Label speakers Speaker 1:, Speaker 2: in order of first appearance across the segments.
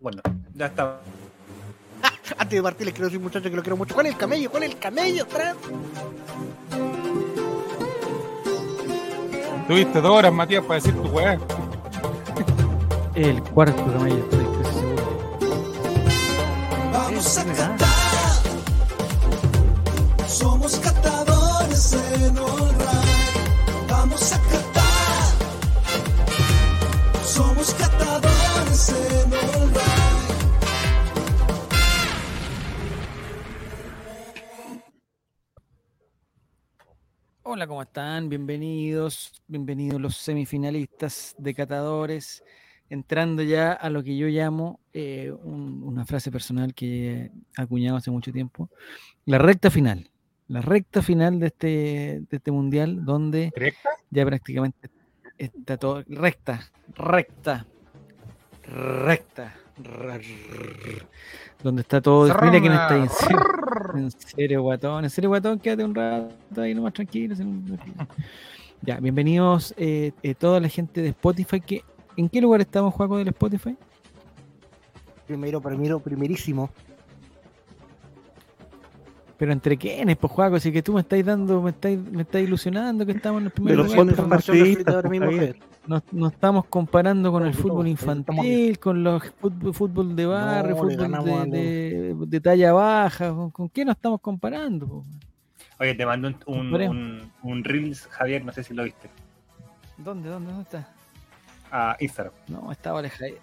Speaker 1: Bueno, ya está.
Speaker 2: Antes de partir, les quiero decir, muchachos, que lo quiero mucho. ¿Cuál es el camello? ¿Cuál es el camello? Tras?
Speaker 3: Tuviste dos horas, Matías, para decir tu weá.
Speaker 4: Pues El cuarto camello, estoy casi seguro.
Speaker 5: Vamos a
Speaker 4: Sí,
Speaker 5: catar. Somos catadores en All Right. Vamos a catar. Somos catadores en All Right.
Speaker 4: Hola, ¿cómo están? Bienvenidos, bienvenidos los semifinalistas de Catadores, entrando ya a lo que yo llamo eh, un- una frase personal que he acuñado hace mucho tiempo, la recta final, la recta final de este, de este mundial, donde
Speaker 3: ¿Recta?
Speaker 4: ya prácticamente está todo recta, recta, recta, ra- rrr, donde está todo. Mira quién está ahí, en serio. En serio, guatón. En serio, guatón, quédate un rato ahí nomás tranquilo. sin un- Ya, bienvenidos eh, eh, toda la gente de Spotify. Que, ¿En qué lugar estamos, Juaco, del Spotify?
Speaker 2: Primero, primero, primerísimo.
Speaker 4: ¿Pero entre quiénes, pues, Juaco? Así que tú me estáis dando, me estáis, me estáis ilusionando que estamos en el primer
Speaker 2: Pero
Speaker 4: lugar.
Speaker 2: son
Speaker 4: pero no-
Speaker 2: información
Speaker 1: marxistas,
Speaker 2: gratuita ahora mismo,
Speaker 1: Javier.
Speaker 2: Javier.
Speaker 4: nos, nos estamos comparando con el
Speaker 2: Estamos
Speaker 4: fútbol
Speaker 2: bien, estamos bien.
Speaker 4: infantil, con los fútbol, fútbol de barrio,
Speaker 2: No, le ganamos a
Speaker 4: fútbol de, de- de talla baja. ¿Con, con qué nos estamos comparando? po?
Speaker 1: Oye, te mando un, un,
Speaker 4: Veremos.
Speaker 1: un- un Reels, Javier, no sé si lo viste,
Speaker 4: ¿Dónde, dónde, dónde está?
Speaker 1: a Instagram.
Speaker 4: No, estaba, alejadi-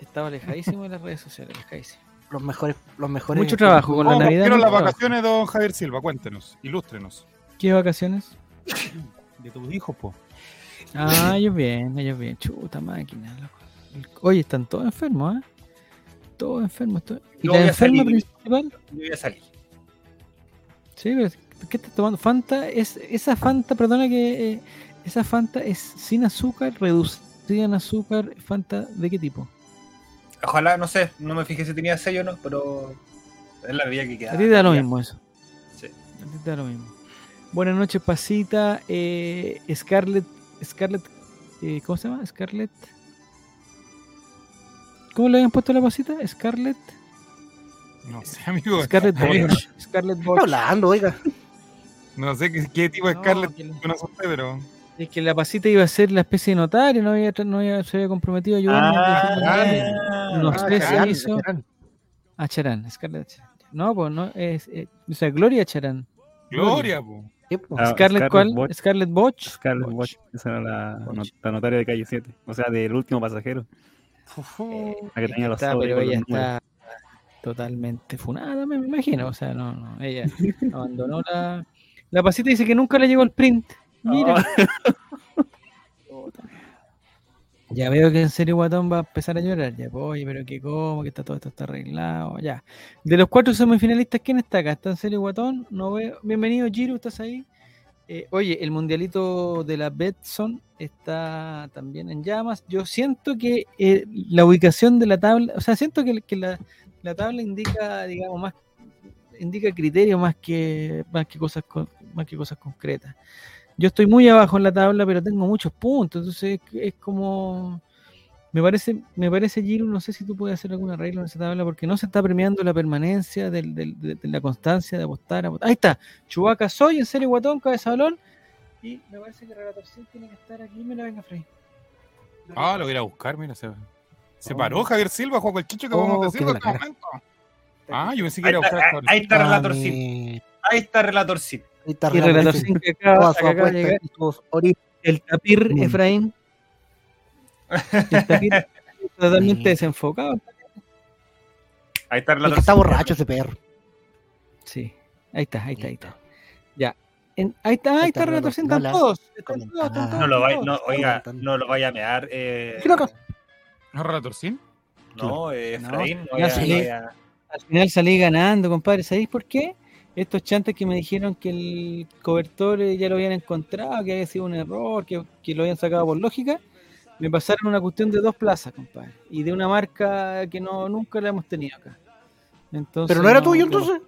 Speaker 4: estaba alejadísimo de las redes sociales, alejadísimo.
Speaker 2: Los mejores, los mejores.
Speaker 4: Mucho trabajo con la
Speaker 3: ¿Cómo
Speaker 4: Navidad.
Speaker 3: fueron
Speaker 4: mucho
Speaker 3: Oh, las
Speaker 4: trabajo.
Speaker 3: vacaciones, don Javier Silva? Cuéntenos, ilústrenos.
Speaker 4: ¿Qué vacaciones?
Speaker 3: De tus hijos, po.
Speaker 4: Ah, ellos bien, ellos bien. Chuta máquina, loco. El- Oye, están todos enfermos, ¿eh? Todos enfermos. todos- ¿Y
Speaker 1: Yo
Speaker 4: la
Speaker 1: voy a
Speaker 4: enferma
Speaker 1: salir.
Speaker 4: principal?
Speaker 1: Yo ya salí.
Speaker 4: Sí, pero ¿qué estás tomando? Fanta, es, esa Fanta, perdona que. eh, esa Fanta es sin azúcar, reducida en azúcar. ¿Fanta de qué tipo?
Speaker 1: Ojalá, no sé, no me fijé si tenía sello o no, pero es la bebida que queda.
Speaker 4: A ti te da lo mismo eso.
Speaker 1: Sí.
Speaker 4: A ti te da lo mismo. Buenas noches, Pasita. Eh, Scarlett. Scarlett. eh, ¿Cómo se llama? Scarlett. ¿Cómo le habían puesto a la pasita? Scarlett.
Speaker 3: No sé, amigo.
Speaker 4: Scarlett
Speaker 3: Amigo,
Speaker 4: Borch. Scarlett
Speaker 2: Está
Speaker 4: Borch.
Speaker 2: hablando, oiga.
Speaker 3: No sé qué, qué tipo de
Speaker 4: No,
Speaker 3: Scarlett
Speaker 4: que la-
Speaker 3: no sé, pero.
Speaker 4: es que la pasita iba a ser la especie de notario, no, había, no había- se había comprometido a ayudarnos.
Speaker 1: Ah,
Speaker 4: No
Speaker 2: Ah,
Speaker 4: sé si
Speaker 2: Charán,
Speaker 4: hizo.
Speaker 2: Charán.
Speaker 4: A Charán, Scarlett Charán. No, pues no, es, eh, o sea, Gloria Charán.
Speaker 3: Gloria, po.
Speaker 2: Sí, po.
Speaker 6: Ah,
Speaker 4: Scarlett,
Speaker 6: Scarlett
Speaker 4: ¿cuál?
Speaker 6: Botch.
Speaker 4: Scarlett Botch.
Speaker 6: Scarlett
Speaker 4: Botch.
Speaker 6: Watch, esa era la,
Speaker 4: Botch.
Speaker 6: not- la notaria de calle 7, o sea, del último pasajero,
Speaker 4: Eh,
Speaker 6: la que tenía los
Speaker 4: está,
Speaker 6: sobres
Speaker 4: pero
Speaker 6: con los
Speaker 4: ella
Speaker 6: números.
Speaker 4: está totalmente funada, me me imagino. O sea, no, no, ella abandonó la. La pasita dice que nunca le llegó el print. Mira. Puta. Ya veo que en serio Guatón va a empezar a llorar. Ya, pues, oye, pero que cómo, que está todo esto está arreglado. Ya. De los cuatro semifinalistas, ¿quién está acá? ¿Está en serio Guatón? No veo. Bienvenido, Giro, estás ahí. Eh, oye, el mundialito de la Betson está también en llamas. Yo siento que eh, la ubicación de la tabla, o sea, siento que, que la, la tabla indica, digamos, más indica criterios más que más que cosas con- más que cosas concretas. Yo estoy muy abajo en la tabla, pero tengo muchos puntos, entonces es, es como me parece me parece Giro, no sé si tú puedes hacer algún arreglo en esa tabla porque no se está premiando la permanencia del- del- de, de la constancia de apostar, apostar. Ahí está. Chubaca soy, en serio guatón, cabeza de balón. Y me parece que Relatorcín tiene que estar aquí. Mira, venga, Frey.
Speaker 3: Ah, lo voy a ir a buscar, mira. Se, se
Speaker 1: Oh.
Speaker 3: paró Javier Silva, Juan el Chicho que
Speaker 4: Oh,
Speaker 3: vamos a decir
Speaker 4: qué
Speaker 3: en este
Speaker 4: mala
Speaker 3: momento. Ah, yo pensé que
Speaker 1: ahí,
Speaker 3: era a buscar a
Speaker 1: está,
Speaker 3: Javier
Speaker 1: ahí está Relatorcín.
Speaker 4: eh.
Speaker 2: Ahí
Speaker 1: Ahí está Relatorcín.
Speaker 2: está
Speaker 4: Y
Speaker 2: Relator
Speaker 4: Relatorcín
Speaker 2: Sin.
Speaker 4: que acaba,
Speaker 2: Toda
Speaker 4: que
Speaker 2: su
Speaker 4: acaba de llegar.
Speaker 2: apuesta y sus orígenes.
Speaker 4: El tapir
Speaker 2: Mm.
Speaker 4: Efraín. El tapir totalmente desenfocado.
Speaker 1: Ahí está
Speaker 2: Es
Speaker 1: Relatorcín.
Speaker 2: que Está borracho ese perro.
Speaker 4: Sí. Ahí está, ahí está, ahí está. Ya. En- ahí está, ahí
Speaker 2: Ahí está,
Speaker 4: está, Renato,
Speaker 2: Renato,
Speaker 4: están
Speaker 2: no la-
Speaker 4: todos.
Speaker 2: con-
Speaker 4: Están todos,
Speaker 2: ah.
Speaker 4: están todos.
Speaker 1: No lo vaya,
Speaker 4: están
Speaker 1: no,
Speaker 4: todos.
Speaker 1: oiga, no lo vaya a mear. Eh,
Speaker 2: Creo que-
Speaker 3: ¿No es Relatorcín?
Speaker 1: no, eh,
Speaker 4: No,
Speaker 1: Efraín. No,
Speaker 4: ya
Speaker 1: vaya-
Speaker 4: salí.
Speaker 1: vaya-
Speaker 4: Al final salí ganando, compadre. ¿Sabéis por qué? Estos chantes que me dijeron que el cobertor eh, ya lo habían encontrado, que había sido un error, que, que lo habían sacado por lógica, me pasaron una cuestión de dos plazas, compadre. Y de una marca que no nunca la hemos tenido acá. Entonces,
Speaker 2: Pero no era tuyo entonces.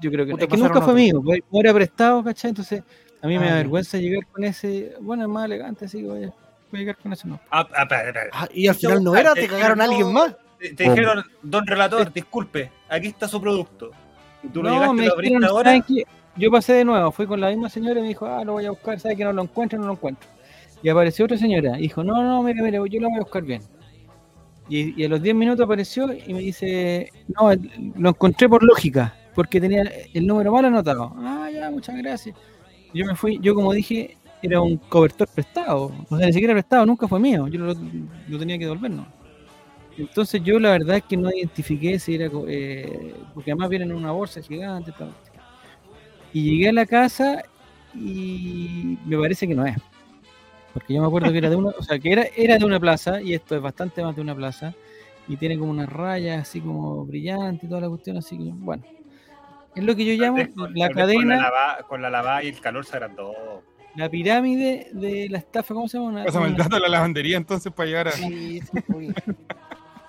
Speaker 4: Yo creo que,
Speaker 2: ¿O
Speaker 4: no.
Speaker 2: te
Speaker 4: Es que
Speaker 2: pasaron
Speaker 4: nunca fue
Speaker 2: otro?
Speaker 4: mío, pues, no era prestado, ¿cachai? Entonces, a mí me
Speaker 2: Ah,
Speaker 4: da
Speaker 2: ya.
Speaker 4: vergüenza llegar con ese, bueno, es más elegante, así que vaya. puede llegar con eso, no.
Speaker 1: Ah, ah, espera, espera.
Speaker 2: Ah, y al final no era, te cagaron a alguien más.
Speaker 1: Te, te dijeron, don relator, disculpe, aquí está su producto. Y tú lo
Speaker 4: no,
Speaker 1: llegaste,
Speaker 4: me
Speaker 1: lo abriste
Speaker 4: dijeron,
Speaker 1: ahora.
Speaker 4: "¿Saben qué? Yo pasé de nuevo, fui con la misma señora y me dijo, ah, lo voy a buscar, sabe que no lo encuentro, no lo encuentro. Y apareció otra señora, y dijo, no, no, mire, mire, yo lo voy a buscar bien. Y, y a los 10 minutos apareció y me dice, no, el- lo encontré por lógica, porque tenía el número mal anotado. Ah, ya, muchas gracias. Yo me fui, yo como dije, era un cobertor prestado, o sea, ni siquiera prestado, nunca fue mío, yo lo, lo tenía que devolver, ¿no? Entonces yo la verdad es que no identifiqué si era, co- eh, porque además vienen en una bolsa gigante. tal. Y llegué a la casa y me parece que no es. Porque yo me acuerdo que era de una, o sea, que era, era de una plaza, y esto es bastante más de una plaza, y tiene como unas rayas así como brillantes y toda la cuestión, así que bueno. Es lo que yo
Speaker 1: Tal
Speaker 4: llamo
Speaker 1: vez con-
Speaker 4: la
Speaker 1: tal vez Con la,
Speaker 4: cadena,
Speaker 1: lava- con la lavada y el calor se agrandó.
Speaker 4: la pirámide de la estafa, ¿cómo se llama? Una-
Speaker 3: Pásame el
Speaker 4: una-
Speaker 3: dato de la lavandería entonces para llegar a.
Speaker 2: Sí, sí, oye.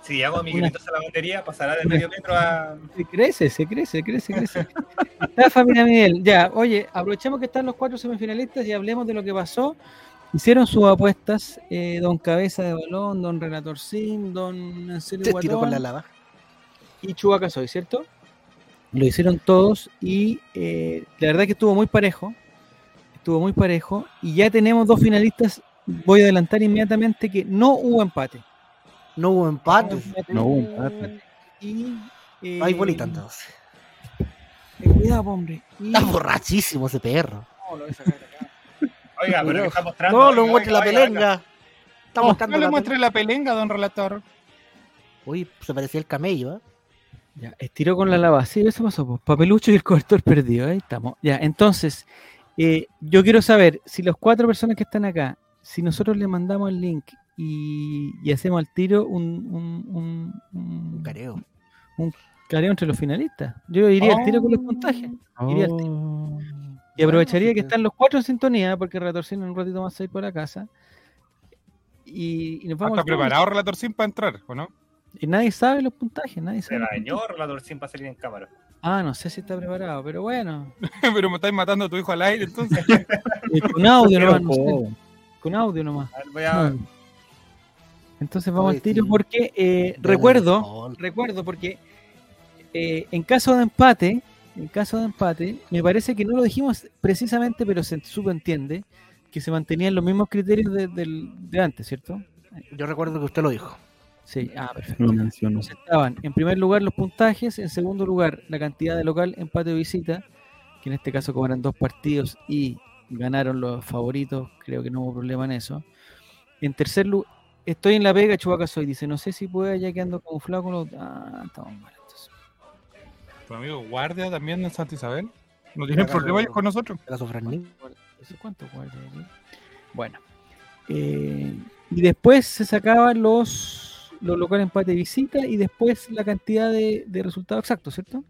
Speaker 1: Si hago mi grito a la batería, pasará de medio metro a.
Speaker 4: Se crece, se crece, crece, crece. Estafa piramidal. Ya, oye, aprovechemos que están los cuatro semifinalistas y hablemos de lo que pasó. Hicieron sus apuestas, eh, don Cabeza de Balón, don Relator Sim, don Anselmo
Speaker 2: Te tiró con
Speaker 4: Guatón
Speaker 2: la lava.
Speaker 4: y Chubaca Soy, ¿cierto? Lo hicieron todos y eh, la verdad que estuvo muy parejo. Estuvo muy parejo y ya tenemos dos finalistas. Voy a adelantar inmediatamente que no hubo empate.
Speaker 2: No hubo empate.
Speaker 6: No hubo empate.
Speaker 4: Y, eh,
Speaker 2: Ah, Ay, bonita entonces.
Speaker 4: eh, Cuidado, po, hombre. Y-
Speaker 2: Está borrachísimo ese perro.
Speaker 4: No, lo voy a sacar de acá.
Speaker 1: Oiga, pero que está mostrando.
Speaker 2: No,
Speaker 1: oiga,
Speaker 2: lo muestre la
Speaker 1: oiga, oiga, oiga.
Speaker 2: pelenga. Está mostrando
Speaker 3: no le
Speaker 2: la
Speaker 3: muestre la pelenga, don relator.
Speaker 2: pelenga. Uy, se parecía el camello, ¿eh?
Speaker 4: Ya, estiró con la lava. Sí, eso pasó. po. Papelucho y el cobertor perdido. Ahí estamos. Ya, entonces, eh, yo quiero saber si las cuatro personas que están acá, si nosotros le mandamos el link y, y hacemos al tiro un, un, un, un-
Speaker 2: Un careo.
Speaker 4: careo entre los finalistas. Yo iría al tiro con los puntajes. Iría al tiro. Y aprovecharía que están los cuatro en sintonía, porque Retorcino en un ratito más se va a ir por la casa. Y, y nos vamos
Speaker 3: Ah, Está
Speaker 4: al bonus.
Speaker 3: preparado relator sin para entrar, ¿o no?
Speaker 4: Y nadie sabe los puntajes, nadie
Speaker 1: Se
Speaker 4: sabe. los puntajes.
Speaker 1: dañó Relator sin para salir en cámara.
Speaker 4: Ah, no sé si está preparado, pero bueno.
Speaker 3: Pero me estáis matando a tu hijo al aire, entonces.
Speaker 4: Eh, Con audio
Speaker 6: Pero,
Speaker 4: nomás, no sé,
Speaker 6: joder.
Speaker 4: Con audio nomás.
Speaker 1: A ver, voy a.
Speaker 4: Mm. Entonces vamos
Speaker 2: Oye,
Speaker 4: al tiro
Speaker 2: sí.
Speaker 4: porque eh,
Speaker 2: Dale,
Speaker 4: recuerdo,
Speaker 2: por favor.
Speaker 4: recuerdo porque eh, en caso de empate, en caso de empate, me parece que no lo dijimos precisamente, pero se subentiende que se mantenían los mismos criterios de, del- de antes, ¿cierto?
Speaker 2: Yo recuerdo que usted lo dijo.
Speaker 4: Sí, ah, perfecto.
Speaker 6: Lo menciono.
Speaker 4: Entonces estaban en primer lugar los puntajes, en segundo lugar la cantidad de local, empate o visita, que en este caso cobran dos partidos y ganaron los favoritos, creo que no hubo problema en eso. En tercer lugar, estoy en la pega, Chubaca soy, dice, no sé si puede, ya que ando camuflado con los... Ah, estamos mal entonces.
Speaker 3: Tu amigo guardia también en Santa Isabel. No tiene problema con nosotros.
Speaker 2: Era su Franklin.
Speaker 4: ¿Eso cuánto guarda aquí? Bueno. eh, y después se sacaban los, los locales empate y visita y después la cantidad de, de resultados exactos, ¿cierto?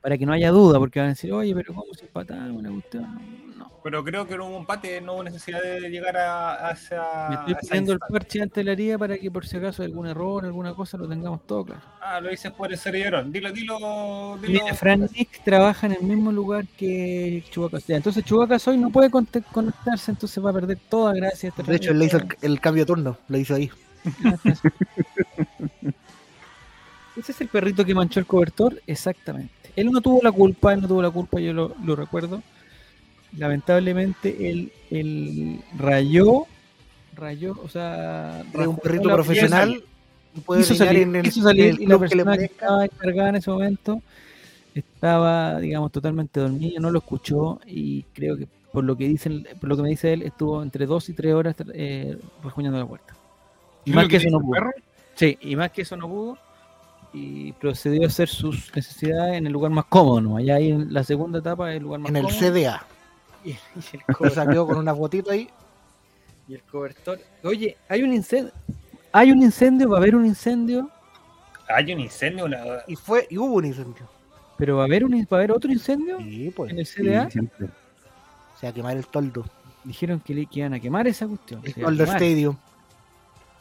Speaker 4: Para que no haya duda, porque van a decir, oye, pero ¿cómo se empataron? La cuestión?". No,
Speaker 1: Pero creo que no hubo empate, no hubo necesidad de llegar a, a esa.
Speaker 2: Ah,
Speaker 4: me estoy
Speaker 1: a esa
Speaker 4: poniendo el
Speaker 1: instancia.
Speaker 4: parche ante la herida para que por si acaso hay algún error, alguna cosa, lo tengamos todo claro.
Speaker 1: Ah, lo dices por el servidor. Dilo, dilo, dilo.
Speaker 4: Mira, Fran Nick trabaja en el mismo lugar que Chubaca. Entonces Chubaca hoy no puede conte- conectarse, entonces va a perder toda gracia. esta
Speaker 2: De hecho, él le hizo el, el cambio de turno. Lo hizo ahí.
Speaker 4: Ese es el perrito que manchó el cobertor, exactamente. Él no tuvo la culpa, él no tuvo la culpa, yo lo, lo recuerdo. Lamentablemente, él, él rayó, rayó, o sea,
Speaker 2: Es un
Speaker 4: rajó
Speaker 2: perrito
Speaker 4: la-
Speaker 2: profesional. y puede
Speaker 4: Hizo
Speaker 2: reinar
Speaker 4: salir,
Speaker 2: en el,
Speaker 4: hizo salir
Speaker 2: en el
Speaker 4: y la
Speaker 2: club que le
Speaker 4: persona que,
Speaker 2: parezca.
Speaker 4: estaba encargada en ese momento estaba, digamos, totalmente dormida, no lo escuchó y creo que por lo que dicen, por lo que me dice él, estuvo entre dos y tres horas eh, rejuñando la puerta. Y
Speaker 3: ¿Es
Speaker 4: más
Speaker 3: lo
Speaker 4: que
Speaker 3: te
Speaker 4: eso no
Speaker 3: dice el
Speaker 4: pudo.
Speaker 3: perro?
Speaker 4: Sí, y más que eso no pudo. Y procedió a hacer sus necesidades en el lugar más cómodo, ¿no? Allá ahí en la segunda etapa es el lugar más
Speaker 2: En el
Speaker 4: cómodo.
Speaker 2: CDA.
Speaker 4: Y, y el
Speaker 2: Lo
Speaker 4: cobertor,
Speaker 2: saqueó con una fotito ahí.
Speaker 4: y el cobertor. Oye, hay un incendio. Hay un incendio, va a haber un incendio,
Speaker 1: Hay un incendio. Una...
Speaker 2: Y fue, y hubo un incendio.
Speaker 4: pero va a haber un va a haber otro incendio
Speaker 2: Sí, pues.
Speaker 4: en el CDA.
Speaker 6: Sí, siempre.
Speaker 2: O sea, quemar el toldo.
Speaker 4: Dijeron que, le, que iban a quemar esa cuestión.
Speaker 2: El
Speaker 4: se iba a
Speaker 2: toldo
Speaker 4: quemar.
Speaker 2: stadium.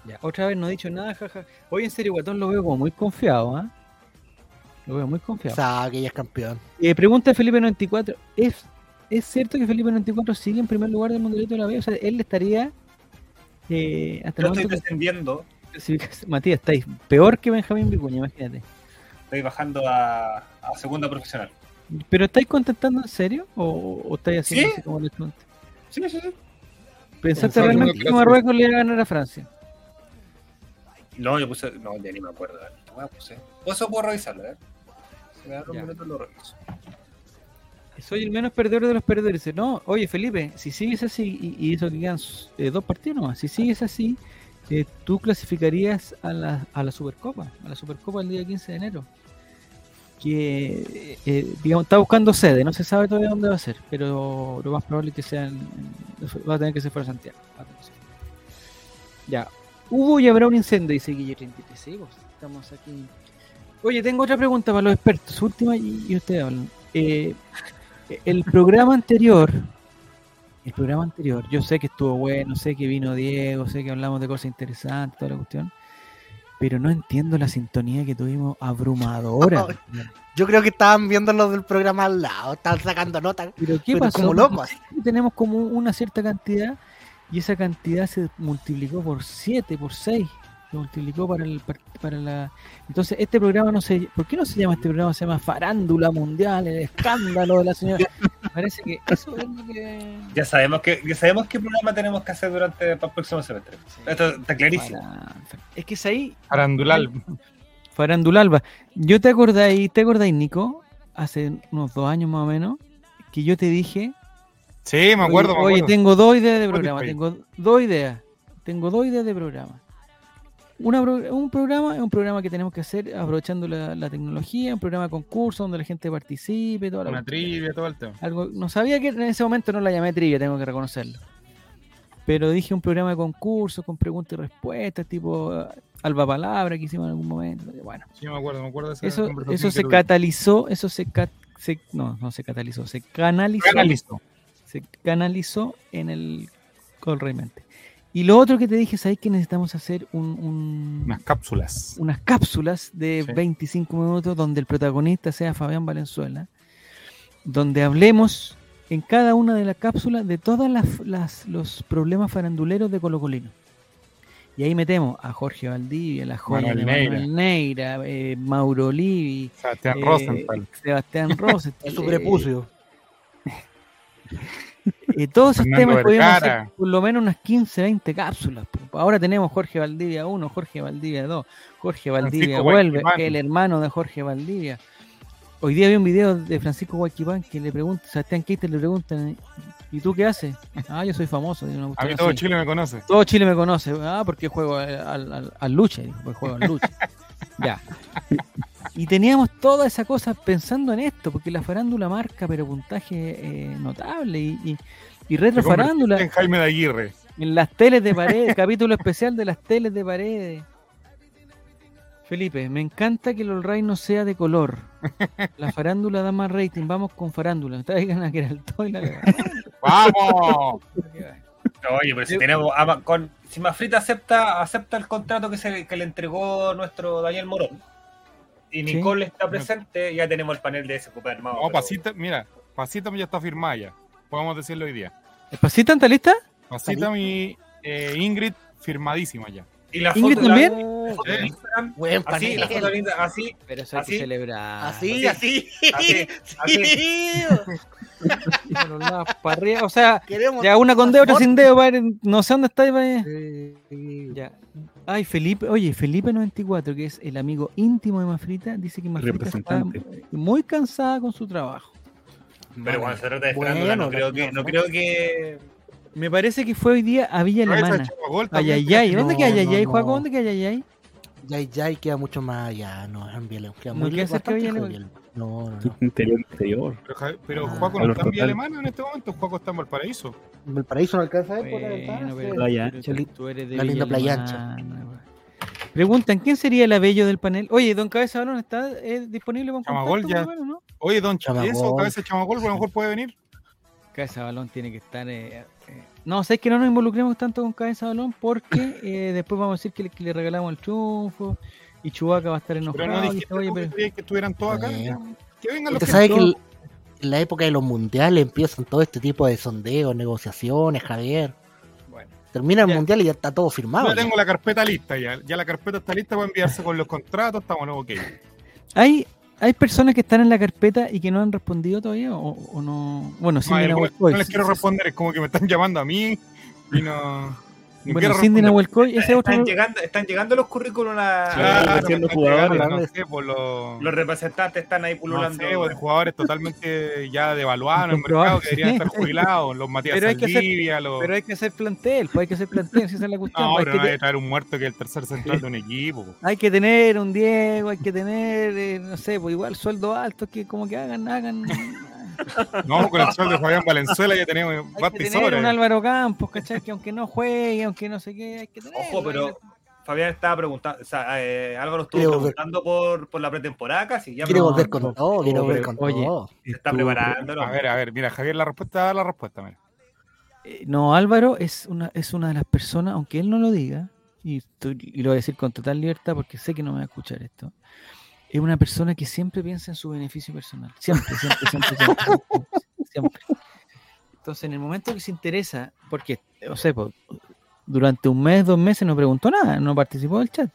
Speaker 4: Ya, Otra vez no he dicho nada, jaja. Hoy en serio, Guatón lo veo como muy confiado, ¿ah? Lo veo muy
Speaker 2: O
Speaker 4: confiado.
Speaker 2: sea, que ella es campeón.
Speaker 4: Eh, pregunta Felipe 94. ¿Es, ¿Es cierto que Felipe 94 sigue en primer lugar del Mundialito de la B? O sea, él estaría eh, hasta el
Speaker 1: Yo estoy
Speaker 4: momento
Speaker 1: descendiendo,
Speaker 4: que clasificas- Matías, estáis peor que Benjamín Vicuña, imagínate.
Speaker 1: estoy bajando a, a segunda profesional.
Speaker 4: ¿Pero estáis contestando en serio? ¿O, o estáis haciendo
Speaker 1: Sí.
Speaker 4: así como lo chunte?
Speaker 1: Sí, sí, sí.
Speaker 4: ¿Pensaste
Speaker 3: Pensaba que no
Speaker 4: realmente que
Speaker 3: clasifica.
Speaker 4: Marruecos le iba a ganar a Francia?
Speaker 1: No, yo puse. No, ya ni me acuerdo. Bueno, puse. Pues eso puedo revisarlo, ¿eh? Si me agarro un
Speaker 4: Ya.
Speaker 1: minuto lo reviso.
Speaker 4: Soy el menos perdedor de los perdedores. Dice, No, oye Felipe, si sigues así, y, y eso que quedan eh, dos partidos nomás, si sigues así, eh, tú clasificarías a la, a la Supercopa, a la Supercopa el día 15 de enero. Que, eh, eh, digamos, está buscando sede, no se sabe todavía dónde va a ser, pero lo más probable es que sea, en- en- va a tener que ser fuera de Santiago. va a tener que ser. Ya, hubo y habrá un incendio, dice Guille 33. Sí, pues, estamos aquí. Oye, tengo otra pregunta para los expertos, última y, y ustedes hablan. Eh, el programa anterior, el programa anterior, yo sé que estuvo bueno, sé que vino Diego, sé que hablamos de cosas interesantes, toda la cuestión, pero no entiendo la sintonía que tuvimos abrumadora.
Speaker 2: Yo creo que estaban viendo los del programa al lado, estaban sacando notas.
Speaker 4: pero ¿qué
Speaker 2: Pero
Speaker 4: pasó?
Speaker 2: como locos.
Speaker 4: Tenemos como una cierta cantidad y esa cantidad se multiplicó por 7, por 6, se multiplicó para el par- para la entonces este programa no se ¿por qué no se llama este programa? Se llama Farándula Mundial, el escándalo de la señora. Parece que eso es lo que
Speaker 1: Ya sabemos, que, ya sabemos qué programa tenemos que hacer durante para el próximo semestre. Esto está clarísimo.
Speaker 4: Faran- Es que es ahí,
Speaker 3: Arandulal.
Speaker 4: Farandulalba. Yo te acordáis, te acordáis, Nico, hace unos dos años más o menos, que yo te dije,
Speaker 3: Sí, me acuerdo,
Speaker 4: oye,
Speaker 3: me
Speaker 4: oye,
Speaker 3: acuerdo.
Speaker 4: tengo dos ideas de
Speaker 3: Spotify.
Speaker 4: programa, tengo dos ideas, tengo dos ideas de programa. Una pro- un programa es un programa que tenemos que hacer aprovechando la, la tecnología, un programa de concurso donde la gente participe, toda la
Speaker 3: Una
Speaker 4: cuestión.
Speaker 3: trivia, todo el tema.
Speaker 4: Algo, no sabía que en ese momento no la llamé trivia, tengo que reconocerlo. Pero dije un programa de concurso con preguntas y respuestas, tipo eh, Alba Palabra que hicimos en algún momento. y Bueno,
Speaker 3: Sí, me acuerdo, me acuerdo de esa
Speaker 4: eso,
Speaker 3: conversación
Speaker 4: eso
Speaker 3: que
Speaker 4: se
Speaker 3: tuve.
Speaker 4: catalizó, eso se, ca- se- no, no se catalizó, se canalizó,
Speaker 3: Canalizó.
Speaker 4: se canalizó en el Col Raimente. Y lo otro que te dije es ahí que necesitamos hacer un- un,
Speaker 3: Unas cápsulas.
Speaker 4: unas cápsulas de
Speaker 3: Sí.
Speaker 4: 25 minutos donde el protagonista sea Fabián Valenzuela, donde hablemos en cada una de las cápsulas de todos los problemas faranduleros de Colo Colino. Y ahí metemos a Jorge Valdivia, la joya
Speaker 3: Manuel
Speaker 4: de Manuel Neira, eh, Mauro Olivi,
Speaker 3: Sebastián
Speaker 4: eh,
Speaker 3: Rosenthal.
Speaker 4: Sebastián Rosenthal,
Speaker 2: El sobrepucio.
Speaker 4: eh, todos esos
Speaker 3: Fernando
Speaker 4: temas podíamos hacer
Speaker 3: Vergara.
Speaker 4: por lo menos unas 15, 20 cápsulas. po. Ahora tenemos Jorge Valdivia 1, Jorge Valdivia 2, Jorge Valdivia
Speaker 3: Francisco
Speaker 4: vuelve,
Speaker 3: Guayquipán.
Speaker 4: el hermano de Jorge Valdivia. Hoy día vi un video de Francisco Guayquipán que le pregunta, Sebastián Keitel le preguntan, ¿y tú qué haces? Ah, yo soy famoso. tiene
Speaker 3: A
Speaker 4: una
Speaker 3: mí
Speaker 4: cuestión
Speaker 3: todo
Speaker 4: así.
Speaker 3: Chile me conoce.
Speaker 4: Todo Chile me conoce. Ah, porque juego eh, al, al, al luche, dijo, porque juego al luche. ya. Y teníamos toda esa cosa pensando en esto, porque la farándula marca, pero puntaje eh, notable. Y, y, y retro
Speaker 3: Te convertiste
Speaker 4: farándula
Speaker 3: En Jaime de Aguirre.
Speaker 4: en las teles de paredes, capítulo especial de las teles de paredes. Felipe, me encanta que el All Right no sea de color. La farándula da más rating, vamos con farándula. Traigan a Geraldo y la
Speaker 3: ¡Vamos!
Speaker 1: Oye, pero si tenemos. ama- con, si Mafrita acepta, acepta el contrato que, se, que le entregó nuestro Daniel Morón. Y
Speaker 4: Sí.
Speaker 1: Nicole está presente, ya tenemos el panel de ese cupé armado.
Speaker 3: No,
Speaker 1: pero-
Speaker 3: Pasita, mira, Pasita ya está firmada ya. Podemos decirlo hoy día.
Speaker 4: ¿Pasita está lista?
Speaker 3: Pasita mi eh, Ingrid firmadísima ya.
Speaker 1: Y la
Speaker 4: ¿Ingrid
Speaker 1: foto,
Speaker 4: también?
Speaker 1: la foto en Instagram,
Speaker 2: Buen
Speaker 1: Así, la foto
Speaker 2: panel.
Speaker 1: en Instagram, así,
Speaker 4: Pero
Speaker 1: hay que Así.
Speaker 4: celebrar.
Speaker 2: Así, así.
Speaker 1: así, así.
Speaker 2: Sí.
Speaker 4: para arriba. O sea,
Speaker 2: Queremos
Speaker 4: ya una con
Speaker 2: más
Speaker 4: dedo, otra
Speaker 2: fotos.
Speaker 4: sin dedo, padre. No sé dónde está. padre. Ya. Ay, Felipe, oye, Felipe94, que es el amigo íntimo de Mafrita, dice que Mafrita está
Speaker 6: Representante.
Speaker 4: muy cansada con su trabajo.
Speaker 1: Pero cuando se trata de
Speaker 2: Bueno,
Speaker 1: farándula, no creo que.
Speaker 2: Daniel
Speaker 1: No creo que...
Speaker 4: Me parece que fue hoy día a Villa
Speaker 3: Pero esa
Speaker 4: Alemana.
Speaker 3: Chapagol también
Speaker 4: Ayayay, ¿dónde
Speaker 2: No,
Speaker 4: queda Ayayay,
Speaker 2: no,
Speaker 4: Juaco?
Speaker 2: no.
Speaker 4: ¿Dónde queda Ayayay?
Speaker 2: Ya, ya, y queda mucho más allá. No, es Ambiel. Queda
Speaker 4: No
Speaker 2: muy
Speaker 4: queda
Speaker 2: lejos,
Speaker 4: cerca
Speaker 2: bastante
Speaker 4: de Villa
Speaker 2: lejos de Villa Alemana. No, no, no.
Speaker 6: Interior, interior.
Speaker 3: Pero, Javi- pero
Speaker 2: Ah.
Speaker 3: Juaco no
Speaker 6: Valor
Speaker 3: está en Villa
Speaker 6: total.
Speaker 3: Alemana en este momento, Juaco está en Valparaíso.
Speaker 2: Valparaíso no alcanza
Speaker 3: eh,
Speaker 2: a ver por la
Speaker 4: Bueno,
Speaker 2: ventana.
Speaker 4: pero-
Speaker 2: sí.
Speaker 6: Playa
Speaker 4: pero
Speaker 2: ancha.
Speaker 4: tú- tú eres de
Speaker 2: La linda
Speaker 4: Villa
Speaker 2: playa
Speaker 4: Alemana, weón. Preguntan, ¿quién sería el abello del panel? Oye, don Cabeza Balón, ¿está eh, disponible con
Speaker 3: Chamagol
Speaker 4: contacto,
Speaker 3: ya.
Speaker 4: por lo menos, no?
Speaker 3: Oye, don Chávez, eso,
Speaker 2: Chamagol.
Speaker 3: cabeza de Chamagol, a lo mejor puede venir.
Speaker 4: Cabeza Balón tiene que estar... eh, eh, No, sabes que no nos involucremos tanto con Cabeza Balón porque eh, después vamos a decir que le, que le regalamos el triunfo y Chubaca va a estar enojado.
Speaker 3: Pero no
Speaker 4: y
Speaker 3: dijiste
Speaker 4: dice, oye,
Speaker 3: tú que
Speaker 4: pero- Eh.
Speaker 3: querías que estuvieran todos acá.
Speaker 2: Bueno.
Speaker 3: Que vengan los
Speaker 2: Eh, Usted
Speaker 3: que
Speaker 2: sabe que
Speaker 3: no-
Speaker 2: el- en la época de los mundiales empiezan todo este tipo de sondeos, negociaciones, Javier.
Speaker 4: Bueno,
Speaker 2: Termina el
Speaker 4: Ya.
Speaker 2: mundial y ya está todo firmado.
Speaker 3: Yo tengo la carpeta lista ya. Ya la carpeta está lista para enviarse con los contratos. Estamos nuevos, ok.
Speaker 4: ¿Hay, hay personas que están en la carpeta y que no han respondido todavía o, o no. Bueno,
Speaker 3: No,
Speaker 4: Cindy
Speaker 3: Ah, el-
Speaker 4: Nahuel
Speaker 3: no
Speaker 4: Coy.
Speaker 3: les quiero responder, es como que me están llamando a mí y no. no
Speaker 4: Bueno,
Speaker 3: quiero
Speaker 4: Cindy
Speaker 3: responder.
Speaker 4: Nahuel Coy, ese otro.
Speaker 1: Están llegando, están llegando los currículums a.
Speaker 3: Claro, me
Speaker 6: Siendo
Speaker 3: están
Speaker 6: jugadores,
Speaker 2: ¿no?
Speaker 3: llegando, Ah, no sé, por los,
Speaker 1: Los representantes están ahí
Speaker 3: no
Speaker 1: pululando.
Speaker 3: sé, por los jugadores totalmente ya devaluados en el mercado
Speaker 4: Comprobados,
Speaker 3: que deberían
Speaker 4: sí.
Speaker 3: estar jubilados, los Matías
Speaker 4: Pero hay que hacer-
Speaker 3: Saldivia, los.
Speaker 4: Pero hay que hacer plantel, pues hay que hacer plantel, si esa es la cuestión.
Speaker 3: No,
Speaker 4: pues,
Speaker 3: pero
Speaker 4: hay,
Speaker 3: no
Speaker 4: que
Speaker 3: hay que traer un muerto que es el tercer central de un equipo. po.
Speaker 4: te- hay que tener un Diego, hay que tener, eh, no sé, pues igual sueldo alto, que como que hagan, hagan.
Speaker 3: No, con el sueldo de Fabián Valenzuela ya tenemos
Speaker 4: Hay
Speaker 3: basta
Speaker 4: que
Speaker 3: y
Speaker 4: tener un
Speaker 3: sobra.
Speaker 4: Álvaro Campos, ¿cachai? Que aunque no juegue, aunque no sé qué, hay que tener.
Speaker 1: Ojo, pero Fabián estaba preguntando, o sea, eh, Álvaro estuvo
Speaker 2: Quiero ver.
Speaker 1: preguntando por, por la pretemporada casi, ya pero
Speaker 2: Quiere
Speaker 4: No,
Speaker 2: volver con
Speaker 6: no.
Speaker 2: todo, quiere volver
Speaker 6: Oye,
Speaker 2: con
Speaker 4: oye.
Speaker 2: todo.
Speaker 1: se está preparando. ¿no?
Speaker 3: A ver, a ver, mira, Javier, la respuesta, da la respuesta. Mira.
Speaker 4: Eh, No, Álvaro es una, es una de las personas, aunque él no lo diga, y, tú- y lo voy a decir con total libertad porque sé que no me va a escuchar esto, es una persona que siempre piensa en su beneficio personal. Siempre, siempre, siempre, siempre. siempre, siempre. Entonces, en el momento que se interesa, porque, o sea, po, durante un mes, dos meses no preguntó nada, no participó del chat.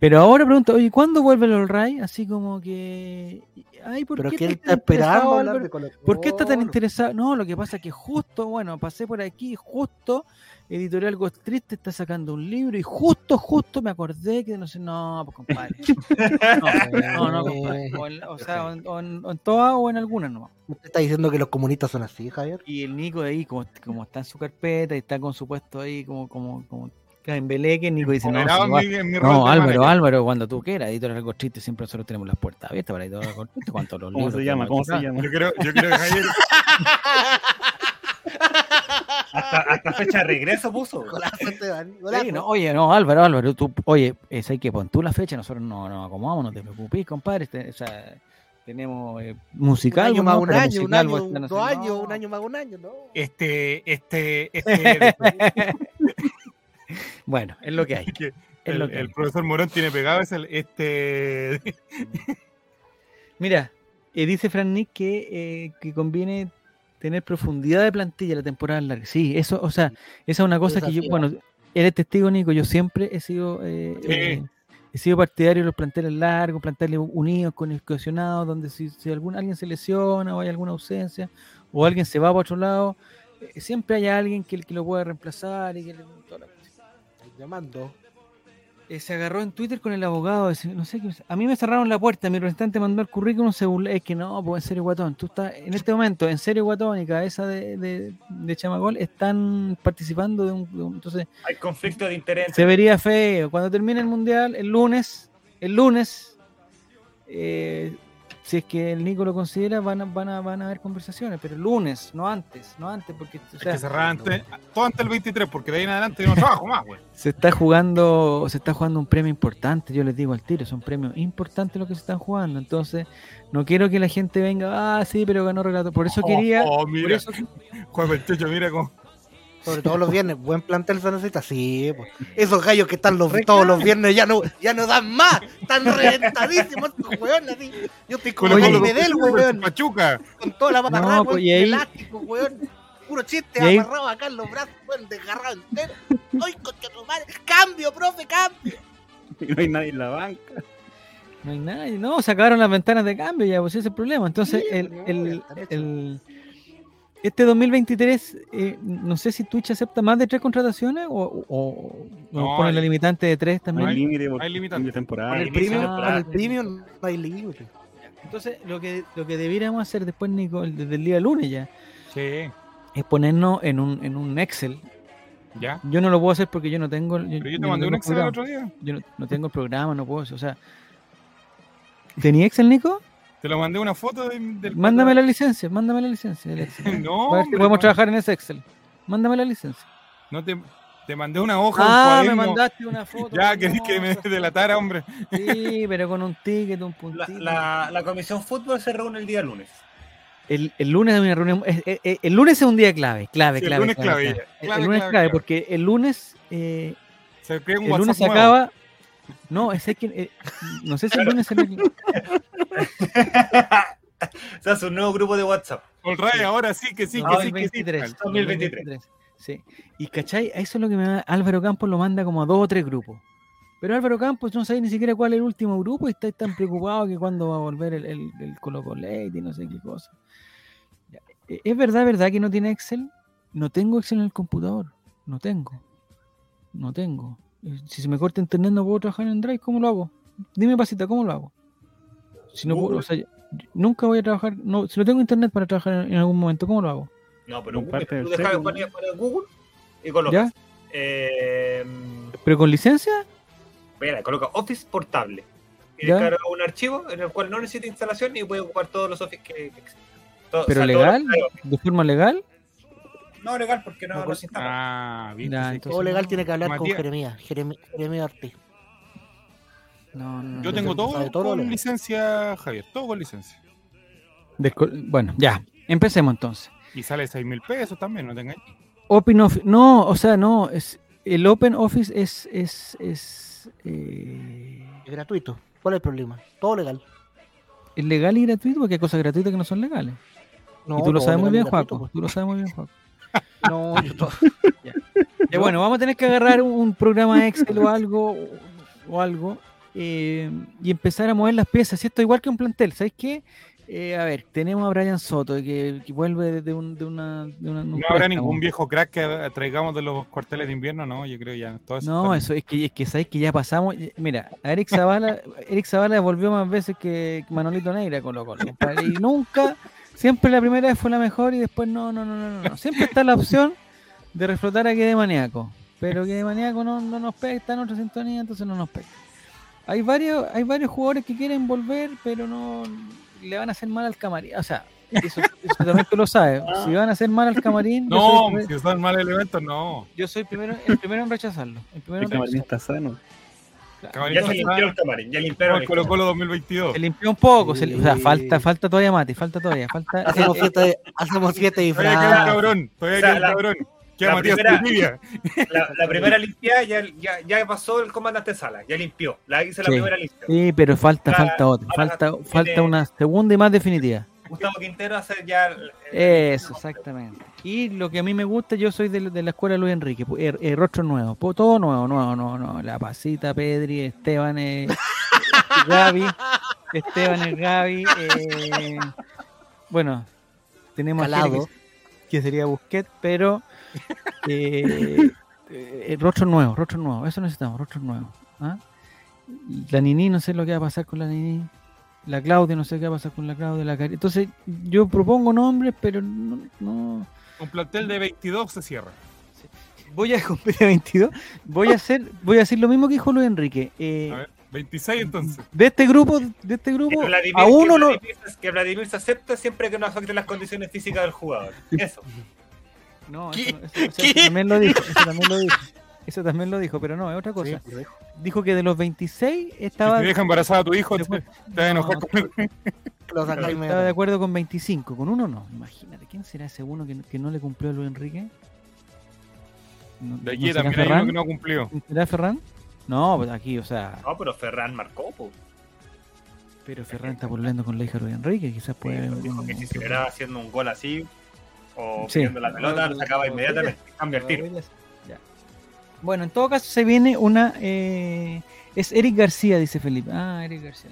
Speaker 4: Pero ahora pregunta, oye, ¿cuándo vuelve el All Ray? Así como que. Ay, ¿por
Speaker 2: Pero
Speaker 4: qué
Speaker 2: que él está
Speaker 4: tan interesado,
Speaker 2: esperando hablar
Speaker 4: Álvaro?
Speaker 2: de Colo
Speaker 4: ¿Por qué está tan
Speaker 2: Colo?
Speaker 4: interesado? No, lo que pasa es que justo, bueno, pasé por aquí, justo Editorial Ghost Triste está sacando un libro y justo, justo me acordé que no sé, no, pues compadre. No, no, no, compadre. O, en, o sea, o en, o en- o en todas o en algunas nomás.
Speaker 2: Eh, ¿Usted está diciendo que los comunistas son así, Javier?
Speaker 4: Y el Nico de ahí, como, como está en su carpeta y está con su puesto ahí, como, como, como en Beleque, Nico dice, no,
Speaker 3: Moderado
Speaker 4: sí, va-
Speaker 3: en mi- en mi rol
Speaker 4: no,
Speaker 3: de
Speaker 4: Álvaro,
Speaker 3: manager.
Speaker 4: Álvaro, cuando tú quieras, Editorial Algo Triste, siempre nosotros tenemos las puertas abiertas para Editorial Algo Triste. ¿Cuánto los
Speaker 6: ¿Cómo
Speaker 4: libros
Speaker 6: se
Speaker 4: que
Speaker 6: llama?
Speaker 4: hemos
Speaker 6: ¿Cómo se
Speaker 4: sacado?
Speaker 6: llama?
Speaker 3: Yo creo, yo creo que Javier.
Speaker 1: Hasta, hasta fecha de regreso puso.
Speaker 2: Golazo te dan,
Speaker 4: Sí,
Speaker 2: golazo.
Speaker 4: no, oye, no, Álvaro, Álvaro, tú, oye, es hay que pon tú la fecha, nosotros no nos acomodamos, no te preocupes, compadre. este, o sea, tenemos eh,
Speaker 2: un
Speaker 4: musical,
Speaker 2: año más, un
Speaker 4: pero
Speaker 2: año, un
Speaker 4: musical,
Speaker 2: año,
Speaker 4: vos, no sé,
Speaker 2: dos años,
Speaker 4: no.
Speaker 2: un año más, un año, ¿no?
Speaker 3: Este, este, este.
Speaker 4: Bueno, es lo que hay.
Speaker 3: que
Speaker 4: Es
Speaker 3: el,
Speaker 4: lo que
Speaker 3: el
Speaker 4: hay.
Speaker 3: profesor Morón tiene pegado es el este.
Speaker 4: Mira, eh, dice Fran Nick que, eh, que conviene tener profundidad de plantilla la temporada larga. Sí, eso, o sea, esa es una cosa que yo,
Speaker 2: Desafío.
Speaker 4: bueno, eres testigo, Nico, yo siempre he sido, eh,
Speaker 3: Sí.
Speaker 4: eh, he sido partidario de los planteles largos, planteles unidos, conexionados, donde si, si algún, alguien se lesiona o hay alguna ausencia, o alguien se va para otro lado, eh, siempre hay alguien que, que lo pueda reemplazar y que le- toda la cosa
Speaker 2: Llamando.
Speaker 4: eh, se agarró en Twitter con el abogado. ese- no sé qué- a mí me cerraron la puerta. Mi representante mandó el currículum. Se burló, es que no, pues en serio, guatón. Tú estás en este momento, en serio, guatón y cabeza de, de, de Chamagol están participando de un- de un. Entonces,
Speaker 1: Hay conflicto de interés.
Speaker 4: se vería feo. Cuando termine el mundial, el lunes, el lunes, eh, si es que el Nico lo considera, van a, van a, van a haber conversaciones, pero el lunes, no antes, no antes, porque o
Speaker 3: Es
Speaker 4: sea,
Speaker 3: que cerrar antes, todo antes del 23, porque de ahí en adelante yo no trabajo más, güey.
Speaker 4: se está jugando, se está jugando un premio importante, yo les digo al tiro, son premios importantes los que se están jugando, entonces no quiero que la gente venga, ah, sí, pero ganó relato, por eso quería,
Speaker 3: Oh, oh,
Speaker 4: por
Speaker 3: mira,
Speaker 4: eso,
Speaker 3: Juan 28, mira cómo.
Speaker 2: Sobre todo los viernes, buen plantel se necesita, sí, pues. Esos gallos que están los, todos los viernes ya no, ya no dan más, están reventadísimos estos weones, así. Yo estoy como
Speaker 4: Oye,
Speaker 2: el
Speaker 4: Colo-
Speaker 2: Medel, weón,
Speaker 3: Pachuca.
Speaker 2: con toda la patarrada,
Speaker 4: No,
Speaker 2: weón,
Speaker 4: pues, y ahí-
Speaker 2: elástico, weón. Puro chiste,
Speaker 4: Y ahí-
Speaker 2: amarrado acá en los brazos, weón, desgarrado entero. ¡Ay, concha tu madre! ¡Cambio, profe, cambio!
Speaker 6: Y no hay nadie en la banca.
Speaker 4: no hay nadie, no, se acabaron las ventanas de cambio ya, pues ese es el problema, entonces
Speaker 2: Sí,
Speaker 4: el,
Speaker 2: no,
Speaker 4: el-
Speaker 2: ya está hecho.
Speaker 4: el- este 2023, eh, no sé si Twitch acepta más de tres contrataciones o, o- o
Speaker 3: No,
Speaker 4: pone la
Speaker 3: hay-
Speaker 4: limitante de tres
Speaker 6: No
Speaker 4: también.
Speaker 6: hay
Speaker 3: hay- Ah,
Speaker 6: límite porque
Speaker 3: hay limitante.
Speaker 6: fin de temporada.
Speaker 2: Con el
Speaker 1: inicio de
Speaker 2: premium,
Speaker 4: temporada.
Speaker 2: con el premium no hay libre.
Speaker 4: Entonces, lo que, lo que debiéramos hacer después, Nico, el- desde el día lunes ya,
Speaker 3: Sí,
Speaker 4: es ponernos en un, en un Excel.
Speaker 3: ya.
Speaker 4: Yo no lo puedo hacer porque yo no tengo.
Speaker 3: Pero yo te
Speaker 4: no
Speaker 3: mandé un
Speaker 4: tengo
Speaker 3: Excel el
Speaker 4: programa.
Speaker 3: otro día.
Speaker 4: Yo no, no tengo el programa, no puedo. hacer, O sea, ¿tenía Excel, Nico?
Speaker 3: Te lo mandé una foto de- del.
Speaker 4: Mándame la licencia, mándame la licencia del Excel.
Speaker 3: No,
Speaker 4: A ver si
Speaker 3: hombre,
Speaker 4: podemos
Speaker 3: no.
Speaker 4: trabajar en ese Excel. Mándame la licencia.
Speaker 3: No te, te mandé una hoja.
Speaker 4: Ah,
Speaker 3: un
Speaker 4: me
Speaker 3: cuaderno.
Speaker 4: mandaste una foto.
Speaker 3: Ya,
Speaker 4: no,
Speaker 3: querés que me delatara, hombre.
Speaker 4: Sí, pero con un ticket, un
Speaker 1: La,
Speaker 4: puntito.
Speaker 1: la, la comisión fútbol se reúne el día lunes.
Speaker 4: El, el lunes es una reunión. es- es- es- el lunes es un día clave, clave,
Speaker 3: Sí, el
Speaker 4: clave.
Speaker 3: lunes
Speaker 4: clave,
Speaker 3: clave,
Speaker 4: clave. El-
Speaker 3: clave,
Speaker 4: el lunes
Speaker 3: clave,
Speaker 4: clave,
Speaker 3: clave.
Speaker 4: porque el lunes eh,
Speaker 3: Se crea un
Speaker 4: el
Speaker 3: WhatsApp
Speaker 4: lunes se
Speaker 3: nuevo.
Speaker 4: acaba. No, es que eh, no sé si el lunes se me-
Speaker 1: Se hace un nuevo grupo de WhatsApp.
Speaker 3: All right, ahora sí, que sí, que sí, que sí.
Speaker 4: 2023.
Speaker 1: tal. 2023.
Speaker 4: Sí. Y cachai, a eso es lo que me da. Álvaro Campos lo manda como a dos o tres grupos. Pero Álvaro Campos no sabe ni siquiera cuál es el último grupo y está tan preocupado que cuándo va a volver el, el, el Colo Colete y no sé qué cosa. Ya. Eh, ¿Es verdad, verdad que no tiene Excel? No tengo Excel en el computador. No tengo. No tengo. Eh, Si se me corta internet no puedo trabajar en Drive, ¿cómo lo hago? Dime, pasita, ¿cómo lo hago? Si no puedo, o sea, yo- yo nunca voy a trabajar, no, si no tengo internet para trabajar en, en algún momento, ¿cómo lo hago?
Speaker 1: No, pero Google,
Speaker 6: Comparte
Speaker 1: tú
Speaker 6: el
Speaker 1: dejas de
Speaker 6: celu,
Speaker 1: poner poner Google y colocas.
Speaker 4: ¿Ya?
Speaker 1: Eh,
Speaker 4: ¿Pero con licencia?
Speaker 1: mira, coloca Office Portable. Y
Speaker 4: ¿Ya?
Speaker 1: descarga un archivo en el cual no necesita instalación y puede ocupar todos los Office que, que existen. Todo-
Speaker 4: ¿Pero
Speaker 1: todos los-
Speaker 4: legal? ¿De forma legal?
Speaker 1: No, legal, porque no, pues,
Speaker 2: No,
Speaker 1: no se instala.
Speaker 3: Ah, viste.
Speaker 4: Ya,
Speaker 3: sí.
Speaker 4: entonces-
Speaker 2: Todo legal tiene que hablar con
Speaker 3: Matías.
Speaker 2: Jeremías, Jeremías, Jeremías Ortiz.
Speaker 4: No, no, no.
Speaker 3: Yo
Speaker 2: no
Speaker 3: tengo
Speaker 2: te-
Speaker 3: todo
Speaker 2: sabe todo,
Speaker 3: con
Speaker 2: Leo.
Speaker 3: licencia, Javier. Todo con licencia.
Speaker 4: Desco- Bueno, ya. Empecemos entonces.
Speaker 3: Y sale 6 mil pesos también, no tengáis.
Speaker 4: Open Office. No, o sea, no. Es, el Open Office es. es, es eh,
Speaker 2: Es gratuito. ¿Cuál es el problema? Todo legal.
Speaker 4: ¿Es legal y gratuito? Porque hay cosas gratuitas que no son legales.
Speaker 2: No,
Speaker 4: y tú lo
Speaker 2: todo
Speaker 4: sabes muy
Speaker 2: legal y
Speaker 4: bien,
Speaker 2: gratuito,
Speaker 4: Juaco.
Speaker 2: pues.
Speaker 4: Tú lo sabes muy bien, Juaco.
Speaker 2: No, yo todo.
Speaker 4: Ya, bueno, vamos a tener que agarrar un- un programa Excel o algo, o algo eh, y empezar a mover las piezas. Si esto es igual que un plantel, ¿sabes qué? Eh, a ver, tenemos a Brian Soto que, que vuelve de, un- de una, de una- de un
Speaker 3: No habrá
Speaker 4: préstamo.
Speaker 3: ningún viejo crack que traigamos de los cuarteles de invierno, no, yo creo ya. Todo eso
Speaker 4: No,
Speaker 3: está-
Speaker 4: eso es que, es que sabes que ya pasamos. y- Mira, a Eric Zavala, Eric Zavala volvió más veces que Manolito Negra con lo Y nunca, siempre la primera vez fue la mejor y después no, no, no, no, no, no. Siempre está la opción de reflotar a que de maníaco. Pero que de maníaco no, no nos pega, está en otra sintonía, entonces no nos pega. Hay varios, hay varios jugadores que quieren volver, pero no le van a hacer mal al camarín. O sea, eso, eso también tú lo sabes.
Speaker 6: Ah.
Speaker 4: Si van a hacer mal al camarín, yo
Speaker 3: No,
Speaker 4: soy el primer-
Speaker 3: si son mal elementos, no.
Speaker 4: yo soy, primero, el primero en rechazarlo. El primero
Speaker 6: El
Speaker 4: en
Speaker 6: camarín
Speaker 4: rechazarlo.
Speaker 6: está sano.
Speaker 1: Ya
Speaker 3: Camarito
Speaker 1: se
Speaker 3: está
Speaker 1: limpió el camarín, ya
Speaker 3: como
Speaker 1: limpiaron
Speaker 3: el
Speaker 1: el
Speaker 3: Colo
Speaker 1: camarín.
Speaker 3: Colo 2022.
Speaker 4: Se limpió un poco, se li- o sea,
Speaker 2: Sí.
Speaker 4: falta, falta todavía mate, falta todavía, falta.
Speaker 2: Hacemos
Speaker 4: eh, eh,
Speaker 2: fiesta, de- hacemos fiesta de
Speaker 3: Todavía queda un
Speaker 2: disfraz.
Speaker 3: cabrón, todavía
Speaker 1: O sea,
Speaker 3: queda un
Speaker 1: la-
Speaker 3: cabrón. Queda
Speaker 1: la
Speaker 3: Matías
Speaker 1: primera-
Speaker 3: Zúñiga.
Speaker 1: La, la primera limpiada ya, ya, ya pasó el comandante Sala, ya limpió. La hice la
Speaker 4: Sí.
Speaker 1: primera limpia.
Speaker 4: sí, pero falta,
Speaker 1: Ahora-
Speaker 4: falta otra,
Speaker 1: ahora
Speaker 4: falta,
Speaker 1: tiene-
Speaker 4: falta una segunda y más definitiva.
Speaker 1: Gustavo Quintero hace ya. eh, el- el-
Speaker 4: Eso, exactamente. Y lo que a mí me gusta, yo soy de, de la escuela de Luis Enrique, pu- eh, eh, rostro nuevo, po- todo nuevo, nuevo, no, no, la pasita, Pedri, Esteban, eh, Gaby, Esteban, el Gaby, eh, bueno, tenemos a Jere que-
Speaker 2: Calado.
Speaker 4: que sería Busquets, pero eh, eh, rostro nuevo, rostro nuevo, eso necesitamos, rostro nuevo. ¿ah? La Nini, no sé lo que va a pasar con la Nini. La Claudia, no sé qué va a pasar con la Claudia. La Cari- Entonces, yo propongo nombres, pero no, no-
Speaker 3: Un plantel de 22 se cierra.
Speaker 4: Voy a cumplir 22. Voy a hacer, voy a decir lo mismo que dijo Luis Enrique. eh,
Speaker 3: A ver, 26 entonces.
Speaker 4: de este grupo, de este
Speaker 1: Que
Speaker 4: grupo,
Speaker 1: Eh, Vladimir,
Speaker 4: a uno
Speaker 1: que
Speaker 4: no.
Speaker 1: Vladimir se- que Vladimir se acepta siempre que no afecten las condiciones físicas del jugador. Eso.
Speaker 4: No,
Speaker 2: ¿Qué?
Speaker 4: eso, eso- eso-
Speaker 2: ¿Qué?
Speaker 4: eso también lo dijo, eso también lo dijo. Eso también lo dijo, pero no, es otra
Speaker 2: Sí,
Speaker 4: cosa.
Speaker 2: lo dejo.
Speaker 4: Dijo que de los 26
Speaker 3: Si
Speaker 4: estaba.
Speaker 3: te deja embarazada a tu hijo, te,
Speaker 4: después-
Speaker 3: te vas a enojar
Speaker 4: No,
Speaker 3: conmigo.
Speaker 2: Lo sacáis medio.
Speaker 4: Estaba de acuerdo con 25, con uno no. Imagínate, ¿quién será ese uno que, que no le cumplió a Luis Enrique? No-
Speaker 3: De
Speaker 4: no
Speaker 3: allí
Speaker 4: será
Speaker 3: también hay uno
Speaker 4: Ferran?
Speaker 3: que no cumplió.
Speaker 4: ¿Será Ferran? No, pues aquí, o sea,
Speaker 1: No, pero Ferran marcó. po.
Speaker 4: pero Ferran está volviendo con la hija de Luis Enrique, quizás
Speaker 1: Sí,
Speaker 4: puede haber
Speaker 1: pero dijo
Speaker 4: un-
Speaker 1: Pues, que si
Speaker 4: un-
Speaker 1: se verá haciendo un gol así o
Speaker 4: Sí.
Speaker 1: pidiendo la pelota, lo sacaba inmediatamente. Cambia el tiro.
Speaker 4: Ya. Bueno, en todo caso se viene una... eh, es Eric García, dice Felipe. Ah, Eric García,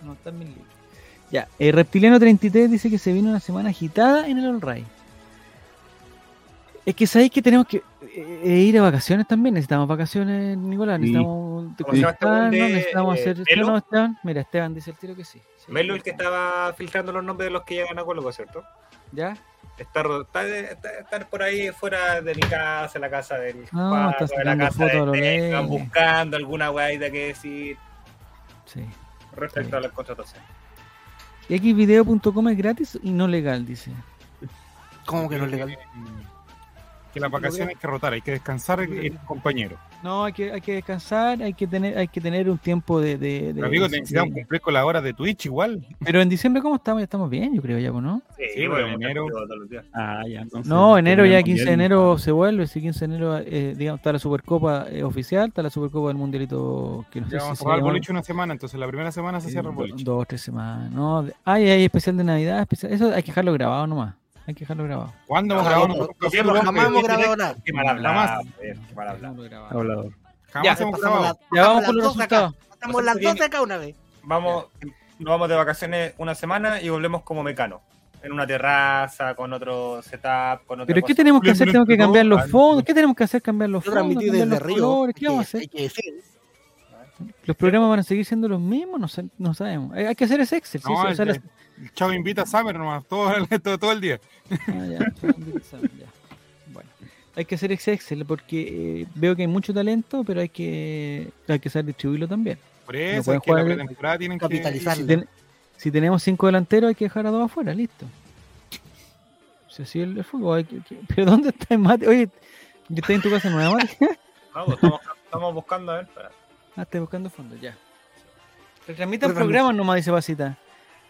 Speaker 4: no, no está en mi libro. Ya, eh, Reptiliano 33 dice que se viene una semana agitada en el All Right. Es que sabéis que tenemos que eh, eh, ir a vacaciones también. Necesitamos vacaciones, Nicolás.
Speaker 6: Sí.
Speaker 4: Necesitamos
Speaker 1: ¿Cómo se llama este weón
Speaker 4: desconectarnos,
Speaker 1: de,
Speaker 4: necesitamos
Speaker 1: eh,
Speaker 4: hacer.
Speaker 1: Melo?
Speaker 4: No, Esteban, Mira, Esteban dice el tiro que sí. Sí.
Speaker 1: Melo el que estaba filtrando los nombres de los que llegan a Colo, Colo, ¿cierto?
Speaker 4: ¿Ya?
Speaker 1: Estar, estar, estar por ahí fuera de mi casa, la casa del
Speaker 4: No,
Speaker 1: Juaco,
Speaker 4: estás
Speaker 1: la
Speaker 4: Ah, sacando
Speaker 1: casa
Speaker 4: fotos a lo
Speaker 1: de Esteban,
Speaker 4: lejos.
Speaker 1: buscando alguna guaita que decir
Speaker 4: Sí.
Speaker 1: respecto a las contrataciones.
Speaker 4: Xvideo.com es gratis y no legal, dice.
Speaker 2: ¿Cómo que no es legal?
Speaker 3: Que las vacaciones hay que rotar, hay que descansar el, el compañero.
Speaker 4: No, hay que, hay que descansar, hay que tener, hay que tener un tiempo de. de, de-
Speaker 3: Amigos,
Speaker 4: de-
Speaker 3: necesitamos cumplir con las horas de Twitch igual.
Speaker 4: Pero en diciembre, ¿cómo estamos? Ya estamos bien, yo creo, ya, pues, ¿no?
Speaker 1: Sí,
Speaker 3: Sí,
Speaker 1: bueno,
Speaker 3: pero enero-
Speaker 1: todos los días.
Speaker 6: Ah, ya, entonces.
Speaker 4: No, enero ya,
Speaker 6: terminamos
Speaker 4: 15 de
Speaker 6: bien.
Speaker 4: enero se vuelve. Sí, 15 de enero, eh, digamos, está la Supercopa eh, oficial, está la Supercopa del Mundialito que no sé
Speaker 3: Ya vamos a
Speaker 4: si se
Speaker 3: jugar al
Speaker 4: llama-
Speaker 3: boliche una semana, entonces la primera semana se
Speaker 4: eh,
Speaker 3: cierra el
Speaker 4: do-
Speaker 3: boliche.
Speaker 4: Dos o tres semanas, ¿no? Ay, hay especial de Navidad, especial- eso hay que dejarlo grabado nomás. Hay que dejarlo grabado.
Speaker 3: ¿Cuándo hemos
Speaker 2: Jamás
Speaker 3: grabado
Speaker 2: hemos-
Speaker 3: un
Speaker 1: Siempre,
Speaker 3: capítulo?
Speaker 2: Ah, Jamás hemos
Speaker 1: pero-
Speaker 2: grabado nada.
Speaker 1: Qué mal hablado.
Speaker 3: Jamás.
Speaker 1: eh, Qué mal hablado.
Speaker 4: Dejémoslo grabado.
Speaker 6: Hablador.
Speaker 3: Jamás
Speaker 4: Ya,
Speaker 3: hemos
Speaker 2: Pasamos
Speaker 3: grabado.
Speaker 2: las-
Speaker 4: Ya vamos
Speaker 2: pasamos las
Speaker 4: con los
Speaker 2: 12 acá.
Speaker 4: resultados.
Speaker 2: Pasamos las 12 acá una vez.
Speaker 1: Vamos, nos vamos de vacaciones una semana y volvemos como mecano. En una terraza, con otro setup, con otra
Speaker 4: ¿Pero qué
Speaker 1: cosa.
Speaker 4: tenemos que hacer? ¿Tenemos que cambiar
Speaker 1: Ah,
Speaker 4: los fondos? ¿Qué tenemos que hacer? ¿Cambiar los
Speaker 2: Yo
Speaker 4: fondos?
Speaker 2: transmití
Speaker 4: ¿Cambiar
Speaker 2: desde
Speaker 4: los
Speaker 2: Río.
Speaker 4: colores? ¿Qué vamos a hacer?
Speaker 2: Hay que decir.
Speaker 4: ¿Los programas van a seguir siendo los mismos? No, sé- no sabemos. Eh, Hay hay que hacer ese Excel. ¿sí?
Speaker 3: No,
Speaker 4: O sea,
Speaker 3: el-
Speaker 4: las-
Speaker 3: el Chavo invita a Summer nomás, todo, el- todo, todo el día.
Speaker 4: Ah, ya, ya. Bueno, hay que hacer ese Excel porque eh, veo que hay mucho talento, pero hay que, hay que saber distribuirlo también.
Speaker 3: Por eso,
Speaker 4: pueden
Speaker 3: es que la
Speaker 4: jugar-
Speaker 3: pretemporada tienen que...
Speaker 2: Capitalizar.
Speaker 4: Si, ten- si tenemos cinco delanteros, hay que dejar a dos afuera, listo. Si así es el, fútbol, hay que- que- pero ¿dónde está el mate? Oye, ¿estás en tu casa nueva? Mate?
Speaker 1: Vamos, estamos, estamos buscando, a ver. espera.
Speaker 4: Ah, estoy buscando fondo, ya. Retransmitan
Speaker 2: Retransmisión.
Speaker 4: programas nomás, dice Pasita.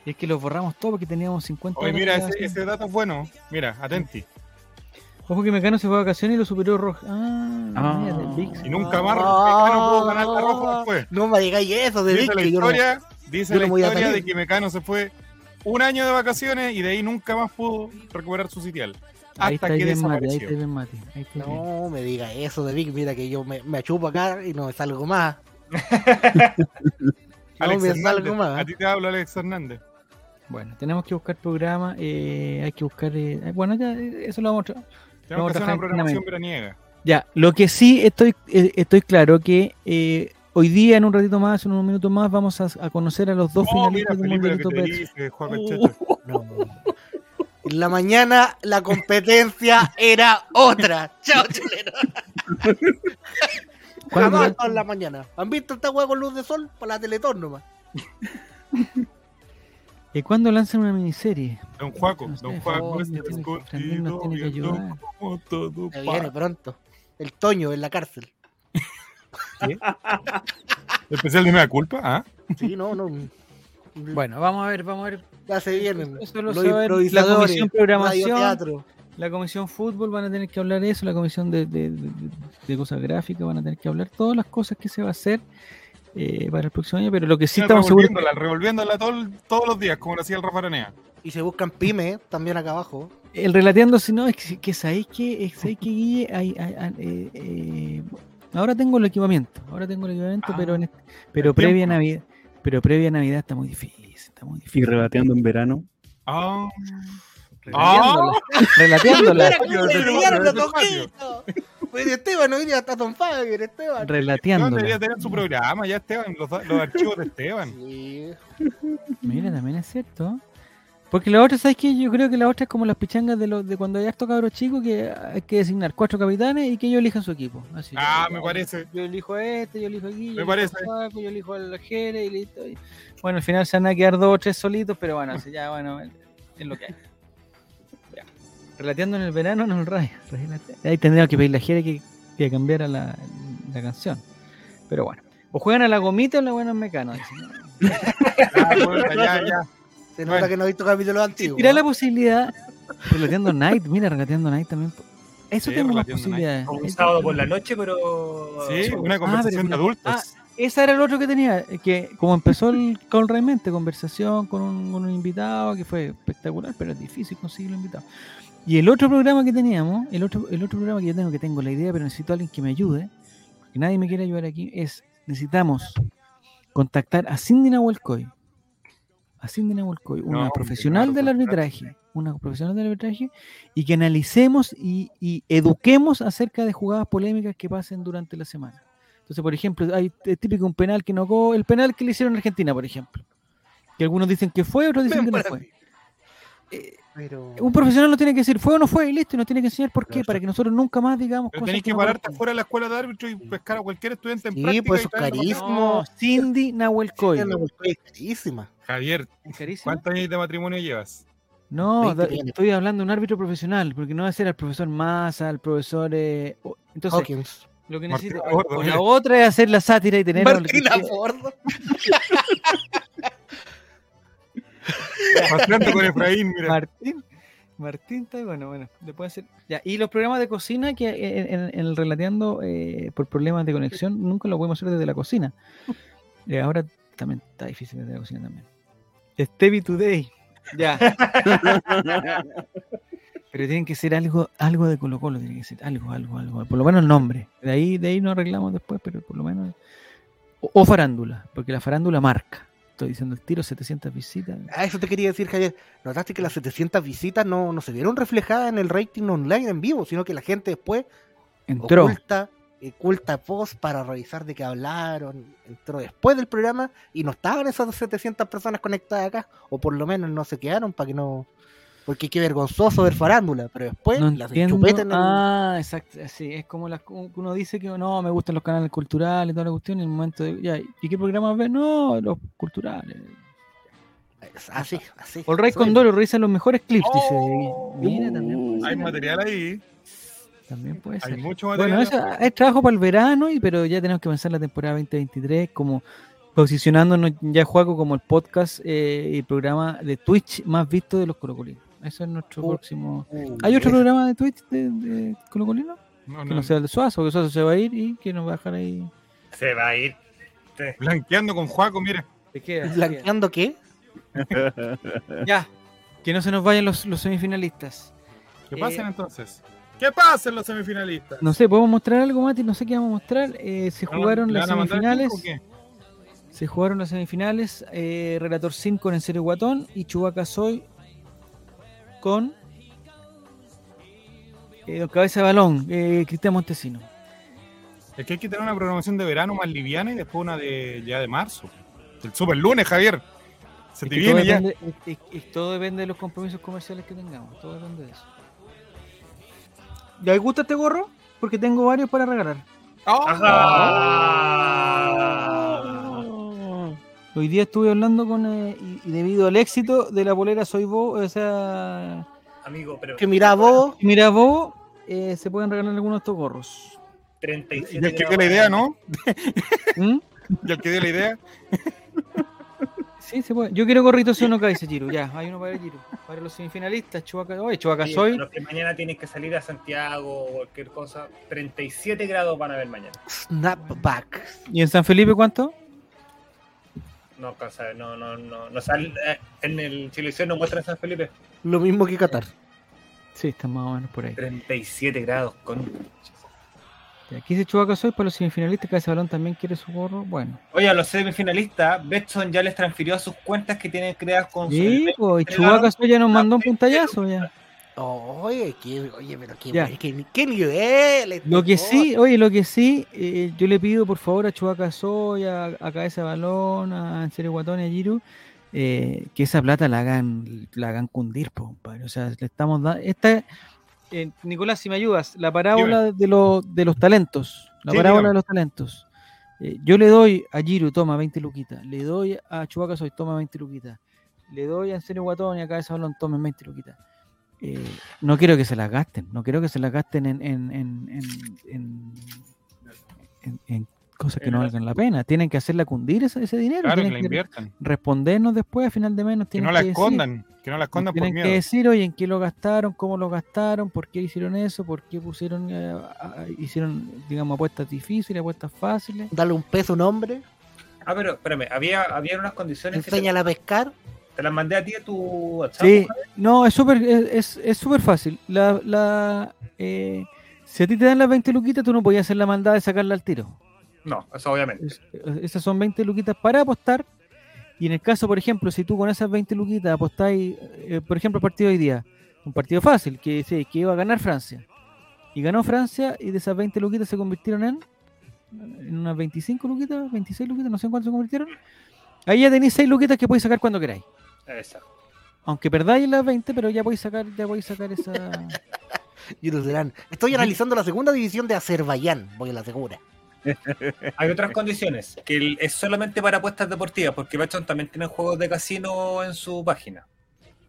Speaker 4: Y es que los borramos todos porque teníamos 50
Speaker 3: Oye,
Speaker 4: horas
Speaker 3: mira,
Speaker 4: de
Speaker 3: ese,
Speaker 4: grabación.
Speaker 3: ese dato es bueno. Mira, atenti.
Speaker 4: Ojo que Mecano se fue a vacaciones y lo superó Roja. Ah,
Speaker 6: Ah.
Speaker 4: mira, del Vix.
Speaker 3: Y nunca más
Speaker 2: Ah.
Speaker 3: Mecano pudo ganar la roja después.
Speaker 2: No me digáis eso de
Speaker 3: Dice la
Speaker 2: Vicky. Yo no,
Speaker 3: historia, dice
Speaker 2: yo
Speaker 3: la
Speaker 2: no voy a
Speaker 3: historia
Speaker 2: salir.
Speaker 3: de que Mecano se fue un año de vacaciones y de ahí nunca más pudo recuperar su sitial.
Speaker 4: Ahí está
Speaker 3: Hasta que
Speaker 4: bien Mati, ahí está
Speaker 3: desapareció.
Speaker 4: bien Mati. Ahí está bien.
Speaker 2: no me diga eso de Vicky. Mira que yo me, me achupo acá y no me salgo más. No
Speaker 3: Alex
Speaker 2: me salgo
Speaker 3: Hernández.
Speaker 2: más.
Speaker 3: A ti te hablo, Alex Hernández.
Speaker 4: Bueno, tenemos que buscar programas, eh, hay que buscar... eh, bueno, ya eh, eso lo vamos a... tra-
Speaker 3: Tenemos
Speaker 4: Vamos a
Speaker 3: que hacer
Speaker 4: trabajar
Speaker 3: una programación veraniega.
Speaker 4: Ya, lo que sí estoy, eh, estoy claro que eh, hoy día, en un ratito más, en unos minutos más, vamos a, a conocer a los dos
Speaker 3: Oh, mira,
Speaker 4: finalistas del
Speaker 3: película que
Speaker 4: Mundialito
Speaker 3: te
Speaker 4: Pets.
Speaker 3: dice, Juan
Speaker 4: Uh.
Speaker 3: Pechecho.
Speaker 2: No. En la mañana la competencia era otra. Chao, chulero.
Speaker 4: ¿Cuándo
Speaker 2: Jamás
Speaker 4: era?
Speaker 2: estaba en la mañana. ¿Han visto esta hueá con luz de sol? Para la Teletón nomás.
Speaker 4: ¿Y eh, cuándo lanzan una miniserie?
Speaker 3: Don Juaco,
Speaker 4: No sé,
Speaker 3: Don Juaco este
Speaker 4: Fran,
Speaker 3: está
Speaker 4: tiene que- Fran nos
Speaker 3: escondido
Speaker 4: tiene que
Speaker 3: viendo
Speaker 4: ayudar.
Speaker 3: cómo todo
Speaker 2: Se
Speaker 3: pasa.
Speaker 2: viene pronto. El Toño en la cárcel.
Speaker 3: Especial de Mea Culpa, ¿ah?
Speaker 2: Sí, no, no.
Speaker 4: Bueno, vamos a ver, vamos a ver.
Speaker 2: Ya se vienen.
Speaker 4: Eso lo
Speaker 2: Los
Speaker 4: sabe la
Speaker 2: improvisadores,
Speaker 4: comisión programación.
Speaker 2: radioteatro.
Speaker 4: La comisión fútbol van a tener que hablar eso, la comisión de, de- de- de cosas gráficas van a tener que hablar todas las cosas que se va a hacer eh, para el próximo año, pero lo que sí estamos seguros...
Speaker 3: revolviéndola, revolviéndola todo- todos los días, como lo hacía el Rafa Aranea.
Speaker 2: Y se buscan pymes también acá abajo.
Speaker 4: El relateando, si no, es que, que sabéis que, es- sabéis que Guille, hay- hay- hay- eh, eh, ahora tengo el equipamiento, ahora tengo el equipamiento,
Speaker 3: Ah,
Speaker 4: pero, en este- pero
Speaker 3: el
Speaker 4: previa
Speaker 3: tiempo.
Speaker 4: Navidad, pero previa Navidad está muy difícil, está muy
Speaker 6: Y
Speaker 4: difícil.
Speaker 6: rebateando en verano.
Speaker 3: Ah,
Speaker 4: Relateándola, relateándola,
Speaker 2: Mira cómo se
Speaker 3: Yo- yo-
Speaker 2: pelearon
Speaker 3: yo-
Speaker 2: los dos gritos. Pues Esteban, hoy día está Don Faber, Esteban.
Speaker 3: Esteban debería
Speaker 4: relateándola.
Speaker 3: tener su programa ya, Esteban, los, los archivos de Esteban.
Speaker 2: Sí.
Speaker 4: Mira, también es cierto. Porque la otra, ¿sabes qué? Yo creo que la otra es como las pichangas de, los de cuando hay harto cabros chicos que hay que designar cuatro capitanes y que ellos elijan su equipo. Así,
Speaker 3: Ah,
Speaker 4: yo-
Speaker 3: me parece.
Speaker 4: Yo elijo a este, yo elijo aquí,
Speaker 3: Me
Speaker 4: yo elijo
Speaker 3: parece.
Speaker 4: a Paco, yo elijo al Jere y listo. Y- Bueno, al final se van a quedar dos o tres solitos, pero bueno, así ya, bueno, es lo que hay. Ya. Relateando en el verano, no en el radio. Relate- Ahí tendría que pedirle a Jere que, que cambiara la, la canción. Pero bueno. O juegan a la gomita o la buena mecano. dicen, ¿no?
Speaker 3: Ya, puta, Ah, ya, ya.
Speaker 2: Se
Speaker 3: Bueno.
Speaker 2: nota que no ha visto capítulos antiguos.
Speaker 4: Mira la posibilidad. Relateando Night, mira, relateando Night también. Eso
Speaker 3: Sí,
Speaker 4: tengo más
Speaker 3: Relateando
Speaker 4: posibilidades.
Speaker 1: Como un
Speaker 4: Eso-
Speaker 1: sábado por la noche, pero.
Speaker 3: Sí,
Speaker 4: Ah,
Speaker 1: Pero
Speaker 3: una conversación de
Speaker 4: mira.
Speaker 3: adultos.
Speaker 4: Ese era el otro que tenía, eh, que como empezó el con realmente, conversación con un, con un invitado, que fue espectacular, pero es difícil conseguir los invitados. Y el otro programa que teníamos, el otro, el otro programa que yo tengo, que tengo la idea, pero necesito a alguien que me ayude, que nadie me quiere ayudar aquí, es necesitamos contactar a Cindy Nahuelcoy. A Cindy Nahuelcoy,
Speaker 3: No,
Speaker 4: una
Speaker 3: hombre,
Speaker 4: profesional
Speaker 3: no lo
Speaker 4: del
Speaker 3: contrato.
Speaker 4: arbitraje. Una profesional del arbitraje y que analicemos y, y eduquemos acerca de jugadas polémicas que pasen durante la semana. Entonces, por ejemplo, hay es típico un penal que no co- el penal que le hicieron a Argentina, por ejemplo. Que algunos dicen que fue, otros dicen que no fue. Eh,
Speaker 2: Pero...
Speaker 4: un profesional nos tiene que decir fue o no fue y listo, y nos tiene que enseñar por qué, para que nosotros nunca más digamos
Speaker 3: Pero
Speaker 4: cosas
Speaker 3: tenés que
Speaker 4: no
Speaker 3: pararte
Speaker 4: corresponden.
Speaker 3: afuera de la escuela de árbitro y pescar a cualquier estudiante en
Speaker 2: Sí,
Speaker 3: práctica.
Speaker 2: pues,
Speaker 3: y
Speaker 2: eso es
Speaker 3: traerlo para acá.
Speaker 4: No, Cindy Nahuelcoy.
Speaker 2: Tiene una bolsa carísima.
Speaker 3: Javier,
Speaker 4: Carísimo.
Speaker 3: ¿cuántos años de matrimonio llevas?
Speaker 4: No,
Speaker 2: 20
Speaker 4: da-
Speaker 2: millones.
Speaker 4: estoy hablando de un árbitro profesional, porque no va a ser al profesor Massa, al profesor. eh, o- entonces,
Speaker 2: Hawkins.
Speaker 4: lo que
Speaker 3: Martina
Speaker 4: necesito.
Speaker 3: Gordo,
Speaker 4: o
Speaker 3: mira.
Speaker 4: la otra es hacer la sátira y tener.
Speaker 2: Martina Ford.
Speaker 3: Paseando con Efraín, mira.
Speaker 4: Martín. Martín está bueno, bueno, después hacer. Ya, y los programas de cocina que eh, en, en el Relateando eh, por problemas de conexión nunca lo podemos hacer desde la cocina. Eh, ahora también está difícil desde la cocina también. Stevie Today. Ya. Pero tiene que ser algo, algo de Colo Colo, tiene que ser algo, algo, algo. Por lo menos el nombre. De ahí, de ahí nos arreglamos después, pero por lo menos. O, o farándula, porque la farándula marca. Estoy diciendo el tiro, 700 visitas.
Speaker 2: Ah, eso te quería decir, Javier. Notaste que las 700 visitas no, no se vieron reflejadas en el rating online en vivo, sino que la gente después
Speaker 4: Entró.
Speaker 2: oculta, eh, oculta post para revisar de qué hablaron. Entró después del programa y no estaban esas 700 personas conectadas acá, o por lo menos no se quedaron para que no. Porque qué vergonzoso ver farándula, pero después
Speaker 4: No
Speaker 2: pues, las
Speaker 4: entiendo.
Speaker 2: chupetan en el-
Speaker 4: Ah, exacto. Sí, es como las, como que uno dice que no, me gustan los canales culturales, toda la cuestión, y en el momento de. Ya, ¿Y qué programas ves? No, los culturales.
Speaker 2: Así, así.
Speaker 4: All Right
Speaker 2: Soy-
Speaker 4: Condoro revisa los mejores clips,
Speaker 1: Oh.
Speaker 4: dice. Mira, también puede
Speaker 3: Hay
Speaker 4: ser,
Speaker 3: material ahí,
Speaker 4: También puede
Speaker 3: hay
Speaker 4: ser.
Speaker 3: mucho material.
Speaker 4: Bueno, eso es trabajo para el verano, y, pero ya tenemos que pensar la temporada 2023 como posicionándonos ya, Juaco, como el podcast eh, y programa de Twitch más visto de los colocolinos. Eso es nuestro
Speaker 2: Oh.
Speaker 4: próximo.
Speaker 2: Uh,
Speaker 4: ¿Hay otro
Speaker 2: ese-
Speaker 4: programa de Twitch de, de colocolinos?
Speaker 3: No,
Speaker 4: Que
Speaker 3: no,
Speaker 4: no sea el de Suazo, que Suazo se va a ir y que nos va a dejar ahí.
Speaker 1: Se va a ir.
Speaker 3: Blanqueando con Juaco, mira.
Speaker 4: Te queda, te queda.
Speaker 2: ¿Blanqueando qué?
Speaker 4: Ya. Que no se nos vayan los, los semifinalistas.
Speaker 3: ¿Qué
Speaker 4: Eh,
Speaker 3: pasen entonces? ¿Qué pasen los semifinalistas?
Speaker 4: No sé, ¿podemos mostrar algo, Mati? No sé qué vamos a mostrar. Eh, se jugaron
Speaker 3: ¿Le van
Speaker 4: las
Speaker 3: a mandar
Speaker 4: semifinales.
Speaker 3: el link o
Speaker 4: Se jugaron las semifinales. eh, Relator 5 con el serio Guatón y Chubaca Soy con eh, Don Cabeza de Balón, eh, Cristian Montesino.
Speaker 3: qué? Es que hay que tener una programación de verano más liviana y después una de ya de marzo. El super lunes, Javier. Se
Speaker 4: Es
Speaker 3: te
Speaker 4: que todo
Speaker 3: viene ya.
Speaker 4: depende- es- es- es- todo depende de los compromisos comerciales que tengamos. Todo depende de eso. ¿Ya gusta este gorro? Porque tengo varios para regalar.
Speaker 3: Ah.
Speaker 2: Oh.
Speaker 1: Ajá.
Speaker 4: Hoy día estuve hablando con. eh, y, y debido al éxito de la polera Soy Bobo, o sea.
Speaker 1: Amigo, pero
Speaker 2: Que mira vos.
Speaker 4: Mira, Bobo, eh, se pueden regalar algunos de estos gorros.
Speaker 1: 37
Speaker 3: Y el que dio la idea, ¿no?
Speaker 4: ¿Mm?
Speaker 3: Y el que dio la idea.
Speaker 4: Sí, se puede. Yo quiero gorritos si uno cae, dice Giro. Ya, hay uno para el Giro. Para los semifinalistas, Chubaca. Oye, Chubaca
Speaker 1: Sí,
Speaker 4: Soy.
Speaker 1: Los que mañana tienen que salir a Santiago o cualquier cosa, 37 grados van a ver mañana.
Speaker 2: Snapback.
Speaker 4: ¿Y en San Felipe cuánto?
Speaker 1: No alcanza a ver, no, no, no, no sale, eh, en el televisión no muestra San Felipe.
Speaker 2: Lo mismo que Qatar.
Speaker 4: Sí, están más o menos por ahí.
Speaker 1: 37 grados con.
Speaker 4: Aquí dice Chubaca Soy para los semifinalistas. Cabeza de Balón también quiere su gorro. Bueno.
Speaker 1: Oye, a los semifinalistas, Betson ya les transfirió a sus cuentas que tienen creadas con
Speaker 4: Sí,
Speaker 1: su.
Speaker 4: pues, y Chubaca Soy ya nos mandó un puntallazo ya.
Speaker 2: Oye, qué, oye, pero qué,
Speaker 4: Ya.
Speaker 2: qué, qué nivel. esta
Speaker 4: Lo que
Speaker 2: cosa.
Speaker 4: sí, oye, lo que sí, eh, yo le pido por favor a Chubaca Soya, a Cabeza de Balón, a Serio Guatón y a Giru, eh, que esa plata la hagan, la hagan cundir, po, compadre. O sea, le estamos dando. Esta, eh, Nicolás, si me ayudas, la parábola de, los de los talentos. La
Speaker 3: Sí,
Speaker 4: parábola
Speaker 3: dígame.
Speaker 4: de los talentos. Eh, yo le doy a Giru, toma 20 luquitas. Le doy a Chubaca Soy, toma 20 luquitas. Le doy a Serio Guatón y a Cabeza de Balón, tomen 20 luquitas. Eh, no quiero que se las gasten, no quiero que se las gasten en, en, en, en, en- en- en cosas que
Speaker 1: En
Speaker 4: no
Speaker 1: la-
Speaker 4: valgan la pena. Tienen que hacerla cundir ese, ese dinero,
Speaker 3: Claro, que la
Speaker 4: tienen que
Speaker 3: inviertan.
Speaker 4: respondernos después a final de mes. nos
Speaker 3: Que
Speaker 4: tienen
Speaker 3: no la
Speaker 4: decir,
Speaker 3: escondan. Que no la
Speaker 4: nos
Speaker 3: escondan por
Speaker 4: tienen que
Speaker 3: miedo.
Speaker 4: decir, oye, en qué lo gastaron, cómo lo gastaron, por qué hicieron eso, por qué pusieron, eh, a- a- hicieron, digamos, apuestas difíciles, apuestas fáciles.
Speaker 2: Dale un peso a un hombre.
Speaker 1: Ah, pero espérame, había, había unas condiciones que te,
Speaker 2: Enséñala a pescar.
Speaker 1: te las mandé a ti a tu WhatsApp.
Speaker 4: Sí, no, es súper es, es- es súper fácil. La, la, eh, si a ti te dan las 20 luquitas, tú no podías hacer la maldad de sacarla al tiro.
Speaker 1: No, eso obviamente.
Speaker 4: Es- eh, Esas son 20 luquitas para apostar. Y en el caso, por ejemplo, si tú con esas 20 luquitas apostáis, eh, por ejemplo, el partido de hoy día, un partido fácil, que, sí, que iba a ganar Francia. Y ganó Francia y de esas 20 luquitas se convirtieron en, en unas 25 luquitas, 26 luquitas, no sé en cuánto se convirtieron. Ahí ya tenéis 6 luquitas que podéis sacar cuando queráis.
Speaker 1: Exacto.
Speaker 4: Aunque perdáis las 20, pero ya podéis sacar, ya podéis sacar esa...
Speaker 2: Y nos dirán, estoy analizando la segunda división de Azerbaiyán, voy a la segura.
Speaker 1: Hay otras condiciones, que el- es solamente para apuestas deportivas, porque Betson también tiene juegos de casino en su página.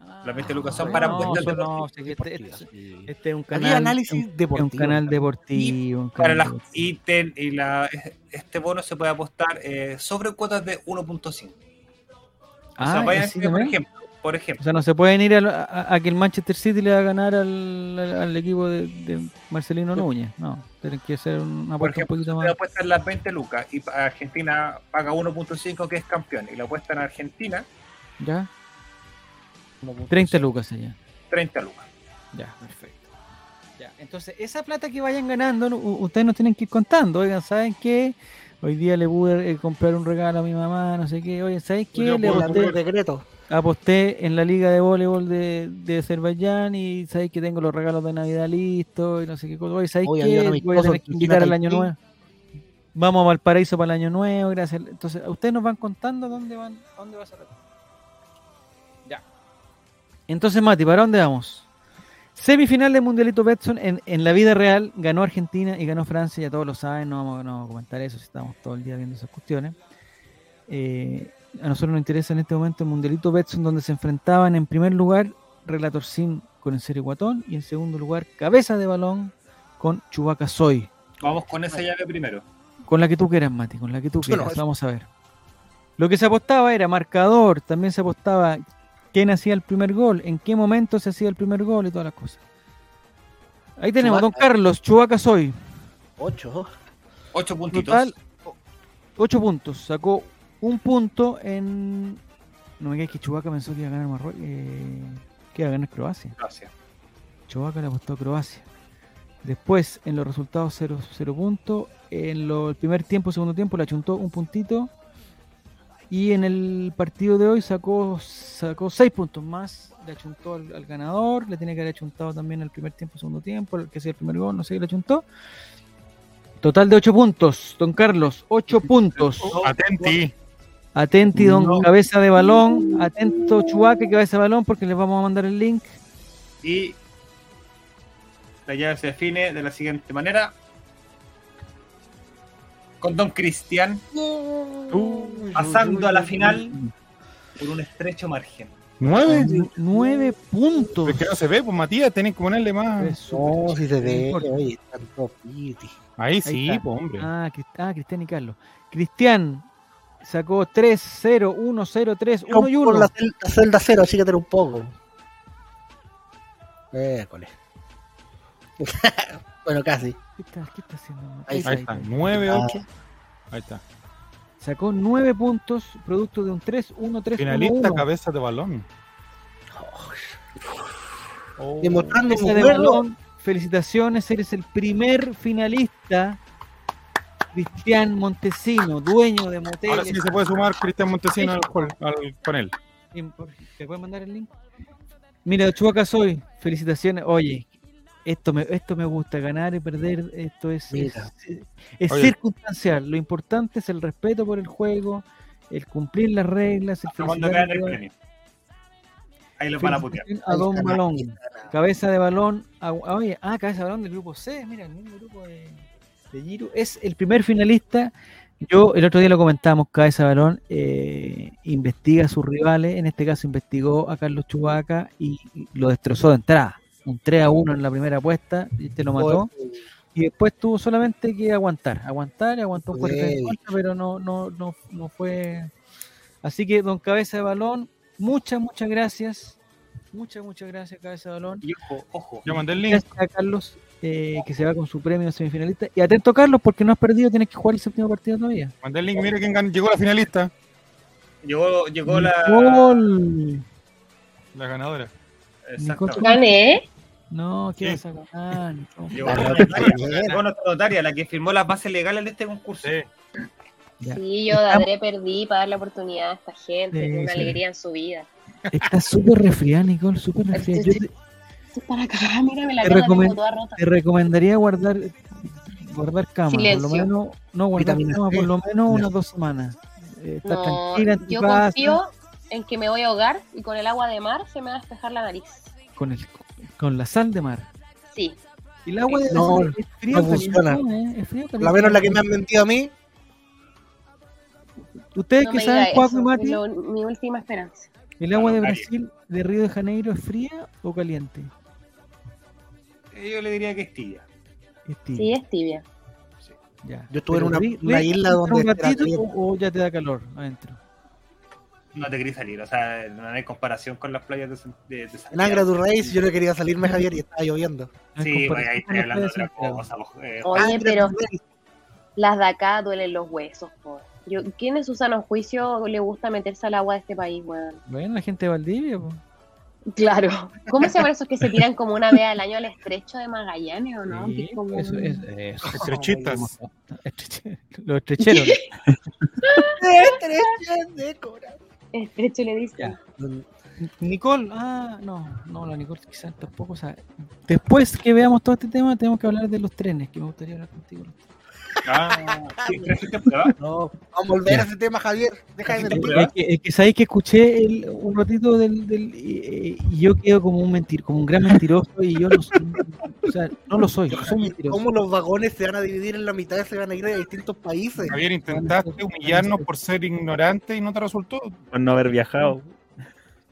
Speaker 1: Las 20 lucas son para
Speaker 4: Ah, no,
Speaker 1: apuestas
Speaker 4: son- no,
Speaker 1: deportivas.
Speaker 4: sí, este, este- este es un
Speaker 2: Había
Speaker 4: canal,
Speaker 2: análisis
Speaker 4: es
Speaker 2: deportivo.
Speaker 4: un canal deportivo. un
Speaker 1: Para
Speaker 4: canal
Speaker 1: las,
Speaker 4: deportivo.
Speaker 1: y ten- y la, este bono se puede apostar eh, sobre cuotas de 1.5. O sea,
Speaker 4: Ah,
Speaker 1: vayan
Speaker 4: así
Speaker 1: a- por
Speaker 4: también.
Speaker 1: ejemplo, por ejemplo,
Speaker 4: O sea, no se pueden ir al- a, a que el Manchester City le va a ganar al, al- al equipo de, de Marcelino Núñez. No, tienen que hacer una
Speaker 1: por
Speaker 4: apuesta un
Speaker 1: ejemplo,
Speaker 4: poquito
Speaker 1: se
Speaker 4: más.
Speaker 1: apuestan las 20 lucas y pa- Argentina paga 1.5 que es campeón y lo apuestan a Argentina,
Speaker 4: ¿Ya? 30 lucas allá.
Speaker 1: 30 lucas.
Speaker 4: Ya, perfecto. Ya, entonces, esa plata que vayan ganando, no- u- ustedes nos tienen que ir contando. Oigan, ¿saben qué? Hoy día le pude eh, comprar un regalo a mi mamá, no sé qué. Oye, ¿sabes qué?
Speaker 3: día
Speaker 4: Le
Speaker 3: puedo
Speaker 4: aposté,
Speaker 2: Mantuve el decreto.
Speaker 4: aposté en la liga de voleibol de, de Azerbaiyán y sabéis que tengo los regalos de Navidad listos y no sé qué cosa. Oye, ¿sabéis
Speaker 2: Oye,
Speaker 4: qué?
Speaker 2: había una
Speaker 4: Voy a tener
Speaker 2: amistoso
Speaker 4: que
Speaker 2: en
Speaker 4: invitar al
Speaker 2: China,
Speaker 4: año
Speaker 2: Taipei.
Speaker 4: nuevo. Vamos a Valparaíso para el año nuevo, gracias. Entonces, a ustedes nos van contando dónde van, dónde va a ser. Ya. Entonces, Mati, ¿para dónde vamos? Semifinal del Mundialito Betson en, en la vida real ganó Argentina y ganó Francia, ya todos lo saben, no vamos, no vamos a comentar eso si estamos todo el día viendo esas cuestiones. Eh, a nosotros nos interesa en este momento el Mundialito Betson donde se enfrentaban en primer lugar Relator Sin con el Serio Guatón y en segundo lugar Cabeza de Balón con Chubaca Soy.
Speaker 1: Vamos con esa llave primero.
Speaker 4: Con la que tú quieras, Mati, con la que tú
Speaker 2: Bueno,
Speaker 4: quieras.
Speaker 2: es-
Speaker 4: Vamos a ver. Lo que se apostaba era marcador, también se apostaba quién hacía el primer gol, en qué momento se hacía el primer gol y todas las cosas. Ahí tenemos,
Speaker 2: Chubaca.
Speaker 4: don Carlos, Chubaca Soy.
Speaker 2: 8.
Speaker 1: 8 puntitos.
Speaker 4: Total, 8 puntos. Sacó un punto en. No me digas que Chubaca pensó que iba a ganar Marruecos. eh, que iba a ganar Croacia.
Speaker 1: Gracias.
Speaker 4: Chovaca le apostó a Croacia. Después, en los resultados 0 0 puntos. En lo- el primer tiempo, segundo tiempo, le achuntó un puntito. Y en el partido de hoy sacó sacó 6 puntos más. Le achuntó al, al ganador. Le tiene que haber achuntado también el primer tiempo, segundo tiempo. El que sea el primer gol, no sé, le achuntó. Total de 8 puntos, don Carlos. 8 puntos.
Speaker 3: Atenti.
Speaker 4: Atenti, don Cabeza de Balón. Atento, Chubaca, Cabeza de Balón, porque les vamos a mandar el link.
Speaker 1: Y la llave se define de la siguiente manera. Con Don Cristian pasando a la final por un estrecho margen.
Speaker 3: ¿Nueve?
Speaker 4: 9 puntos.
Speaker 3: Es que no se ve, pues Matías, tenés que ponerle más.
Speaker 4: Es súper-
Speaker 2: No, si se ve,
Speaker 4: importa.
Speaker 2: oye, están todos piti.
Speaker 3: Ahí sí,
Speaker 4: está.
Speaker 3: pues hombre.
Speaker 4: Ah, Crist- ah, Cristian y Carlos. Cristian sacó 3-0, 1-0, 3, 1 y
Speaker 2: Por
Speaker 4: 1.
Speaker 2: la celda, celda cero, acércate un poco. École. bueno, casi.
Speaker 4: ¿Qué está, qué está haciendo?
Speaker 2: Ahí
Speaker 3: Ahí está, nueve,
Speaker 2: Ah.
Speaker 3: ocho. Ahí está.
Speaker 4: Sacó 9 puntos, producto de un 3, 1, 3, 1,
Speaker 3: Finalista,
Speaker 4: 1.
Speaker 3: cabeza de balón. Oh.
Speaker 2: Demostrando
Speaker 4: Cabeza de
Speaker 2: un vuelo.
Speaker 4: balón. Felicitaciones, eres el primer finalista. Cristian Montesino, dueño de
Speaker 3: Ahora
Speaker 4: Moteles.
Speaker 3: sí se puede sumar Cristian Montesino al, col- al panel.
Speaker 4: Bien, por- ¿Te pueden mandar el link? Mira, Chubaca soy. Felicitaciones. Oye, esto me, esto me gusta, ganar y perder. Esto es, es,
Speaker 2: Mira.
Speaker 4: es
Speaker 3: Oye.
Speaker 4: circunstancial. Lo importante es el respeto por el juego, el cumplir las reglas, el
Speaker 1: Cuando
Speaker 4: felicitar
Speaker 1: vean
Speaker 4: a-
Speaker 1: el premio. Ahí los van a putear.
Speaker 4: felicitación a Don Balón. Cabeza de balón. a- a- oye, ah, cabeza de balón del grupo C. Mira, el mismo grupo de, de Giro. Es el primer finalista. Yo, el otro día lo comentamos, Cabeza de Balón eh, investiga a sus rivales. En este caso, investigó a Carlos Chubaca y y lo destrozó de entrada. Un 3 a 1 en la primera apuesta. Y te lo mató. Y después tuvo solamente que aguantar, aguantar, aguantó un cuarto de
Speaker 2: Ey.
Speaker 4: cancha, pero no, no, no, no fue. Así que, don Cabeza de Balón, muchas, muchas gracias. Muchas, muchas gracias, Cabeza de Balón.
Speaker 1: Y ojo, ojo.
Speaker 3: Yo mandé el link.
Speaker 4: Gracias a Carlos, eh, que se va con su premio de semifinalista. Y atento, Carlos, porque no has perdido, tienes que jugar el séptimo partido todavía.
Speaker 3: Mandé el link. Mire quién ganó. Llegó la finalista.
Speaker 1: Llegó, llegó la.
Speaker 4: ¡Gol!
Speaker 3: La ganadora.
Speaker 1: Exactamente.
Speaker 7: Gané.
Speaker 4: No, ¿qué
Speaker 3: Sí.
Speaker 4: vas a ganar? No.
Speaker 1: Llegó
Speaker 2: La
Speaker 1: la notaria, llegó nuestra notaria, la que firmó las bases legales de este concurso.
Speaker 4: Ah, Ya.
Speaker 7: Sí, yo de André perdí para dar la oportunidad a esta gente,
Speaker 4: Sí,
Speaker 7: que una
Speaker 4: sí.
Speaker 7: alegría en su vida.
Speaker 4: Está súper resfriada, Nicole, súper resfriada. Yo te-
Speaker 7: Estoy para acá, mírame la
Speaker 4: Te
Speaker 7: cara, la
Speaker 4: recomen-
Speaker 7: tengo toda rota.
Speaker 4: Te recomendaría guardar guardar cama,
Speaker 7: Silencio.
Speaker 4: por lo menos, no guardar
Speaker 2: Vitamina
Speaker 4: cama
Speaker 2: C.
Speaker 4: por lo menos
Speaker 2: No.
Speaker 4: unas dos semanas. Eh, estar
Speaker 7: No,
Speaker 4: tranquila en tu
Speaker 7: yo
Speaker 4: casa,
Speaker 7: confío en que me voy a ahogar y con el agua de mar se me va a despejar la nariz.
Speaker 4: con el con la sal de mar.
Speaker 7: Sí,
Speaker 4: Y el agua de
Speaker 2: No,
Speaker 4: mar es fría
Speaker 2: no
Speaker 4: calentona, eh, es fría
Speaker 2: La menos la que me
Speaker 4: calentona.
Speaker 2: han mentido a mí.
Speaker 4: Ustedes
Speaker 7: no
Speaker 4: que
Speaker 7: me diga
Speaker 4: saben Juaco y
Speaker 7: eso,
Speaker 4: Mati,
Speaker 7: es lo- mi última esperanza.
Speaker 4: el agua de
Speaker 1: Claro,
Speaker 4: Brasil de Río de Janeiro es fría o caliente?
Speaker 1: Eh, Yo le diría que es tía.
Speaker 4: Es tibia,
Speaker 7: Sí, es tibia.
Speaker 4: ya.
Speaker 2: Yo estuve en
Speaker 4: Pero
Speaker 2: una-
Speaker 4: ri-
Speaker 2: una
Speaker 4: ri-
Speaker 2: isla
Speaker 4: entra
Speaker 2: donde
Speaker 4: un
Speaker 2: era
Speaker 4: ratito
Speaker 2: caliente.
Speaker 4: o, o ya te da calor adentro.
Speaker 1: No te quería salir, o sea, no hay comparación con las playas de, San- de, de Santiago.
Speaker 2: Nagra du Reis, yo no quería salirme, Javier, y estaba lloviendo.
Speaker 4: No hay
Speaker 1: Sí, pues ahí
Speaker 4: comparación Ah,
Speaker 1: estoy
Speaker 4: con
Speaker 1: hablando de
Speaker 4: las
Speaker 1: otra
Speaker 4: playas de Santiago.
Speaker 1: cosa. pues, eh,
Speaker 7: Oye,
Speaker 2: Nagra
Speaker 7: pero-
Speaker 2: du Reis,
Speaker 7: Las de acá duelen los huesos, po. Yo, ¿Quién en su sano juicio le gusta meterse al agua de este país, weón?
Speaker 4: Bueno, la gente de Valdivia, po.
Speaker 7: Claro. ¿Cómo se llaman esos que se tiran como una vez al año al estrecho de Magallanes o no? Que es como-
Speaker 4: pues, Eso, eso, eso.
Speaker 3: Estrechitas.
Speaker 4: Estreche- Los estrecheros.
Speaker 7: Estrecho le dice.
Speaker 4: Ya. Nicole, ah, no, no, la Nicole quizás tampoco sabe. Después que veamos todo este tema, tenemos que hablar de los trenes, que me gustaría hablar contigo.
Speaker 1: Ah, sí, tres sistemas, ¿verdad?
Speaker 4: No,
Speaker 2: Vamos a volver a ese tema, Javier. Deja de mentir.
Speaker 4: es que, es que sabéis que escuché el- un ratito del, del- y, y yo quedo como un mentir, como un gran mentiroso y yo no soy, o sea, no lo soy, no soy mentiroso.
Speaker 2: ¿Cómo los vagones se van a dividir en la mitad y se van a ir a distintos países?
Speaker 3: Javier, intentaste humillarnos por ser ignorante y no te resultó.
Speaker 6: Por no haber viajado.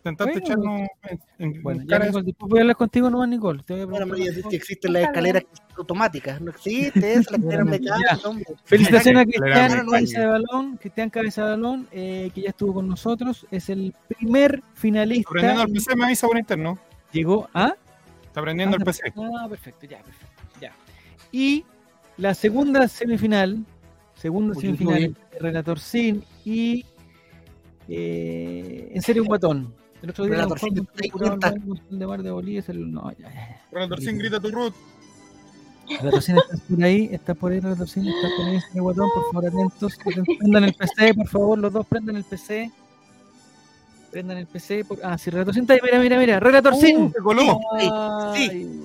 Speaker 3: Intentaste
Speaker 4: Bueno.
Speaker 3: echarnos en, en
Speaker 4: Bueno, ya,
Speaker 3: cara eso.
Speaker 4: Nicole, después voy a hablar contigo nomás, Nicole. Te voy a
Speaker 2: Ahora me voy a
Speaker 4: preguntar
Speaker 2: decir
Speaker 4: más
Speaker 2: que
Speaker 4: cosas.
Speaker 2: existen las escaleras automáticas. No existe esa, la escalera
Speaker 4: Ya.
Speaker 2: mecánica, hombre.
Speaker 4: Felicitaciones a
Speaker 3: Era
Speaker 4: Cristian
Speaker 3: muy
Speaker 4: Cabeza de Balón, Cristian Cabeza de Balón, eh, que ya estuvo con nosotros. Es el primer
Speaker 3: Aprendiendo
Speaker 4: finalista.
Speaker 3: el PC me avisa por interno.
Speaker 4: Llegó a.
Speaker 3: Está aprendiendo el
Speaker 4: Ah,
Speaker 3: PC.
Speaker 4: Ah, perfecto, ya, perfecto. Ya. Y la segunda semifinal, segunda
Speaker 2: Uy,
Speaker 4: semifinal
Speaker 2: uy.
Speaker 4: entre Relator Sin y eh, en serio un guatón. El otro día
Speaker 2: Relator
Speaker 4: nos fue
Speaker 2: Sin,
Speaker 4: un
Speaker 2: te di
Speaker 4: curado
Speaker 2: cuenta.
Speaker 4: hablando con el de Mar de Bolívar, el- no, ya, ya.
Speaker 3: Relator sin grita tu root.
Speaker 4: Relator Sin, estás por ahí, estás por ahí, Relator Sin, estás por ahí, en serio guatón, por favor, atentos. atentos, Prendan el PC, por favor, los dos prendan el PC. Prendan el PC. Por... Ah, sí, Relator Sin está ahí, mira, mira, mira. Relator
Speaker 2: Uh.
Speaker 4: Sin.
Speaker 3: Se coló.
Speaker 2: Sí,
Speaker 4: Ay,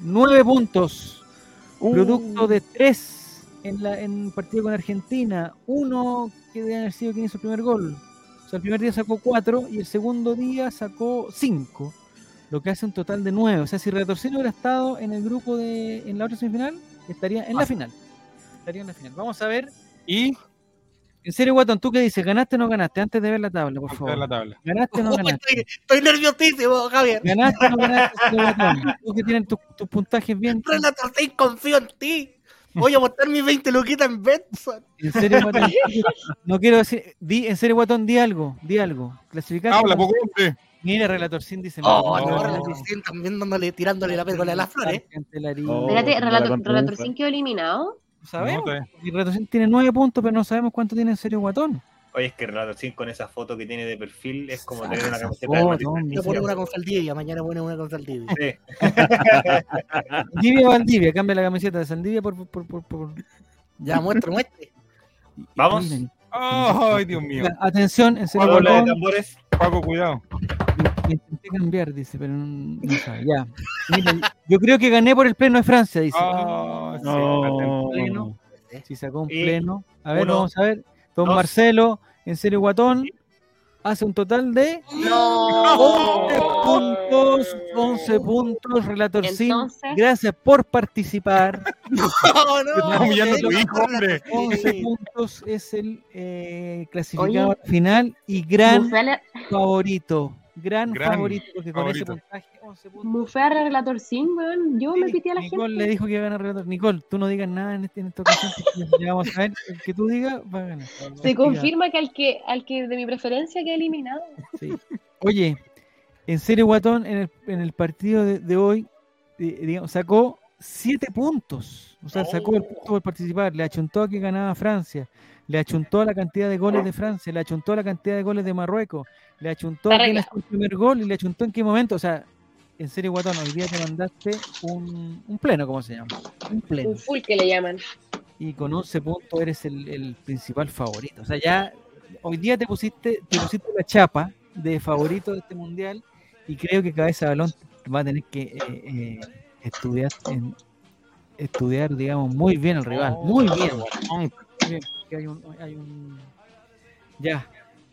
Speaker 4: Nueve puntos.
Speaker 3: Uh.
Speaker 4: Producto de tres en, la, en partido con Argentina. Uno que debe haber sido quien hizo el primer gol. O sea, el primer día sacó cuatro y el segundo día sacó cinco. Lo que hace un total de nueve. O sea, si Retorcino hubiera estado en el grupo de. en la otra semifinal, estaría
Speaker 3: Ah.
Speaker 4: en la final. Estaría en la final. Vamos a ver.
Speaker 3: Y
Speaker 4: En serio, Guatón, ¿tú qué dices? ¿Ganaste o no ganaste? Antes de ver la tabla, por
Speaker 3: Vamos a ver la
Speaker 4: favor.
Speaker 3: tabla.
Speaker 4: ¿Ganaste o Este no
Speaker 2: Uy,
Speaker 4: ganaste?
Speaker 2: Oh, estoy, estoy nerviosísimo, Javier.
Speaker 4: ¿Ganaste o no ganaste? señor Guatón? Tú que tienes tus tus puntajes bien.
Speaker 2: Relator 6, confío en ti. Voy a botar mis 20 luquitas en
Speaker 3: Oh.
Speaker 2: Benson.
Speaker 4: En serio, Guatón. No quiero decir. Di, en serio, Guatón, di algo. Di algo. Clasificaste.
Speaker 3: Habla poco hombre.
Speaker 4: Mira, Relator Sin dice.
Speaker 2: Oh,
Speaker 4: mira,
Speaker 2: no,
Speaker 4: Relator
Speaker 2: Relator
Speaker 4: Sin.
Speaker 2: 6 también dándole, tirándole la pérgola a las flores.
Speaker 4: Cantelarín.
Speaker 6: Oh,
Speaker 7: Espérate,
Speaker 6: no, la
Speaker 7: relator,
Speaker 6: contra-
Speaker 7: relator sin quedó eliminado.
Speaker 4: No sabemos.
Speaker 3: No, todavía.
Speaker 4: Y Relator Sin tiene nueve puntos, pero no sabemos cuánto tiene en serio, Guatón.
Speaker 1: Oye, es que Renato Sin con esa foto que tiene de perfil es como
Speaker 4: Esa-
Speaker 1: tener una
Speaker 4: esa
Speaker 1: camiseta
Speaker 4: foto,
Speaker 1: de
Speaker 4: hombre.
Speaker 2: Yo
Speaker 1: Martín
Speaker 2: pone una
Speaker 1: Valdivia.
Speaker 2: con Saldivia, mañana pone una con Saldivia.
Speaker 1: Sí.
Speaker 4: Sandivia Valdivia, cambia la camiseta de Sandivia por. por, por, por-
Speaker 2: Ya, muestre, muestre.
Speaker 1: Vamos.
Speaker 4: Miren.
Speaker 3: Ay, Dios mío.
Speaker 4: Ya, Atención, en serio,
Speaker 1: Doble de
Speaker 4: Guatón.
Speaker 1: tambores.
Speaker 3: Paco, cuidado.
Speaker 4: Intenté cambiar, dice, pero no, no sabe. Ya. Mira, yo creo que gané por el pleno de Francia, dice.
Speaker 3: Ah, sí,
Speaker 6: No.
Speaker 4: pleno. Si sacó un
Speaker 1: Y
Speaker 4: pleno. A ver,
Speaker 1: uno,
Speaker 4: vamos a ver. Don
Speaker 1: dos.
Speaker 4: Marcelo, en serio guatón, hace un total de
Speaker 2: Oh,
Speaker 7: No.
Speaker 4: 11 puntos. 11 puntos, relator Sin.
Speaker 7: Entonces-
Speaker 4: Gracias por participar.
Speaker 2: No,
Speaker 3: Estaba
Speaker 2: no.
Speaker 3: humillando a tu
Speaker 2: Relator
Speaker 3: hijo, hombre.
Speaker 4: 11 puntos es el eh, clasificado al final y gran
Speaker 7: Mufé a,
Speaker 4: favorito. Gran,
Speaker 3: Gran
Speaker 4: favorito, porque con ese
Speaker 3: favorito.
Speaker 4: puntaje, 11 puntos.
Speaker 7: mufé a relator sin, weón. Yo me pité a la
Speaker 4: Nicole
Speaker 7: gente.
Speaker 4: le dijo que iba a ganar relator. Nicole, tú no digas nada en, este, en esta ocasión. porque ya vamos a ver. El que tú digas va a ganar.
Speaker 7: Se confirma que al que al que de mi preferencia queda eliminado.
Speaker 4: Oye, en serio, Guatón, en el, en el partido de, de hoy, eh, digamos, sacó siete puntos. O sea, sacó el punto por participar. Le achuntó a que ganaba Francia. Le achuntó a la cantidad de goles de Francia. Le achuntó a la cantidad de goles de Marruecos. Le achuntó a
Speaker 7: Está
Speaker 4: quién
Speaker 7: arreglado.
Speaker 4: hizo el primer gol y le achuntó en qué momento. O sea, en serio, Guatón, hoy día te mandaste un, un pleno, ¿cómo se llama? Un pleno
Speaker 7: Un full que le llaman.
Speaker 4: y con 11 puntos eres el, el principal favorito. O sea, ya hoy día te pusiste, te pusiste la chapa de favorito de este mundial y creo que Cabeza de Balón va a tener que eh, eh, estudiar, en- estudiar, digamos, muy bien al rival. Muy bien. Muy bien, porque hay un- hay un- Ya.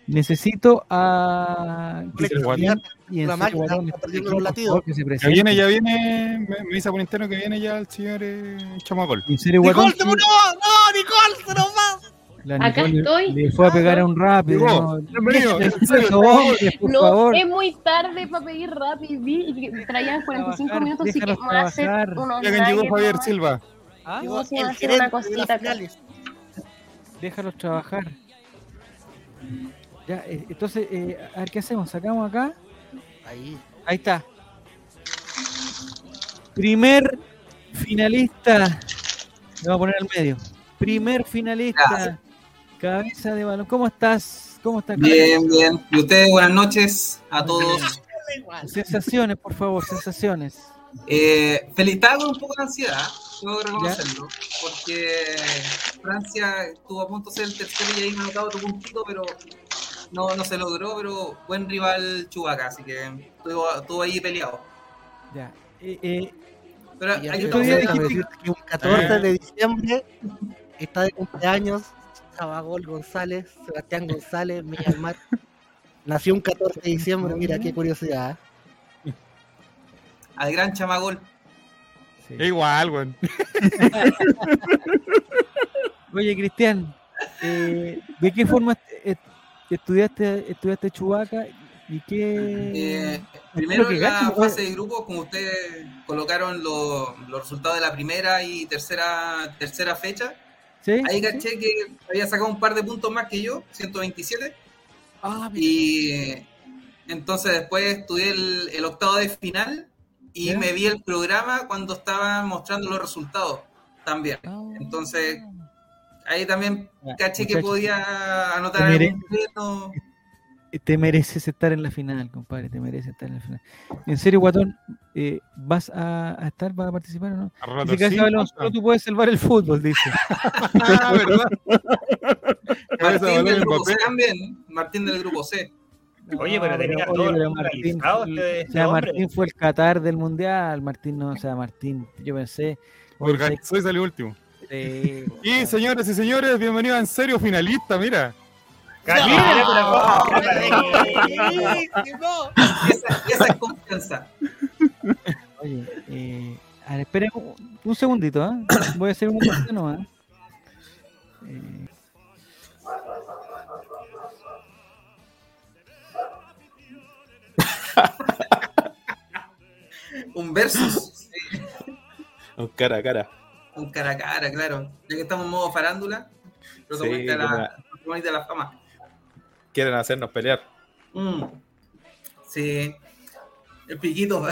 Speaker 4: Necesito a. que se
Speaker 3: Guatón.
Speaker 4: presenten y en
Speaker 2: La
Speaker 4: serio,
Speaker 2: máquina
Speaker 4: Guatón,
Speaker 2: está perdiendo
Speaker 4: por
Speaker 2: los latidos.
Speaker 4: favor, que se
Speaker 3: Ya viene,
Speaker 4: presenten.
Speaker 3: ya viene. Me, me avisa por interno que viene ya el señor eh, Chamacol.
Speaker 4: En serio, Guatón,
Speaker 2: Nicole, se murió. No, Nicole, se nos va.
Speaker 4: La
Speaker 7: Acá
Speaker 4: Nicole
Speaker 7: estoy.
Speaker 4: Le fue a pegar a un rápido.
Speaker 3: Llegó.
Speaker 4: no.
Speaker 3: Bienvenido.
Speaker 4: Eso, hombres, por
Speaker 7: no,
Speaker 4: favor.
Speaker 7: es muy tarde para pedir rápido y vi- y traían 45
Speaker 4: Trabajar,
Speaker 7: minutos, así que me
Speaker 4: déjalos
Speaker 7: voy a hacer
Speaker 4: trabajar.
Speaker 7: unos
Speaker 3: Ya que llegó
Speaker 7: nuggets
Speaker 3: Javier
Speaker 7: nomás.
Speaker 3: Silva.
Speaker 4: Ah,
Speaker 7: Llegó. vamos a
Speaker 2: El
Speaker 7: hacer
Speaker 2: gerente
Speaker 7: una
Speaker 2: de las
Speaker 7: cosita acá.
Speaker 2: finales.
Speaker 4: Déjalos trabajar. Ya, eh, entonces, eh, a ver qué hacemos. Sacamos acá.
Speaker 2: Ahí.
Speaker 4: Ahí está. Primer finalista. Le voy a poner al medio. Primer finalista. Cabeza de balón. ¿Cómo estás? ¿Cómo estás?
Speaker 8: Bien, bien. Y ustedes, buenas noches a todos.
Speaker 2: igual.
Speaker 4: Sensaciones, por favor, sensaciones.
Speaker 8: Eh, Feli- estaba con un poco de ansiedad, tengo que reconocerlo, porque Francia estuvo a punto de ser el tercero y ahí me notaba otro puntito, pero no, no se logró, pero buen rival Chubaca, así que estuvo, estuvo ahí peleado.
Speaker 4: Ya. Eh, eh,
Speaker 8: Pero
Speaker 2: Y
Speaker 8: ahí
Speaker 2: Ah, yo
Speaker 8: estamos.
Speaker 4: día
Speaker 2: déjame
Speaker 4: dijiste-
Speaker 2: decirte que un 14 de diciembre está de cumpleaños Sabagol González, Sebastián González, Miguel Mar. Nació un 14 de diciembre, mira qué curiosidad. ¿eh?
Speaker 8: al gran chamagol.
Speaker 4: sí.
Speaker 3: Igual, weón.
Speaker 4: Oye, Cristian, eh, ¿de qué forma est- est- estudiaste, estudiaste Chubaca y qué.
Speaker 8: Eh, primero
Speaker 4: que
Speaker 8: en la
Speaker 4: gacho, pues.
Speaker 8: fase de grupos, como ustedes colocaron lo- los resultados de la primera y tercera, tercera fecha,
Speaker 4: ¿Sí?
Speaker 8: ahí caché que había sacado un par de puntos más que yo, 127.
Speaker 4: Ah, mira.
Speaker 8: Y eh, entonces después estudié el, el octavo de final y
Speaker 4: ¿Ya?
Speaker 8: me vi el programa cuando estaban mostrando los resultados también.
Speaker 4: Ah.
Speaker 8: entonces, Ahí también
Speaker 4: Ya, Eh,
Speaker 8: caché que
Speaker 4: muchachos,
Speaker 8: podía anotar
Speaker 4: Te
Speaker 8: algún pleno.
Speaker 4: Eh, Te mereces estar en la final, compadre. Te mereces estar en la final. En serio, Guatón, eh, ¿vas a, a estar? ¿Vas a participar o no?
Speaker 3: A
Speaker 4: Dice que
Speaker 3: Rotorcín,
Speaker 4: solo tú puedes salvar el fútbol, dice.
Speaker 3: Ah, ¿verdad? Cabeza de
Speaker 8: Martín
Speaker 3: balón
Speaker 8: del
Speaker 3: en
Speaker 8: grupo C
Speaker 3: papel.
Speaker 8: también, Martín del grupo C.
Speaker 1: Oye, pero tenía
Speaker 4: oye,
Speaker 1: todo
Speaker 4: pero Martín,
Speaker 1: organizado
Speaker 4: fue-
Speaker 1: este-
Speaker 4: o sea,
Speaker 1: este hombre.
Speaker 4: Martín fue el Qatar del Mundial. Martín no, o sea, Martín, yo pensé.
Speaker 3: Organizó y salió último.
Speaker 4: eh,
Speaker 3: Y señoras y señores, bienvenidos a En Serio Finalista, mira.
Speaker 1: Cacha,
Speaker 8: Esa, esa es confianza.
Speaker 4: Oye, eh, a ver, esperen un, un segundito, ¿ah? Voy a hacer un corte nomás. Eh,
Speaker 8: Un versus. sí,
Speaker 9: Un cara a cara.
Speaker 8: Un cara a cara, claro. Ya que estamos en modo farándula, protagonista, de,
Speaker 9: Sí,
Speaker 8: la,
Speaker 9: verdad.
Speaker 8: protagonista de la fama.
Speaker 9: Quieren hacernos pelear.
Speaker 8: Mm. Sí. El piquito.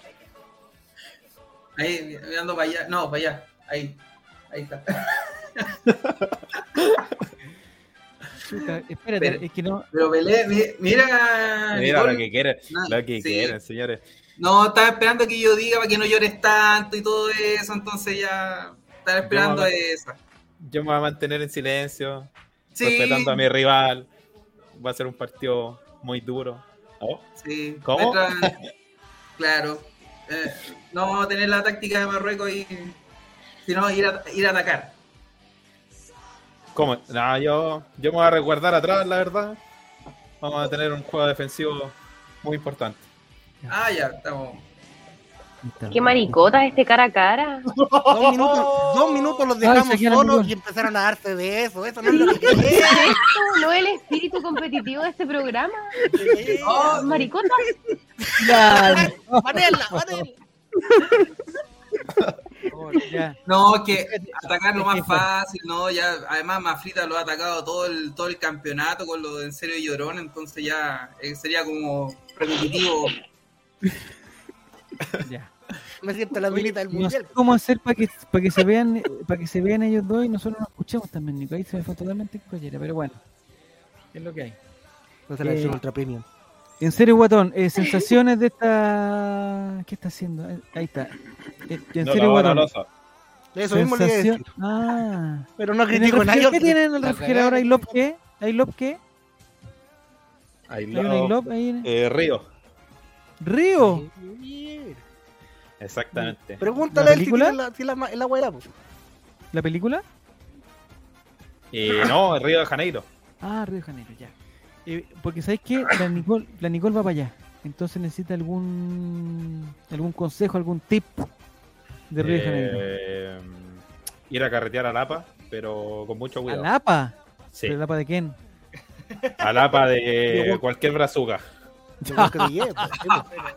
Speaker 8: Ahí, mirando para allá. No, para allá. Ahí. Ahí está.
Speaker 4: chuta, espérate,
Speaker 8: Pero-
Speaker 4: es que no.
Speaker 8: Pero Belé, mi- mira.
Speaker 9: Mira
Speaker 8: Nicole,
Speaker 9: lo que quieren,
Speaker 8: na-
Speaker 9: lo
Speaker 8: sí.
Speaker 9: que quieren, señores.
Speaker 8: No, estaba esperando que yo diga para que no llores tanto y todo eso, entonces ya estaba esperando
Speaker 9: Yo-
Speaker 8: esa.
Speaker 9: Yo me voy a mantener en silencio,
Speaker 8: Sí,
Speaker 9: respetando a mi rival. Va a ser un partido muy duro. Oh,
Speaker 8: sí.
Speaker 9: ¿Cómo?
Speaker 8: Nuestra- claro. Eh, no vamos a tener la táctica de Marruecos y sino ir a, ir a atacar.
Speaker 9: ¿Cómo? No, yo, yo me voy a resguardar atrás, la verdad. Vamos a tener un juego defensivo muy importante.
Speaker 8: Ah, ya, estamos.
Speaker 7: Qué maricota este cara a cara.
Speaker 4: Oh,
Speaker 2: Dos minutos, dos minutos los
Speaker 4: Ay,
Speaker 2: dejamos
Speaker 4: saqué la
Speaker 2: solos
Speaker 4: Nicole.
Speaker 2: y empezaron a darse de eso. Eso no es lo que quería.
Speaker 7: No el espíritu competitivo de este programa.
Speaker 2: Oh,
Speaker 7: Maricota.
Speaker 4: oh. Ya,
Speaker 2: Manela, manela.
Speaker 4: por favor, ya.
Speaker 8: No, es que atacar lo más fácil, ¿no? Ya, además Mafrita lo ha atacado todo el, todo el campeonato con lo de en serio llorón, entonces ya eh, sería como repetitivo.
Speaker 4: ya.
Speaker 2: Me siento la milita del
Speaker 4: No sé
Speaker 2: mundial.
Speaker 4: cómo hacer para que, para que se vean para que se vean ellos dos y nosotros nos escuchemos también, Nico. Ahí se me fue totalmente en collera, pero bueno. Es lo que hay.
Speaker 2: No se la
Speaker 4: Eh,
Speaker 2: versión ultra premium.
Speaker 4: En serio, Guatón, eh, sensaciones de esta. ¿Qué está haciendo? Eh, Ahí está. Eh, en
Speaker 9: No
Speaker 4: serio,
Speaker 9: lavó la
Speaker 4: Guatón.
Speaker 9: losa.
Speaker 2: Eso mismo le iba a decir,
Speaker 4: sensación- Ah.
Speaker 2: Pero no
Speaker 4: ¿En el
Speaker 2: critico a nadie.
Speaker 4: refrigerador- ¿Qué tienen en el
Speaker 6: La
Speaker 4: refrigerador?
Speaker 6: cagada.
Speaker 4: ¿Hay lop qué? ¿Hay lop qué? ¿Hay
Speaker 9: Ahí
Speaker 4: un
Speaker 9: lo-
Speaker 4: I love ahí? en-
Speaker 9: eh, Río.
Speaker 4: ¡Río!
Speaker 9: Exactamente.
Speaker 2: Pregúntale a él si
Speaker 4: película?
Speaker 2: tiene la- si la ma- el agua era. pues.
Speaker 4: ¿La película?
Speaker 9: Y no, Río de Janeiro.
Speaker 4: Ah, Río de Janeiro, ya. Eh, porque sabéis que la Nicole, la Nicole va para allá. Entonces necesita algún algún consejo, algún tip de Río de Janeiro.
Speaker 9: Eh, ir a carretear a Lapa, pero con mucho
Speaker 4: ¿A
Speaker 9: cuidado.
Speaker 4: Lapa?
Speaker 9: Sí,
Speaker 4: ¿Pero Lapa de quién?
Speaker 9: a Lapa de cualquier brazuca.
Speaker 2: Yo creo que me lleve, pues, sí, pues.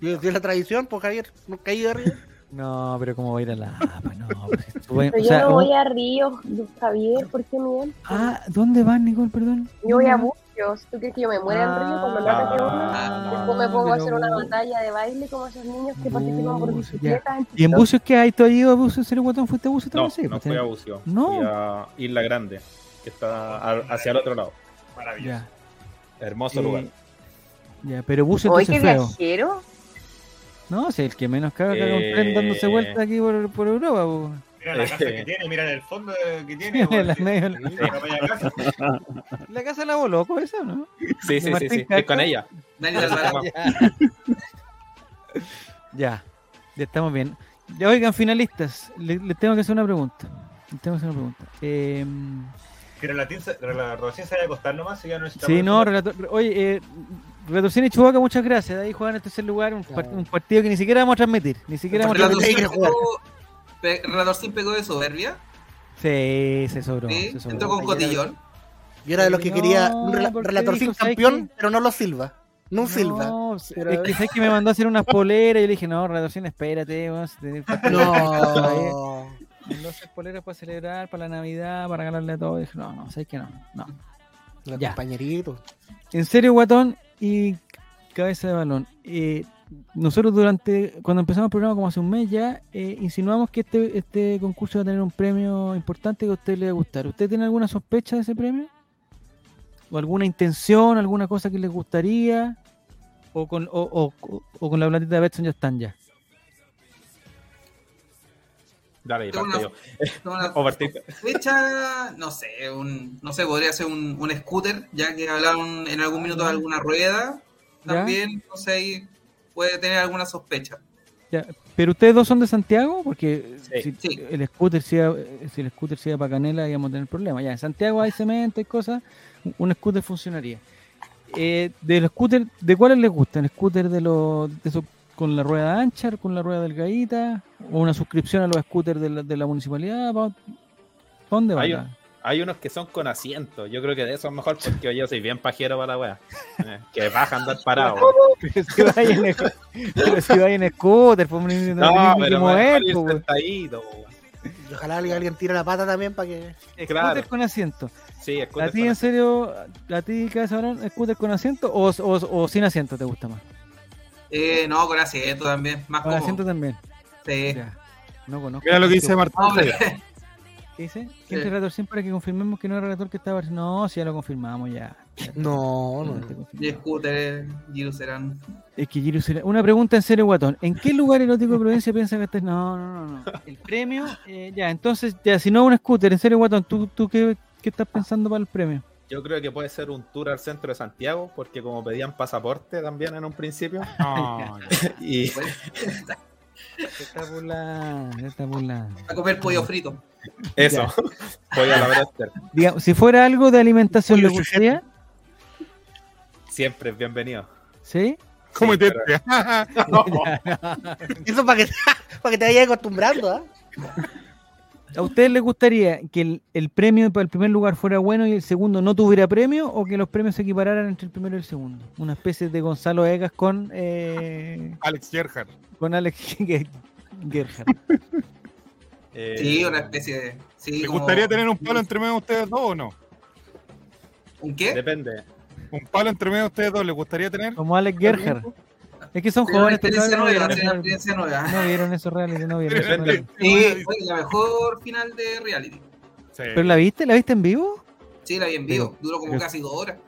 Speaker 2: Yo- yo la tradición, pues Javier, no caí de arriba.
Speaker 4: No, pero ¿cómo va a ir a Lapa? No, pues, estuve-
Speaker 7: Pero
Speaker 4: o sea,
Speaker 7: yo no
Speaker 4: un-
Speaker 7: voy a Ríos, Javier, ¿por qué miel?
Speaker 4: Ah, ¿dónde vas, Nicole? Perdón.
Speaker 7: Yo voy a
Speaker 4: ¿Dónde vas?
Speaker 7: Burgos. ¿Tú crees que yo me muera en Río cuando
Speaker 9: Ah,
Speaker 7: lata que uno?
Speaker 9: ah,
Speaker 7: Después me pongo a hacer
Speaker 4: pero-
Speaker 7: una batalla de baile como esos niños que
Speaker 4: No,
Speaker 7: participan por
Speaker 4: ya. ¿Y
Speaker 7: bicicletas. en
Speaker 4: en
Speaker 7: TikTok.
Speaker 4: bucios qué hay? ¿Tú has ido a bucios? ¿Serio, guatón? ¿Fuiste a bucios?
Speaker 9: No,
Speaker 4: también? Sí,
Speaker 9: no
Speaker 4: pues,
Speaker 9: fui
Speaker 4: tenés-
Speaker 9: a Bucio.
Speaker 4: No.
Speaker 9: Fui a Isla Grande, que está a- hacia el otro lado.
Speaker 1: Maravilloso.
Speaker 4: Ya.
Speaker 9: Hermoso
Speaker 4: Eh,
Speaker 9: lugar.
Speaker 4: Ya, pero Bucio
Speaker 7: Hoy
Speaker 4: entonces
Speaker 7: que
Speaker 4: feo.
Speaker 7: viajero.
Speaker 4: No, si el que menos caga caga un
Speaker 9: Eh.
Speaker 4: tren dándose vuelta aquí por, por Europa. po.
Speaker 1: Mira la casa que tiene, mira el fondo eh, que tiene.
Speaker 4: En la
Speaker 1: weón.
Speaker 4: medio- la,
Speaker 1: Sí, la media casa.
Speaker 4: casa de la Boloco esa, ¿no?
Speaker 9: Sí, sí, sí,
Speaker 4: Martín
Speaker 9: sí.
Speaker 4: Casco.
Speaker 9: Es con ella.
Speaker 8: Dani de Alvarado.
Speaker 4: Ya, ya estamos bien. Ya, Oigan, finalistas, le- les tengo que hacer una pregunta. Les tengo que hacer una pregunta. Eh,
Speaker 1: Pero la, tinza- la rotación se va a costar nomás y ya no necesitamos-
Speaker 4: sí, no, relator, oye, eh, Retorcini y Chubaca, muchas gracias. De ahí juegan en tercer lugar un, par-
Speaker 2: Claro.
Speaker 4: un partido que ni siquiera vamos a transmitir. Ni siquiera vamos a transmitir.
Speaker 8: Relatorcín
Speaker 2: que jugar.
Speaker 8: pecó- Pe- Relatorcín pegó de soberbia.
Speaker 4: Sí, se sobró.
Speaker 8: ¿sí?
Speaker 4: se sobró.
Speaker 8: Entró con cotillón.
Speaker 2: Yo era de los que
Speaker 4: No,
Speaker 2: quería un rela-
Speaker 4: porque
Speaker 2: relator
Speaker 4: dijo,
Speaker 2: sin
Speaker 4: ¿sabes
Speaker 2: campeón,
Speaker 4: qué?
Speaker 2: pero no lo silba. No un silba.
Speaker 4: No, es
Speaker 2: pero-
Speaker 4: que sabes que me mandó a hacer unas poleras y yo le dije, no, Retorcini, espérate. Vamos a tener partido todavía".
Speaker 2: No.
Speaker 4: Entonces, poleras para celebrar, para la Navidad, para ganarle a todos. Dije, no, no, sabes que no, no.
Speaker 2: Los
Speaker 4: Ya.
Speaker 2: compañeritos.
Speaker 4: En serio, guatón y cabeza de balón. eh, nosotros durante, cuando empezamos el programa como hace un mes ya, eh, insinuamos que este, este concurso va a tener un premio importante que a usted le va a gustar. ¿Usted tiene alguna sospecha de ese premio? ¿O alguna intención, alguna cosa que les gustaría? ¿O con, o, o- o con la platita de Betson ya están ya?
Speaker 9: Dale,
Speaker 8: Tengo
Speaker 9: parto
Speaker 8: una-
Speaker 9: yo.
Speaker 8: No, no,
Speaker 3: Oh,
Speaker 9: O partiste.
Speaker 8: Fecha, no sé, un, no sé, podría ser un, un scooter, ya que hablaron en algún minuto de alguna rueda.
Speaker 4: ¿Ya?
Speaker 8: También, no sé, ahí puede tener alguna sospecha.
Speaker 4: ¿Pero ustedes dos son de Santiago? Porque
Speaker 9: Sí.
Speaker 4: si,
Speaker 8: Sí.
Speaker 4: El scooter si, si el scooter sigue para Canela íbamos a tener problemas. Ya, en Santiago hay cemento y cosas, un scooter funcionaría. Eh, del scooter, ¿de cuáles les gusta? ¿El scooter de los de esos con la rueda ancha, con la rueda delgadita? ¿O una suscripción a los scooters de la, de la municipalidad? ¿Pa- pa ¿Dónde va?
Speaker 9: Hay
Speaker 4: la-
Speaker 9: Hay unos que son con asiento. Yo creo que de esos es mejor porque yo soy bien pajero para la wea. Eh, Que baja a andar parado.
Speaker 4: Pero si va en, el- pero si va en scooter, pues, no,
Speaker 9: No,
Speaker 4: no,
Speaker 9: pero
Speaker 4: mover,
Speaker 9: mejor ir
Speaker 4: pues,
Speaker 9: sentadito. po.
Speaker 2: Y Ojalá alguien, alguien tire la pata también para que.
Speaker 4: scooter
Speaker 9: claro.
Speaker 4: con asiento.
Speaker 9: Sí, es
Speaker 4: ¿A ti en serio, a ti cabeza de balón, scooter con asiento o, o- o sin asiento te gusta más?
Speaker 8: Eh, no, con asiento también, más
Speaker 4: Con
Speaker 8: cómodo.
Speaker 4: asiento también.
Speaker 8: Sí.
Speaker 4: Ya. No conozco.
Speaker 3: Mira lo que dice Martín.
Speaker 8: No, hombre,
Speaker 4: ¿Qué dice? ¿Quién es el relator siempre para que confirmemos que no era el relator que estaba? No, si ya lo confirmamos ya.
Speaker 2: No, no.
Speaker 4: Ya te
Speaker 8: de
Speaker 4: confirmamos.
Speaker 8: scooter, Giru serán.
Speaker 4: Es que Giru será- Una pregunta en serio, guatón. ¿En qué lugar erótico de Providencia piensa que estás? No, no, no, no. El premio, eh, ya, entonces, ya, si no un scooter, en serio, guatón, ¿tú, tú qué, qué estás pensando para el premio?
Speaker 9: Yo creo que puede ser un tour al centro de Santiago, porque como pedían pasaporte también en un principio.
Speaker 3: No,
Speaker 9: Y
Speaker 4: Se está burlando, se está burlando.
Speaker 8: A comer pollo frito.
Speaker 9: eso. Voy a la broster.
Speaker 4: Digamos, si fuera algo de alimentación, ¿le gustaría?
Speaker 9: Siempre es bienvenido.
Speaker 4: ¿Sí?
Speaker 3: cómete.
Speaker 2: Eso para que, para que te vayas acostumbrando, ¿ah?
Speaker 4: ¿A ustedes les gustaría que el, el premio para el primer lugar fuera bueno y el segundo no tuviera premio o que los premios se equipararan entre el primero y el segundo? Una especie de Gonzalo Egas con, eh,
Speaker 3: Alex Gerhard.
Speaker 4: con Alex Ge- Gerhard.
Speaker 9: Eh,
Speaker 8: Sí, una especie de. Sí,
Speaker 3: ¿Le
Speaker 8: como-
Speaker 3: gustaría tener un palo entre medio de ustedes dos o no?
Speaker 8: ¿Un qué?
Speaker 9: Depende.
Speaker 3: ¿Un palo entre medio de ustedes dos le gustaría tener?
Speaker 4: Como Alex Gerhard. Es que son
Speaker 8: Sería una
Speaker 4: jóvenes, pero
Speaker 8: experiencia
Speaker 4: no, vieron,
Speaker 8: nueva, sería una
Speaker 4: no vieron-
Speaker 8: experiencia nueva.
Speaker 4: no vieron esos reality, no vieron esos reality.
Speaker 8: Sí, fue la mejor final de reality.
Speaker 3: Sí.
Speaker 4: ¿Pero la viste? ¿La viste en vivo?
Speaker 8: Sí, la vi en vivo. Duró como
Speaker 4: pero-
Speaker 8: casi dos horas.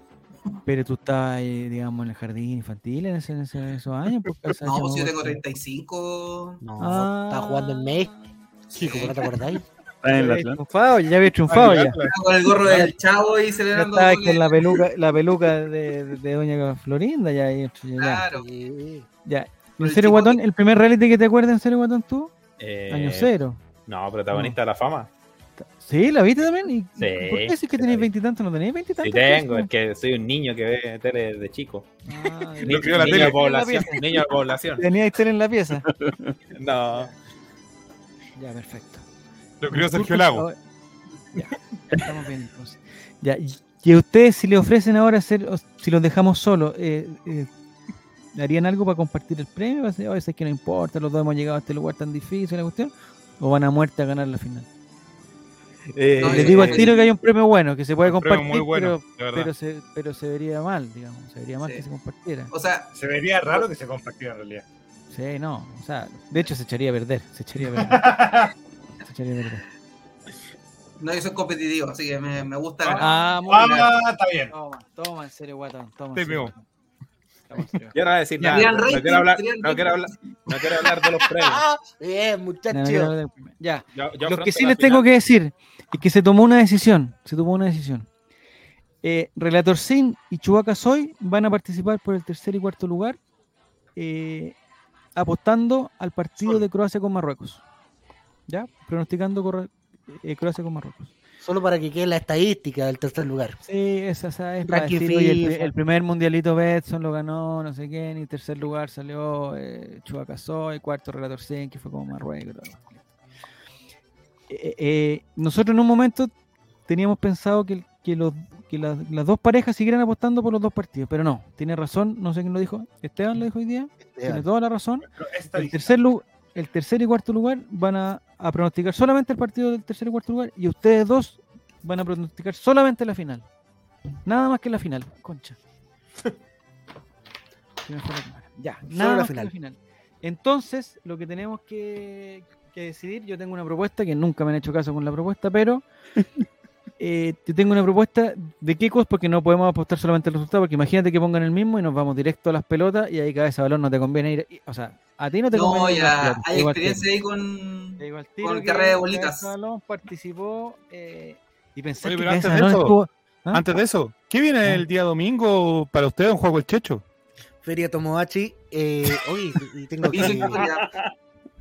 Speaker 4: Pero tú estabas, eh, digamos, en el jardín infantil en, ese- en ese- esos años. pues,
Speaker 8: No, pues yo
Speaker 4: cachai,
Speaker 8: tengo
Speaker 4: pues.
Speaker 8: 35.
Speaker 2: No,
Speaker 4: Ah.
Speaker 2: estaba jugando en México, chico, ¿no te acordáis?
Speaker 6: Está en
Speaker 4: Ya
Speaker 6: la
Speaker 4: habías
Speaker 6: Atlanta.
Speaker 4: triunfado, ya habías
Speaker 3: Ah,
Speaker 4: triunfado ya.
Speaker 8: Con el gorro del chavo y
Speaker 4: Ya
Speaker 8: celebrando.
Speaker 4: estaba
Speaker 8: goles.
Speaker 4: con la peluca, la peluca de, de- de doña Florinda ya, ahí, ya,
Speaker 8: Claro.
Speaker 2: Sí.
Speaker 4: ya.
Speaker 8: Ah, Con
Speaker 4: ¿En
Speaker 8: el
Speaker 4: serio,
Speaker 8: chico
Speaker 4: Guatón?
Speaker 8: que-
Speaker 4: ¿El primer reality que te acuerdas en serio, Guatón, tú?
Speaker 9: Eh,
Speaker 4: Año cero.
Speaker 9: No, protagonista de la fama.
Speaker 4: ¿Sí? ¿La viste también? ¿Y
Speaker 9: Sí,
Speaker 4: ¿Por qué decís que
Speaker 9: sí la
Speaker 4: tenéis
Speaker 9: vi.
Speaker 4: veintitantos? ¿No tenéis
Speaker 9: Sí
Speaker 4: veintitantos?
Speaker 9: tengo, es que soy un niño que ve tele desde chico.
Speaker 4: Ah,
Speaker 9: Ni-
Speaker 3: Lo
Speaker 9: Niño,
Speaker 3: crió la
Speaker 9: de
Speaker 3: tele.
Speaker 9: población. Niño de población.
Speaker 4: Teníais tele en la pieza.
Speaker 9: No.
Speaker 4: Ya, perfecto.
Speaker 3: Lo crió Sergio Lago.
Speaker 4: oh, Ya, estamos bien entonces. Ya, y- y a ustedes si le ofrecen ahora hacer, o si los dejamos solos, eh, eh, ¿harían algo para compartir el premio? ¿Va a ser, "Oye, sabes que no importa, los dos hemos llegado a este lugar tan difícil, la cuestión? ¿O van a muerte a ganar la final?
Speaker 9: Eh,
Speaker 8: No,
Speaker 4: Les
Speaker 8: yo
Speaker 4: digo
Speaker 8: creo
Speaker 4: al
Speaker 8: que-
Speaker 4: tiro que hay un premio bueno, que se puede
Speaker 3: Un premio
Speaker 4: compartir,
Speaker 3: muy bueno, de
Speaker 4: pero,
Speaker 3: verdad.
Speaker 4: pero, se, pero se vería mal, digamos, se vería mal
Speaker 8: Sí.
Speaker 4: que se compartiera.
Speaker 8: O sea,
Speaker 1: Se vería raro que se compartiera en realidad.
Speaker 4: Sí, no, o sea, de hecho se echaría a perder, se echaría a perder. se echaría a perder.
Speaker 8: no, yo soy competitivo, así que me, me gusta ganar.
Speaker 4: Ah, muy bien.
Speaker 1: Ah, está bien.
Speaker 4: Toma, toma, en serio, guatón. Toma,
Speaker 3: Te
Speaker 4: en serio,
Speaker 3: pegó.
Speaker 4: guatón.
Speaker 9: Yo no voy a decir
Speaker 8: Ya.
Speaker 9: nada.
Speaker 8: Querían
Speaker 9: No
Speaker 8: rating,
Speaker 9: quiero hablar,
Speaker 8: querían
Speaker 9: no quiero hablar, no quiero hablar de los premios.
Speaker 2: Bien,
Speaker 4: No, no,
Speaker 2: muchachos.
Speaker 4: no, no. Ya.
Speaker 9: Yo- yo
Speaker 4: Lo
Speaker 9: afronto
Speaker 4: que sí
Speaker 9: la
Speaker 4: les tengo
Speaker 9: final.
Speaker 4: que decir es que se tomó una decisión. Se tomó una decisión. Eh, Relator Sin y Chewbacca Soy van a participar por el tercer y cuarto lugar, eh, apostando al partido de Croacia con Marruecos. ¿Ya? Pronosticando corre- eh, Croacia con Marruecos.
Speaker 2: Solo para que quede la estadística del tercer lugar.
Speaker 4: Sí, esa, esa es
Speaker 2: La
Speaker 4: para
Speaker 2: que
Speaker 4: decir, oye, el,
Speaker 2: FIFA.
Speaker 4: pri- el primer mundialito Betson lo ganó, no sé quién, y tercer lugar salió eh, Chewbacca Soy, cuarto Relator Sin, que fue como Marruecos. bla, bla, bla. Eh, eh, nosotros en un momento teníamos pensado que, que los- que las, las dos parejas siguieran apostando por los dos partidos, pero no, tiene razón, no sé quién lo dijo, Esteban lo dijo hoy día, tiene toda la razón.
Speaker 1: Pero esta
Speaker 4: El
Speaker 1: dice,
Speaker 4: tercer, lu- el tercer y cuarto lugar van a, a pronosticar solamente el partido del tercer y cuarto lugar y ustedes dos van a pronosticar solamente la final. Nada más que la final, concha. Se me fue la cámara. Ya, nada
Speaker 2: la
Speaker 4: más que
Speaker 2: final.
Speaker 4: la final. Entonces, lo que tenemos que, que decidir, yo tengo una propuesta que nunca me han hecho caso con la propuesta, pero eh, yo tengo una propuesta de qué cosas, porque no podemos apostar solamente el resultado, porque imagínate que pongan el mismo y nos vamos directo a las pelotas y ahí cada ese balón no te conviene ir. y- O sea, a ti no te
Speaker 8: No,
Speaker 4: conviene ir a las
Speaker 8: ya.
Speaker 4: pelotas,
Speaker 8: Hay
Speaker 4: te digo al
Speaker 8: experiencia
Speaker 4: tiro.
Speaker 8: ahí con.
Speaker 4: Te digo al
Speaker 8: con
Speaker 4: tiro que
Speaker 8: carrera de
Speaker 4: cada
Speaker 8: bolitas.
Speaker 4: balón participó eh, y pensé
Speaker 3: Oye,
Speaker 4: que
Speaker 3: pero
Speaker 4: cada ese
Speaker 3: antes de
Speaker 4: balón
Speaker 3: eso-
Speaker 4: estuvo- ¿Ah?
Speaker 3: Antes de eso, ¿qué viene el día domingo para usted, un juego el Checho?
Speaker 2: Feria Tomodachi. Eh, oye, y tengo
Speaker 8: Dice
Speaker 2: que.
Speaker 8: que-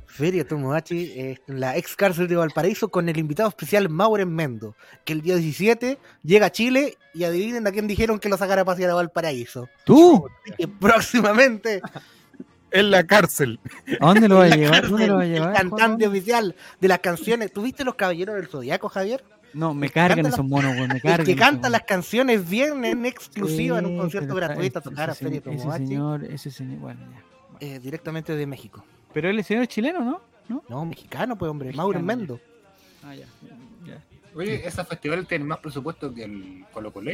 Speaker 2: Feria Tomodachi, eh, la ex cárcel de Valparaíso, con el invitado especial Mauren Mendo, que el día 17 llega a Chile y adivinen a quién dijeron que lo sacara a pasear a Valparaíso.
Speaker 4: ¿Tú?
Speaker 2: Que próximamente
Speaker 3: En la cárcel.
Speaker 4: ¿A dónde lo va a llevar? ¿Dónde
Speaker 2: Carmen,
Speaker 4: lo va a
Speaker 2: el
Speaker 4: llevar?
Speaker 2: cantante
Speaker 4: Juan?
Speaker 2: oficial de las canciones. ¿Tuviste los Caballeros del Zodiaco, Javier?
Speaker 4: No, me
Speaker 2: el que canta
Speaker 4: cargan
Speaker 2: las-
Speaker 4: esos monos, güey, me
Speaker 2: El
Speaker 4: cargan.
Speaker 2: que
Speaker 4: esos
Speaker 2: canta
Speaker 4: monos.
Speaker 2: las canciones viene en exclusiva en un
Speaker 4: Sí,
Speaker 2: concierto
Speaker 4: pero está-
Speaker 2: gratuito a
Speaker 4: ese-
Speaker 2: tocar a
Speaker 4: ese
Speaker 2: Feria
Speaker 4: señor- Ese
Speaker 2: Tomodachi
Speaker 4: señor, ese señor, bueno, ya. Bueno.
Speaker 2: eh, directamente de México.
Speaker 4: Pero el señor es chileno, ¿no? ¿No?
Speaker 2: No, mexicano, pues hombre, Mauren
Speaker 4: Mexicano,
Speaker 2: Mendo.
Speaker 4: Ah, ya. ya.
Speaker 1: Oye, ¿esa festival tiene más presupuesto que el Colo Colo?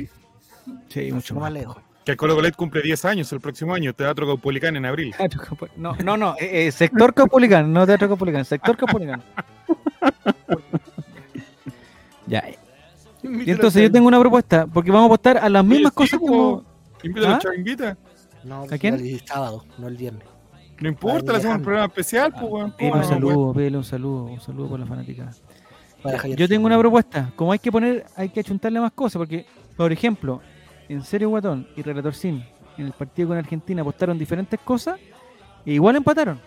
Speaker 4: Sí, mucho
Speaker 2: Mucho más
Speaker 4: más.
Speaker 2: lejos.
Speaker 3: Que el Colo Colet cumple 10 años el próximo año, Teatro Caupolicán en abril.
Speaker 4: Teatro Capo- No, no, no, eh, eh, sector Capulicán, no teatro Capulicán, sector Capulicán. Ya, eh, y entonces yo tengo una propuesta, porque vamos a apostar a las mismas
Speaker 3: Oye, sí,
Speaker 4: cosas
Speaker 3: po.
Speaker 4: como.
Speaker 3: Invita a los
Speaker 4: ¿Ah?
Speaker 3: chavinguitas.
Speaker 2: No,
Speaker 4: ¿A quién?
Speaker 2: El sábado, no el viernes.
Speaker 3: No importa, le hacemos un
Speaker 2: Alejandro.
Speaker 3: programa especial, pues, weón.
Speaker 4: Pele
Speaker 3: ¿Cómo
Speaker 4: Ah,
Speaker 3: no,
Speaker 4: un
Speaker 3: weón?
Speaker 4: saludo, pele un saludo, un saludo por la fanática.
Speaker 2: Para Javier
Speaker 4: Yo tengo
Speaker 2: Silva.
Speaker 4: una propuesta, como hay que poner, hay que achuntarle más cosas, porque, por ejemplo, en Serio Guatón y Relator Sim, en el partido con Argentina apostaron diferentes cosas, e igual empataron.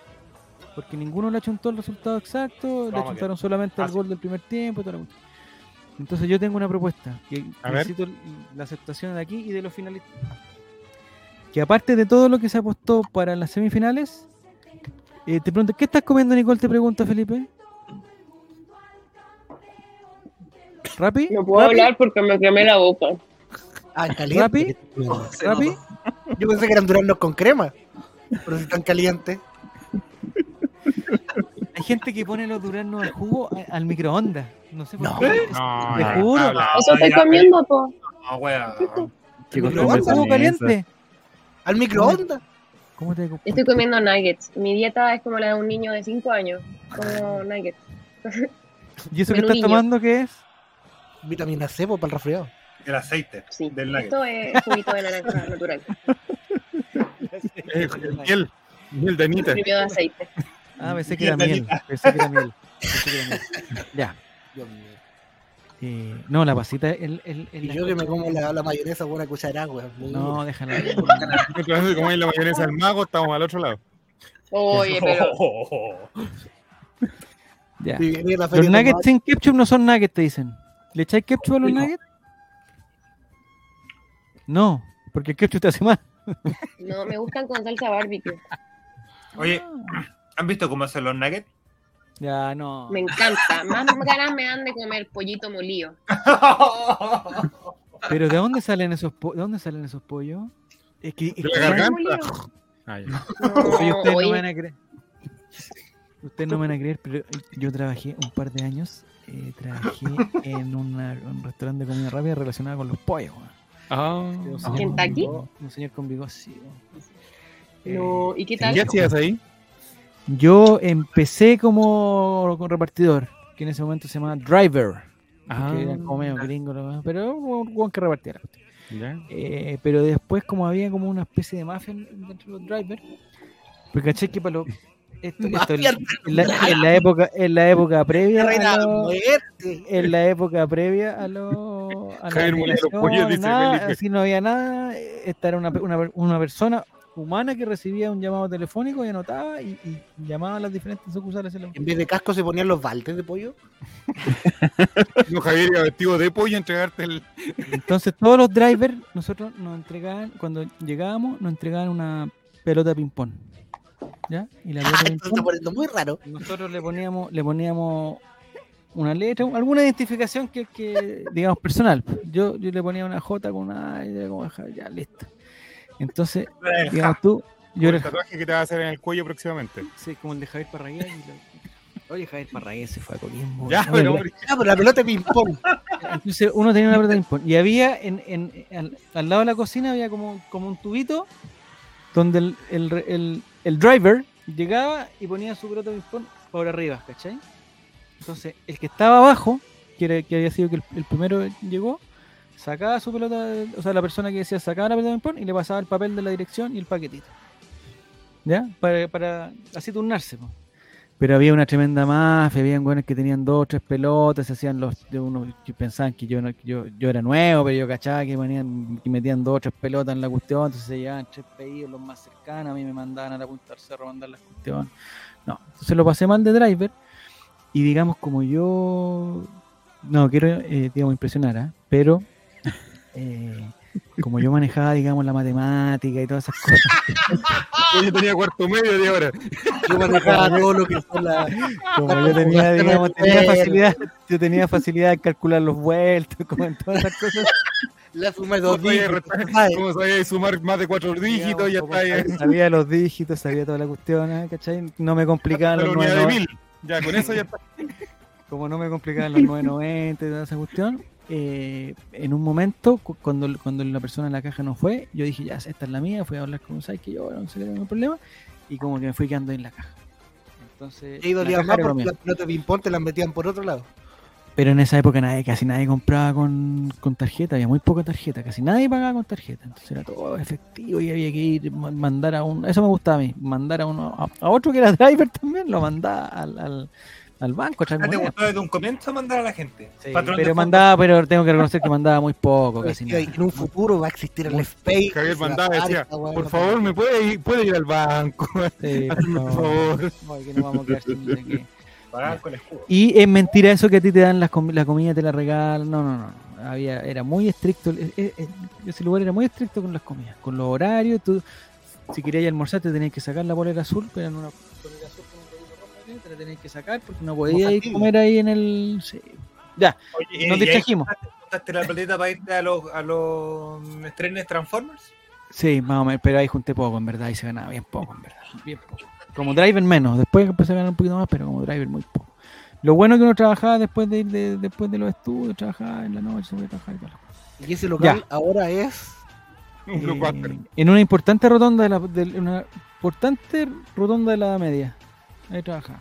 Speaker 4: Porque ninguno le achuntó el resultado exacto, le
Speaker 9: Vamos,
Speaker 4: achuntaron solamente el
Speaker 3: Ah,
Speaker 9: Fácil.
Speaker 4: gol del primer tiempo y toda la cuestión. Entonces yo tengo una propuesta, que
Speaker 3: A ver.
Speaker 4: necesito la aceptación de aquí y de los finalistas. Que aparte de todo lo que se apostó para las semifinales, eh, te pregunto, ¿qué estás comiendo, Nicole? Te pregunta Felipe. ¿Rapi?
Speaker 7: No puedo
Speaker 4: ¿Rapi?
Speaker 7: hablar porque me quemé la boca.
Speaker 2: Ah, caliente.
Speaker 4: ¿Rapi?
Speaker 2: que está comiendo.
Speaker 8: se
Speaker 4: ¿Rapi?
Speaker 8: nota.
Speaker 2: Yo pensé que eran duraznos con crema. Pero si están calientes.
Speaker 4: Hay gente que pone los duraznos al jugo a- al microondas. No sé por
Speaker 2: No.
Speaker 4: qué.
Speaker 3: No,
Speaker 4: Te
Speaker 3: no,
Speaker 4: juro.
Speaker 3: habla.
Speaker 7: Eso estoy
Speaker 1: ya,
Speaker 7: comiendo, po.
Speaker 1: No, wea.
Speaker 6: Chicos,
Speaker 2: Pero
Speaker 4: ¿Microondas
Speaker 2: ¿cuánto
Speaker 4: jugo
Speaker 6: son esas?
Speaker 4: caliente?
Speaker 2: Al microondas.
Speaker 4: ¿Cómo te cómo-
Speaker 7: Estoy comiendo nuggets. Mi dieta es como la de un niño de 5 años. Como nuggets.
Speaker 4: ¿Y eso que estás
Speaker 7: menudillo?
Speaker 4: tomando qué es?
Speaker 2: Vitamina C po, para el resfriado.
Speaker 1: El aceite
Speaker 7: Sí.
Speaker 1: del nugget.
Speaker 7: Esto es juguito de naranja natural.
Speaker 3: Eh, miel, miel de Anita.
Speaker 7: Primero de aceite.
Speaker 4: Ah, pensé que era miel. Pensé que era miel. Pensé que era miel. Ya.
Speaker 2: Dios mío.
Speaker 4: Eh, no, la pasita es el, el, el-
Speaker 2: Y yo que me como la, la mayonesa con una cucharada, weón. muy
Speaker 4: No, déjala.
Speaker 3: Claro, Como hay la mayonesa del mago, estamos al otro lado.
Speaker 7: Oye, pero.
Speaker 1: Oh, oh, oh.
Speaker 4: Ya.
Speaker 2: duro. Viví la
Speaker 4: Los
Speaker 2: feria
Speaker 4: nuggets
Speaker 2: de
Speaker 4: sin ketchup no son nuggets, te dicen. ¿Le echáis ketchup a los nuggets? No, porque el ketchup te hace mal.
Speaker 7: No, me gustan con salsa barbecue.
Speaker 1: Oye, ¿han visto cómo hacen los nuggets?
Speaker 4: Ya, no.
Speaker 7: Me encanta. Más ganas me dan de comer pollito molido.
Speaker 4: Pero ¿de dónde salen esos, po- ¿de dónde salen esos pollos? Es que, es
Speaker 3: De
Speaker 4: que-
Speaker 3: la garganta.
Speaker 9: Ah,
Speaker 4: Oye,
Speaker 9: ya.
Speaker 7: No,
Speaker 4: ustedes no eh, me
Speaker 7: oye,
Speaker 4: van a creer. Ustedes no me van a creer, pero yo trabajé un par de años, eh, trabajé en una- un restaurante de comida rápida relacionado con los pollos. weón. Un señor con
Speaker 7: ¿Kentucky?
Speaker 4: bigo- Un señor con bigote, sí. weón.
Speaker 7: no. ¿Y qué
Speaker 3: ¿Y ¿Qué
Speaker 7: tal?
Speaker 3: hacías ahí?
Speaker 4: Yo empecé como con repartidor, que en ese momento se llamaba driver, que eran como medio gringo, pero era un weón que repartía. la cuestión.
Speaker 6: ¿Ya?
Speaker 4: Eh, pero después, como había como una especie de mafia en- dentro de los drivers, porque caché que para los. Esto, esto en,
Speaker 2: Mafia
Speaker 4: en la, en la época, en la época previa. a
Speaker 2: Carrera a
Speaker 4: los-
Speaker 2: muerte.
Speaker 4: en la época previa a los. A la
Speaker 3: Javier Molero
Speaker 4: migración,
Speaker 3: Pollo, dice
Speaker 4: nada,
Speaker 3: Felipe.
Speaker 4: así no había nada. eh, Esta era una, pe- una, per- una persona humana que recibía un llamado telefónico y anotaba y, y llamaba a las diferentes sucursales. en la-
Speaker 2: En vez de casco se ponían los baldes de pollo.
Speaker 3: No, Javier iba vestido de pollo a entregarte el.
Speaker 4: Entonces, todos los drivers, nosotros nos entregaban, cuando llegábamos, nos entregaban una pelota de ping-pong. ¿Ya? Y la pelota de
Speaker 2: Ah, Esto se está
Speaker 4: ping-pong,
Speaker 2: poniendo muy raro.
Speaker 4: nosotros le poníamos, le poníamos una letra, alguna identificación que, que, digamos, personal. Yo, yo le ponía una J con una A y era como, "Ja, ya, listo. Entonces, digamos tú, yo era
Speaker 3: El
Speaker 4: el
Speaker 3: tatuaje que te va a hacer en el cuello próximamente.
Speaker 4: Sí, como el de Javier Parragués. y lo- Oye, Javier Parragués se fue a Coquimbo.
Speaker 3: Ya,
Speaker 4: No,
Speaker 3: pero
Speaker 4: ¿verdad?
Speaker 3: hombre,
Speaker 2: Ah, pero la pelota de ping-pong.
Speaker 4: Entonces uno tenía una pelota de ping-pong. Y había, en, en- al, al lado de la cocina, había como, como un tubito donde el, el, re- el- el driver llegaba y ponía su pelota de ping-pong por arriba, ¿cachai? Entonces el que estaba abajo, que, era- que había sido que el, el primero llegó, sacaba su pelota, de- o sea, la persona que decía sacaba la pelota de ping-pong y le pasaba el papel de la dirección y el paquetito. ¿Ya? Para, para así turnarse, po. Pero había una tremenda mafia, habían buenos que tenían dos, tres pelotas, se hacían los de uno que pensaban que yo no- que yo, yo era nuevo, pero yo cachaba que, ponían- que metían dos, tres pelotas en la cuestión, entonces se llevaban tres pedidos, los más cercanos, a mí me mandaban a la punta del cerro a mandar las cuestiones. No, entonces lo pasé mal de driver y digamos como yo no quiero eh, digamos impresionar, ¿ah? pero eh, como yo manejaba digamos la matemática y todas esas cosas.
Speaker 3: yo tenía cuarto medio de hora.
Speaker 2: Yo manejaba todo lo que son las.
Speaker 4: como
Speaker 2: Como
Speaker 4: yo tenía,
Speaker 2: jugaste
Speaker 4: digamos,
Speaker 2: con
Speaker 4: tenía
Speaker 2: el perro.
Speaker 4: facilidad, yo tenía facilidad de calcular los vueltos, como en todas esas cosas.
Speaker 2: La suma de dos
Speaker 3: ¿Cómo sabía
Speaker 2: dígitos.
Speaker 3: restar-
Speaker 2: ¿sabes?
Speaker 3: cómo sabía sumar más de cuatro dígitos?
Speaker 4: Digamos,
Speaker 3: Ya
Speaker 4: como
Speaker 3: está. ya-
Speaker 4: sab- Sabía los dígitos, sabía toda la cuestión, ¿eh? ¿cachai? No me complicaban
Speaker 3: la
Speaker 4: los
Speaker 3: unidad de
Speaker 4: 990,
Speaker 3: mil. Ya, con eso ya está.
Speaker 4: como no me complicaban los 990 y toda esa cuestión. eh, en un momento, cu- cuando, cuando la persona en la caja no fue, yo dije, ya, esta es la mía, fui a hablar con un site que yo no sé qué tengo problema, y como que me fui quedando en la caja. Entonces,
Speaker 2: Y ahí
Speaker 4: la
Speaker 2: dolía
Speaker 4: caja
Speaker 2: más
Speaker 4: era lo
Speaker 2: porque
Speaker 4: mío.
Speaker 2: las pelotas de ping-pong te las metían por otro lado.
Speaker 4: Pero en esa época nadie, casi nadie compraba con, con tarjeta, había muy poca tarjeta, casi nadie pagaba con tarjeta. Entonces era todo efectivo y había que ir, ma- mandar a uno, eso me gustaba a mí, mandar a uno, a, a otro que era driver también, lo mandaba al, al, al banco. a traer
Speaker 1: ¿Te
Speaker 4: monedas.
Speaker 1: gustó desde un comienzo mandar a la gente?
Speaker 4: Sí,
Speaker 1: Patrón de
Speaker 4: pero
Speaker 1: fondo.
Speaker 4: mandaba, pero tengo que reconocer que mandaba muy poco,
Speaker 2: Oye,
Speaker 4: casi
Speaker 2: sí,
Speaker 4: nada.
Speaker 2: Este, en un futuro va a existir el space.
Speaker 3: Javier
Speaker 2: se va a
Speaker 3: mandaba,
Speaker 2: pagar
Speaker 3: decía,
Speaker 2: esta weá,
Speaker 3: Por
Speaker 2: no
Speaker 3: favor,
Speaker 2: pasa
Speaker 3: ¿me puede ir, puede ir al banco?
Speaker 4: Sí, por
Speaker 3: Por favor.
Speaker 4: favor. Ay, que nos vamos a quedar sin de qué.
Speaker 1: Pagaban con escudo.
Speaker 4: Y es mentira eso que a ti te dan las comi- la comida, te la regalan. No, no, no. Había, era muy estricto. el- e- e- Ese lugar era muy estricto con las comidas, con los horarios. Tú, si querías ir a almorzar, te tenías que sacar la polera azul, pero en una polera azul con un código rojo acá, te la tenías que sacar porque no podías ir a
Speaker 2: fastidio.
Speaker 4: comer ahí en el. sí.
Speaker 1: Oye,
Speaker 4: Nos
Speaker 1: ¿y ahí
Speaker 4: distrajimos.
Speaker 1: ¿Juntaste la pelota para irte a los, a los trenes Transformers?
Speaker 4: Sí, más o menos, pero ahí junté poco, en verdad, y se ganaba bien poco, en verdad, bien poco. Como driver menos, después empecé a ganar un poquito más, pero como driver muy poco. Lo bueno que uno trabajaba después de ir de- después de los estudios, trabajaba en la noche, se podía trabajar y todas las cosas.
Speaker 2: nada. Y ese local ahora es.
Speaker 3: Un
Speaker 4: Eh,
Speaker 3: blockbuster.
Speaker 4: en una importante rotonda de la de una importante rotonda de la Edad Media. Ahí trabajaba.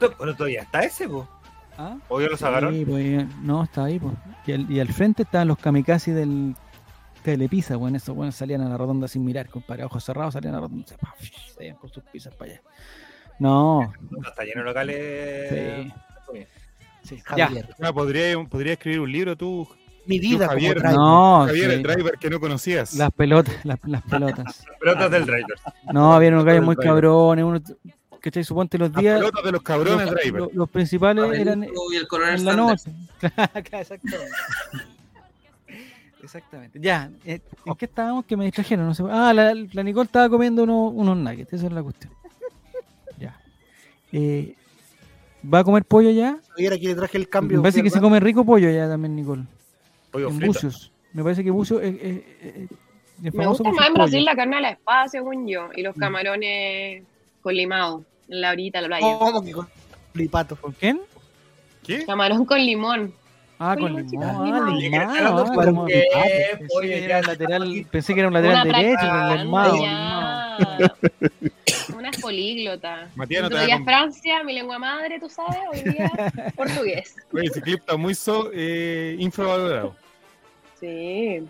Speaker 1: No, Bueno, todavía está ese, po.
Speaker 4: ¿Ah?
Speaker 1: ¿O ya lo sacaron?
Speaker 4: Sí, pues, no, estaba ahí, pues. Y al, y al frente estaban los kamikazes del Telepisa, bueno, esos buenos salían a la redonda sin mirar, compadre, ojos cerrados salían a la redonda, se, pa, se iban con sus pizzas para allá. No,
Speaker 1: No, está lleno de locales.
Speaker 3: Eh,
Speaker 4: sí. Sí, ya.
Speaker 2: Javier.
Speaker 3: Ah, ¿podría, podría escribir un libro tú,
Speaker 2: Mi vida como
Speaker 3: Javier,
Speaker 2: driver.
Speaker 4: No,
Speaker 3: Javier,
Speaker 4: Ah, sí.
Speaker 3: el driver que no conocías.
Speaker 4: las pelotas, las, las pelotas.
Speaker 1: Pelotas del driver.
Speaker 4: Ah, No, había unos gallos
Speaker 3: del
Speaker 4: muy
Speaker 3: driver.
Speaker 4: cabrones, uno, ¿cachai? Suponte los
Speaker 3: Las
Speaker 4: días,
Speaker 3: pelotas de los
Speaker 4: los,
Speaker 3: cabrones driver.
Speaker 4: los- los principales eran
Speaker 8: Pabeluco y el coronel
Speaker 4: en la
Speaker 8: Sanders.
Speaker 4: noche. Claro, Exactamente. Exactamente. Ya, eh, ¿en qué estábamos que me distrajeron? No sé. Ah, la, la Nicole estaba comiendo uno- unos nuggets, esa es la cuestión. Ya. Eh, ¿Va a comer pollo ya?
Speaker 2: Javier, aquí le traje el
Speaker 4: Me
Speaker 2: cambio.
Speaker 4: parece que se
Speaker 2: ¿verdad?
Speaker 4: come rico pollo ya también, Nicole.
Speaker 1: Pollo
Speaker 4: En
Speaker 1: frito.
Speaker 4: Bucios. Me parece que Bucios es, es- es- es
Speaker 7: Me
Speaker 4: famoso por sus
Speaker 7: gusta más
Speaker 4: Mm.
Speaker 7: en
Speaker 4: pollos.
Speaker 7: Brasil la carne a la espada, según yo, y los camarones con limado en la orilla de la playa.
Speaker 4: Oh.
Speaker 2: ¿Cómo que con flipato?
Speaker 4: ¿Con quién?
Speaker 3: ¿Qué?
Speaker 7: Camarón con limón.
Speaker 4: Ah, con
Speaker 7: Oye,
Speaker 4: limón.
Speaker 7: chica,
Speaker 4: Ah, limón.
Speaker 7: limón.
Speaker 1: Oye,
Speaker 4: ah,
Speaker 1: ¿qué?
Speaker 4: como-
Speaker 1: ¿Qué?
Speaker 4: ah, pensé
Speaker 1: Oye,
Speaker 4: que
Speaker 1: ya
Speaker 4: era un
Speaker 1: está
Speaker 4: lateral,
Speaker 1: aquí.
Speaker 4: pensé que era un
Speaker 7: Una
Speaker 4: lateral derecho, con limón.
Speaker 7: practicante, ya. Una es políglota.
Speaker 3: Matías, no te
Speaker 7: Otro
Speaker 3: voy a
Speaker 7: día
Speaker 3: con-
Speaker 7: Francia, mi lengua madre, tú sabes, hoy día portugués.
Speaker 3: Oye, ese clip está muy so, eh, infravalorado.
Speaker 7: Sí.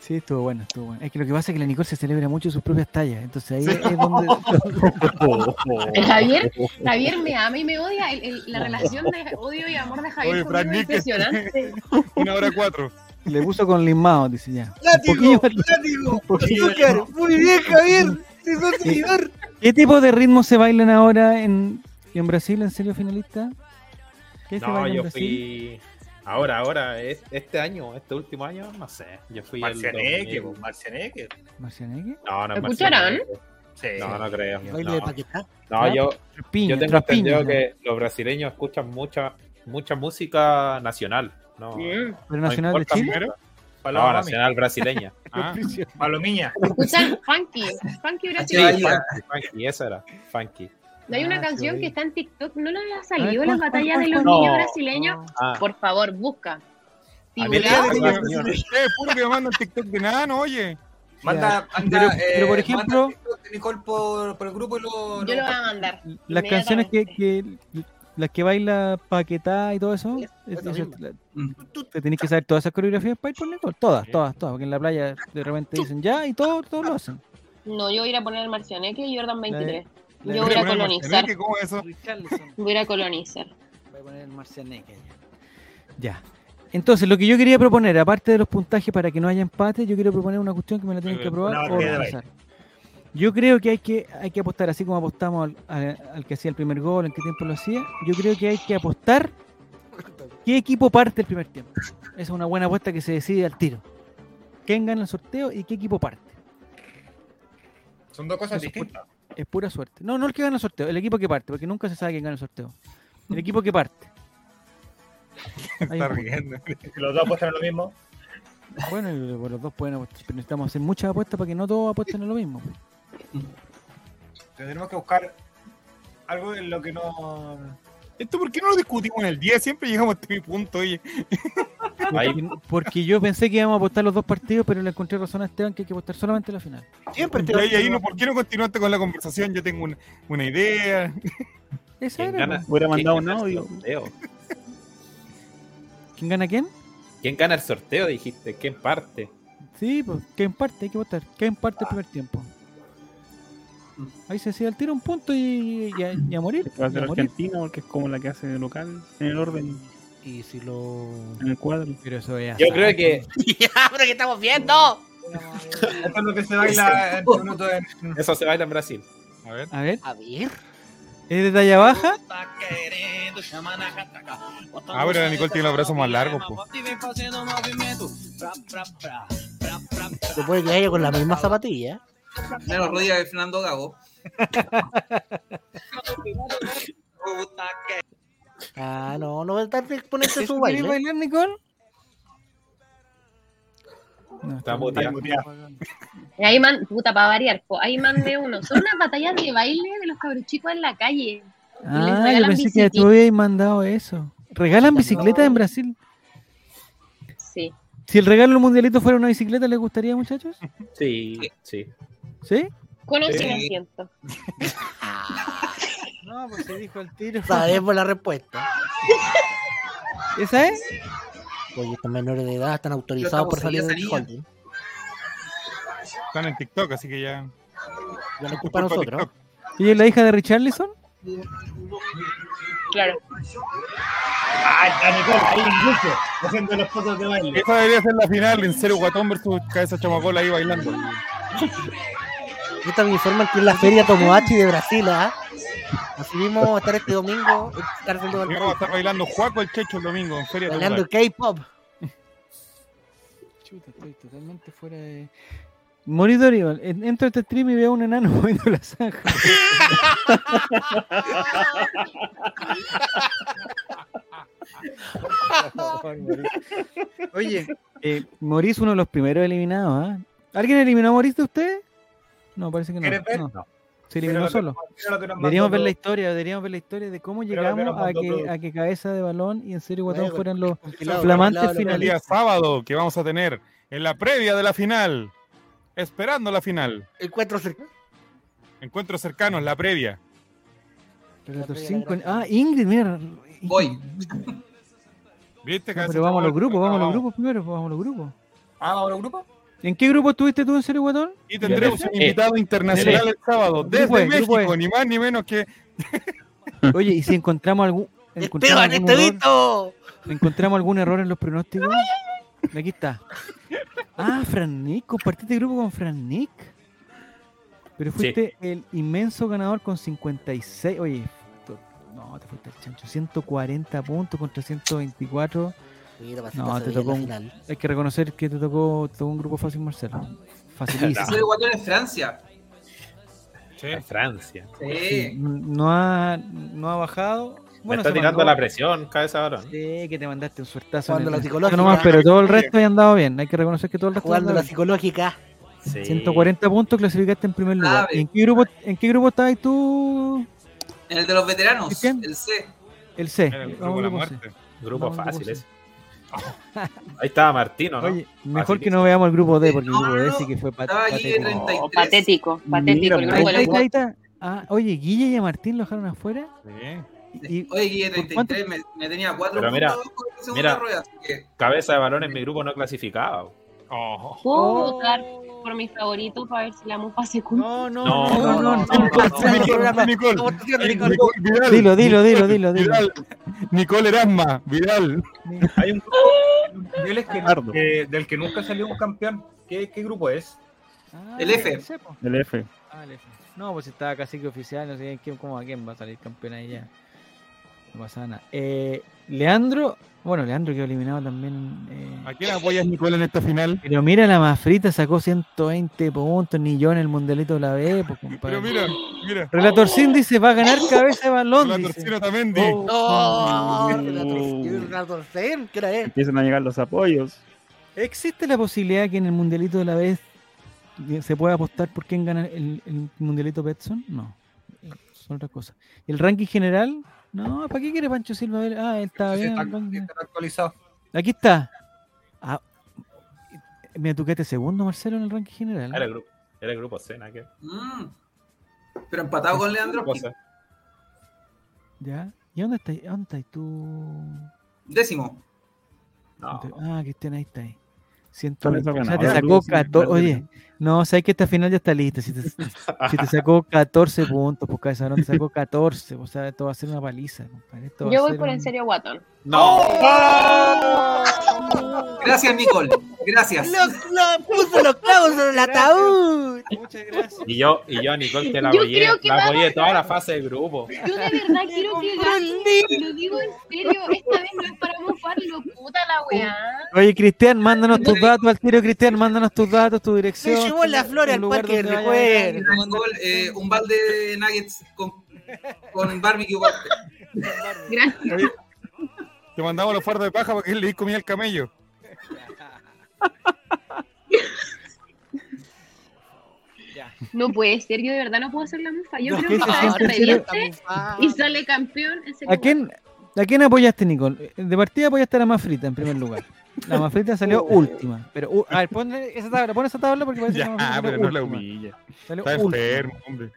Speaker 4: Sí, estuvo bueno, estuvo bueno. Es que lo que pasa es que la Nicole se celebra mucho sus propias tallas, entonces ahí es es donde... Ah,
Speaker 7: Javier,
Speaker 4: oh.
Speaker 7: Javier me ama y me odia. El- el- la relación de odio y amor de Javier
Speaker 3: Oye,
Speaker 7: conmigo
Speaker 3: Frank
Speaker 7: es
Speaker 3: Níquel.
Speaker 7: impresionante.
Speaker 3: Una hora cuatro.
Speaker 4: Le puso con limado, dice ya.
Speaker 2: ¡Látigo!
Speaker 4: poquillo-
Speaker 2: ¡Látigo!
Speaker 4: poquillo-
Speaker 2: ¡Azúcar! ¡Muy bien, Javier! ¡Te sos seguidor!
Speaker 4: ¿Qué tipo de ritmos se bailan ahora en, en Brasil, en serio, finalista? ¿Qué se
Speaker 9: No,
Speaker 4: baila en
Speaker 9: yo
Speaker 4: Brasil?
Speaker 9: fui. Ahora, ahora, es- este año, este último año, no sé. Yo fui. el
Speaker 1: Marcianeque,
Speaker 9: 2000.
Speaker 1: pues, Marcianeque.
Speaker 4: ¿Marcianeque?
Speaker 9: No, no es
Speaker 7: ¿Lo escucharán?
Speaker 9: Marcianeque.
Speaker 1: Sí.
Speaker 9: No, no creo.
Speaker 2: Baile de
Speaker 9: No,
Speaker 2: paquetá.
Speaker 9: No, yo,
Speaker 4: Trapiño,
Speaker 9: yo tengo
Speaker 4: trapiño,
Speaker 9: entendido
Speaker 4: ya.
Speaker 9: que los brasileños escuchan mucha mucha música nacional. No,
Speaker 7: Mm.
Speaker 4: ¿Pero
Speaker 9: no
Speaker 4: Nacional de
Speaker 9: importa,
Speaker 4: Chile?
Speaker 9: primero.
Speaker 1: Paloma,
Speaker 9: No, nacional brasileña.
Speaker 3: Ah,
Speaker 1: Palomiña.
Speaker 7: Escuchan funky, funky
Speaker 8: Sí,
Speaker 7: brasileño.
Speaker 8: vaya.
Speaker 9: funky, esa era. Funky.
Speaker 7: No hay una
Speaker 4: Ah,
Speaker 7: canción
Speaker 4: sí.
Speaker 7: que está en TikTok, no la ha
Speaker 4: A ver,
Speaker 7: salido
Speaker 4: ¿cuál,
Speaker 7: las
Speaker 4: cuál,
Speaker 7: batallas
Speaker 4: cuál,
Speaker 7: de los
Speaker 4: cuál?
Speaker 7: niños
Speaker 9: No.
Speaker 7: brasileños.
Speaker 9: Ah,
Speaker 7: Por favor, busca.
Speaker 9: A mí
Speaker 7: Tiburón,
Speaker 9: me-
Speaker 3: Eh, puro que me mandan TikTok de nada, no, oye.
Speaker 1: Manda, manda, eh,
Speaker 4: Pero- pero, por
Speaker 1: manda
Speaker 4: ejemplo-
Speaker 1: el TikTok de Nicole por, por el grupo y lo.
Speaker 7: yo lo voy a mandar.
Speaker 4: Las
Speaker 7: Inmediatamente.
Speaker 4: canciones que,
Speaker 9: este.
Speaker 4: que- las que baila Paquetá y todo eso, es-
Speaker 2: eso
Speaker 4: eso-
Speaker 2: mismo.
Speaker 4: la-
Speaker 8: Mm.
Speaker 4: te tenés que saber todas esas coreografías para ir por Nicole, todas, todas, todas, porque en la playa de repente dicen ya y todos todo lo hacen.
Speaker 7: No, yo voy a ir a poner el marcianeque y Jordan 23.
Speaker 4: la-
Speaker 7: yo voy a ir a
Speaker 3: Bueno,
Speaker 7: colonizar.
Speaker 3: Marcianeque, ¿cómo es eso?
Speaker 7: Voy a ir a colonizar.
Speaker 4: Voy a poner el Marcianeque Ya. Entonces, lo que yo quería proponer, aparte de los puntajes para que no haya empate, yo quiero proponer una cuestión que me la tienen que aprobar
Speaker 1: una
Speaker 4: o
Speaker 1: batalla de
Speaker 4: rechazar. Yo creo que hay que hay que apostar, así como apostamos al, al- al que hacía el primer gol, en qué tiempo lo hacía, yo creo que hay que apostar qué equipo parte el primer tiempo. Esa es una buena apuesta que se decide al tiro. ¿Quién gana el sorteo y qué equipo parte?
Speaker 1: Son dos cosas
Speaker 4: Eso es
Speaker 1: distintas.
Speaker 4: Es pura suerte. No, no el que gana el sorteo, el equipo que parte, porque nunca se sabe quién gana el sorteo. El equipo que parte. Hay
Speaker 3: Está
Speaker 4: un punto.
Speaker 3: riendo.
Speaker 1: Si Los dos apuestan a lo mismo.
Speaker 4: Bueno, y por los dos pueden apostar, pero necesitamos hacer muchas apuestas para que no todos apuesten a lo mismo.
Speaker 1: Tendremos que buscar algo en lo que no.
Speaker 3: ¿Esto por qué no lo discutimos en el 10? Siempre llegamos a este punto, oye.
Speaker 9: ahí,
Speaker 4: Porque, porque yo pensé que íbamos a apostar los dos partidos, pero le encontré razón a Esteban que hay que apostar solamente la final.
Speaker 2: Siempre te
Speaker 3: Y ahí, ahí no, ¿Por qué no continuaste con la conversación? Yo tengo una, una idea.
Speaker 4: Esa
Speaker 9: ¿quién
Speaker 4: era.
Speaker 9: gana?
Speaker 4: po.
Speaker 6: Hubiera mandado
Speaker 9: ¿Quién
Speaker 6: un
Speaker 9: gana el
Speaker 6: audio.
Speaker 9: sorteo?
Speaker 4: pues. ¿Quién gana quién?
Speaker 9: ¿Quién gana el sorteo? Dijiste, ¿quién parte?
Speaker 4: Sí, pues, ¿quién parte? Hay que votar. ¿Quién parte el primer tiempo? Ahí se decía el tiro un punto y, y a, y a morir.
Speaker 6: Va a
Speaker 4: y a
Speaker 6: ser
Speaker 4: morir.
Speaker 6: Argentina porque es como la que hace de local en el orden,
Speaker 2: Y si lo.
Speaker 6: en el cuadro.
Speaker 4: Pero eso es
Speaker 9: Yo
Speaker 4: azar,
Speaker 9: creo que
Speaker 4: Ah,
Speaker 5: pero que estamos viendo.
Speaker 1: Esto es lo que se baila en minutos en.
Speaker 9: eso se baila en Brasil.
Speaker 3: A ver.
Speaker 4: po. A ver,
Speaker 2: A ver.
Speaker 4: ¿es de talla baja?
Speaker 5: Ah,
Speaker 3: Ah, pero la Nicole tiene los brazos más largos, po.
Speaker 2: Se puede que haya con la misma zapatilla.
Speaker 8: Menos rodilla de Fernando Gago.
Speaker 2: Ah, no, no va a estar de exponente su
Speaker 4: ¿Eso querés
Speaker 2: baile.
Speaker 4: bailar, Nicole? No,
Speaker 9: Está
Speaker 4: muy
Speaker 9: muteado.
Speaker 7: Ahí man, puta, para variar, po. ahí mandé uno. Son unas batallas de baile de los cabros chicos en la calle. Les
Speaker 4: Ah, yo
Speaker 7: regalan
Speaker 4: pensé que
Speaker 7: bicicleta.
Speaker 4: tú habías mandado eso. ¿Regalan bicicletas en Brasil?
Speaker 7: Sí.
Speaker 4: Si el regalo del mundialito fuera una bicicleta, ¿les gustaría, muchachos?
Speaker 9: Sí, sí.
Speaker 4: ¿Sí?
Speaker 7: Con o
Speaker 9: Sí.
Speaker 7: sin asiento.
Speaker 4: No, pues se dijo el tiro.
Speaker 2: Sabemos la respuesta.
Speaker 4: ¿Esa es?
Speaker 2: Oye, estos menores de edad están autorizados
Speaker 8: Yo
Speaker 2: por salir del
Speaker 8: estamos en
Speaker 2: holding.
Speaker 3: Están en TikTok, así que ya.
Speaker 2: Ya no es culpa
Speaker 3: culpa de
Speaker 2: de nosotros.
Speaker 3: TikTok.
Speaker 4: ¿Y es la hija de Richarlison?
Speaker 7: Claro.
Speaker 1: Ah, a Nicole, ahí en grupo, haciendo las fotos de baile.
Speaker 3: Esa debería ser la final en cero guatón versus cabeza chamacola ahí bailando.
Speaker 2: Yo también informan que es la feria Tomoachi de Brasil, ¿ah? Así mismo vamos a estar este domingo, estar haciendo
Speaker 3: Y vamos a estar bailando Juaco el Checho el domingo en Feria
Speaker 2: bailando
Speaker 3: Popular.
Speaker 2: K-pop.
Speaker 4: Chuta, estoy totalmente fuera de. Moridor, Iván, en- entro a este stream y veo a un enano moviendo la zanja. Oye, eh, Moris uno de los primeros eliminados. ¿ah? ¿Alguien eliminó a Moris de usted? No, parece que no.
Speaker 1: ¿Quieres ver?
Speaker 4: no. Se eliminó
Speaker 1: Mira lo que-
Speaker 4: solo.
Speaker 1: mira lo que nos mandó
Speaker 4: Deberíamos ver la
Speaker 1: Blue.
Speaker 4: historia, deberíamos ver la historia de cómo
Speaker 1: Pero lo que
Speaker 4: llegamos
Speaker 1: nos
Speaker 4: a
Speaker 1: mandó
Speaker 4: que,
Speaker 1: Blue.
Speaker 4: a que cabeza de balón y en serio guatón
Speaker 2: Luego,
Speaker 4: fueran los
Speaker 2: compilado,
Speaker 4: flamantes
Speaker 2: compilado,
Speaker 3: El
Speaker 4: finalistas.
Speaker 3: día sábado que vamos a tener en la previa de la final. Esperando la final.
Speaker 2: Encuentro cercano.
Speaker 3: Encuentros cercanos, la previa.
Speaker 4: relator
Speaker 2: Gabriela,
Speaker 4: cinco-
Speaker 2: gracias.
Speaker 4: Ah, Ingrid, mira.
Speaker 8: Voy.
Speaker 3: ¿Viste?
Speaker 4: No,
Speaker 3: Cabeza
Speaker 4: pero vamos a los
Speaker 3: Chamacola?
Speaker 4: grupos, vamos a los
Speaker 3: Ah,
Speaker 4: grupos primero, pues, vamos a los grupos.
Speaker 1: Ah, ¿vamos al grupo?
Speaker 4: ¿En qué grupo estuviste tú en serio, guatón?
Speaker 3: Y tendremos
Speaker 9: Ya.
Speaker 3: un invitado internacional el sábado desde
Speaker 4: Eh, Grupo E,
Speaker 3: México,
Speaker 4: Grupo E.
Speaker 3: ni más ni menos que
Speaker 4: Oye, ¿y si encontramos algún, encontramos
Speaker 2: ¡Esteban, este
Speaker 4: algún error,
Speaker 2: Estevito!
Speaker 4: encontramos algún error en los pronósticos? Aquí está. Ah, Fran Nick, compartiste grupo con Fran Nick. Pero
Speaker 9: Sí.
Speaker 4: fuiste el inmenso ganador con 56. Oye, to- no, te fuiste el chancho. 140 puntos contra 124.
Speaker 2: Mira, pasito,
Speaker 4: No,
Speaker 2: se
Speaker 4: te
Speaker 2: veía
Speaker 4: tocó
Speaker 2: la
Speaker 4: un-
Speaker 2: final.
Speaker 4: Hay que reconocer que te tocó, te tocó un grupo fácil, Marcelo. Facilísimo.
Speaker 8: Soy guatón en Francia.
Speaker 9: En Francia.
Speaker 4: Sí,
Speaker 8: Sí.
Speaker 4: No, ha, no ha bajado.
Speaker 9: Me
Speaker 4: Bueno,
Speaker 9: está
Speaker 4: se
Speaker 9: tirando
Speaker 4: mandó-
Speaker 9: la presión, cabeza de varón.
Speaker 4: Sí, que te mandaste un suertazo.
Speaker 2: Jugando
Speaker 4: en
Speaker 2: la
Speaker 4: el-
Speaker 2: psicológica.
Speaker 4: nomás, pero todo el resto ya andado bien. Hay que reconocer que todo el resto
Speaker 2: Jugando
Speaker 4: andaba
Speaker 2: la
Speaker 4: bien.
Speaker 2: psicológica.
Speaker 9: Sí.
Speaker 4: 140 puntos clasificaste en primer lugar.
Speaker 8: Sabe.
Speaker 4: ¿Y en qué grupo, en qué grupo estabas tú?
Speaker 8: En el de los veteranos,
Speaker 4: ¿Quién?
Speaker 8: el C.
Speaker 4: El C.
Speaker 3: en el
Speaker 4: Vamos,
Speaker 3: grupo de la
Speaker 4: grupo C.
Speaker 3: muerte.
Speaker 9: Grupo
Speaker 4: No,
Speaker 9: fácil
Speaker 4: grupo
Speaker 9: ese. Ahí estaba Martino, ¿no?
Speaker 4: Oye, mejor que
Speaker 9: Facilísimo.
Speaker 4: no veamos el grupo D, porque el
Speaker 8: No,
Speaker 4: grupo D
Speaker 8: Ah, no,
Speaker 4: sí que fue pat-
Speaker 8: Estaba allí de
Speaker 4: patético.
Speaker 8: 33.
Speaker 6: No,
Speaker 7: Patético, patético. el
Speaker 6: Mira,
Speaker 4: Ahí
Speaker 7: grupo
Speaker 4: está,
Speaker 7: de
Speaker 4: ahí está,
Speaker 7: los
Speaker 4: ahí está. Ah, oye, Guille y a Martín lo dejaron afuera.
Speaker 3: Sí.
Speaker 4: Y,
Speaker 8: Oye, Guille
Speaker 4: ¿Por cuánto?
Speaker 8: 33 me, me tenía 4
Speaker 9: Pero
Speaker 8: puntos
Speaker 9: mira,
Speaker 8: abajo en la segunda
Speaker 9: mira.
Speaker 8: rueda, así que
Speaker 9: Cabeza de varón en mi grupo no clasificaba.
Speaker 3: Oh,
Speaker 7: ¿Puedo votar
Speaker 4: Oh.
Speaker 7: por mi favorito para ver si la mufa se cumple?
Speaker 2: No, no,
Speaker 9: No,
Speaker 2: no, no, no, no,
Speaker 3: Nicole,
Speaker 2: no, programa.
Speaker 3: Nicole,
Speaker 2: Estamos haciendo,
Speaker 3: Nicole,
Speaker 2: Nicole.
Speaker 3: Vidal,
Speaker 4: Dilo, dilo, dilo, dilo, dilo.
Speaker 3: Vidal, Nicole Erasma, Vidal.
Speaker 1: Hay un grupo de niveles que-
Speaker 6: Ardo.
Speaker 1: que- del que nunca salió un campeón. ¿Qué, qué grupo es?
Speaker 4: Ah,
Speaker 8: El F.
Speaker 4: no sé, po.
Speaker 6: El F.
Speaker 4: Ah, el F. No, pues estaba casi que oficial, no sé en quién, cómo a quién va a salir campeón ahí ya. No pasa nada. Eh, Leandro, bueno, Leandro quedó eliminado también. eh,
Speaker 3: ¿A quién apoyas Nicole en esta final?
Speaker 4: Pero mira, la más frita sacó 120 puntos, ni yo en el mundialito de la B, pues,
Speaker 3: Pero
Speaker 4: compadre.
Speaker 3: mira, Oh. mira,
Speaker 4: Relator Sin dice, va a ganar cabeza de balón.
Speaker 3: la
Speaker 4: dice.
Speaker 3: torcida también di.
Speaker 4: Oh,
Speaker 2: No,
Speaker 6: No.
Speaker 2: Renato- Renato Orsen, ¿qué hora es?
Speaker 6: Empiezan a llegar los apoyos.
Speaker 4: ¿Existe la posibilidad que en el mundialito de la B se pueda apostar por quién gana el, el mundialito Betson? No, son otras cosas. ¿El ranking general? No, ¿para qué quiere Pancho Silva? ver? Ah, él está
Speaker 1: Entonces,
Speaker 4: bien. el
Speaker 1: Están,
Speaker 4: ranking.
Speaker 1: están actualizados.
Speaker 4: Aquí está. Ah, mira, tú quedaste segundo, Marcelo, en el ranking general.
Speaker 9: Era el grupo, era el grupo C, nada que ver.
Speaker 8: mm. Pero empatado con Leandro,
Speaker 9: Cosa.
Speaker 4: ¿Ya? ¿Y dónde estás dónde estás tú?
Speaker 8: décimo.
Speaker 9: No.
Speaker 4: Ah, Cristian, ahí está. Ahí. Siento,
Speaker 6: Son esos
Speaker 4: o sea, te
Speaker 6: ganadores.
Speaker 4: sacó
Speaker 6: Lucen,
Speaker 4: 14.
Speaker 6: Lucen.
Speaker 4: Oye, no, sabes que esta final ya está lista. Si te, si te sacó 14 puntos, pues cabeza, no te sacó 14. O sea, esto va a ser una paliza. compadre, esto va a
Speaker 7: Yo voy
Speaker 4: ser
Speaker 7: por
Speaker 4: un-
Speaker 7: en serio, Watton.
Speaker 9: No.
Speaker 1: ¡Oh!
Speaker 8: Gracias, Nicole. Gracias.
Speaker 2: Los- los- puso los clavos en el ataúd.
Speaker 4: Muchas gracias.
Speaker 9: Y yo, y yo a Nicole te la
Speaker 7: Yo
Speaker 9: apoyé.
Speaker 7: creo que
Speaker 9: La
Speaker 7: va a
Speaker 9: apoyé toda la fase de grupo.
Speaker 7: Yo de verdad quiero que gane. Lo digo en serio. Esta vez no es para mofarlo, puta la weá.
Speaker 4: Oye, Cristian, mándanos tus datos al tiro, Cristian, mándanos tus datos, tu dirección.
Speaker 2: llevó
Speaker 4: tu-
Speaker 2: las flores
Speaker 4: tu
Speaker 2: al
Speaker 4: lugar
Speaker 2: parque del
Speaker 4: donde vaya a llegar.
Speaker 2: recuerdo.
Speaker 8: Nicole, eh, un balde de nuggets con, con barbecue. aparte.
Speaker 7: Gracias.
Speaker 3: Te mandamos los fardos de paja porque él le di comida al camello.
Speaker 7: No puede ser. Yo de verdad no puedo hacer la mufa. Yo
Speaker 4: No,
Speaker 7: creo
Speaker 4: ¿qué se
Speaker 7: que esta vez
Speaker 4: siente en serio?
Speaker 7: revierte y sale campeón. En serio,
Speaker 4: ¿A quién, ¿A quién apoyaste, Nicole? De partida apoyaste a la más frita en primer lugar. La más frita salió última. Pero, u- a ver, pon esa tabla, pon esa tabla porque parece que la
Speaker 3: Ya,
Speaker 4: más frita
Speaker 3: pero
Speaker 4: salió
Speaker 3: no la
Speaker 4: última.
Speaker 6: humilla.
Speaker 4: Salió
Speaker 3: Está
Speaker 4: última.
Speaker 3: enfermo, hombre.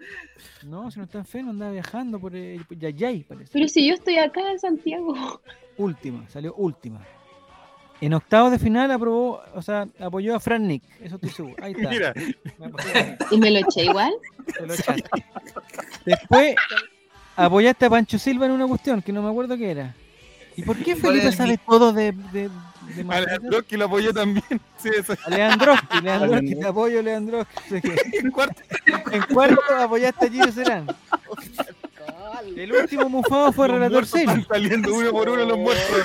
Speaker 4: No, si no está enfermo, andaba viajando por eh, por Yayay, parece.
Speaker 7: Pero si yo estoy acá en Santiago.
Speaker 4: Última, salió última. En octavos de final aprobó, o sea, apoyó a Fran Nick. Eso estoy seguro. Ahí está.
Speaker 3: Mira,
Speaker 4: Me apoyó,
Speaker 7: Y me lo eché igual.
Speaker 4: te lo echaste. Después apoyaste a Pancho Silva en una cuestión que no me acuerdo qué era. ¿Y por qué
Speaker 8: ¿Cuál
Speaker 4: Felipe
Speaker 8: es?
Speaker 4: sabe todo de, de, de
Speaker 3: Alejandro que lo apoyó también. Sí, eso
Speaker 4: A Leandroski, Leandroski, te apoyo, Leandroski. No sé qué. En cuarto apoyaste a Giro Serán. El último mufado fue
Speaker 3: Los
Speaker 4: Relator
Speaker 3: muertos
Speaker 4: Cero.
Speaker 3: Están saliendo uno por uno los muertos.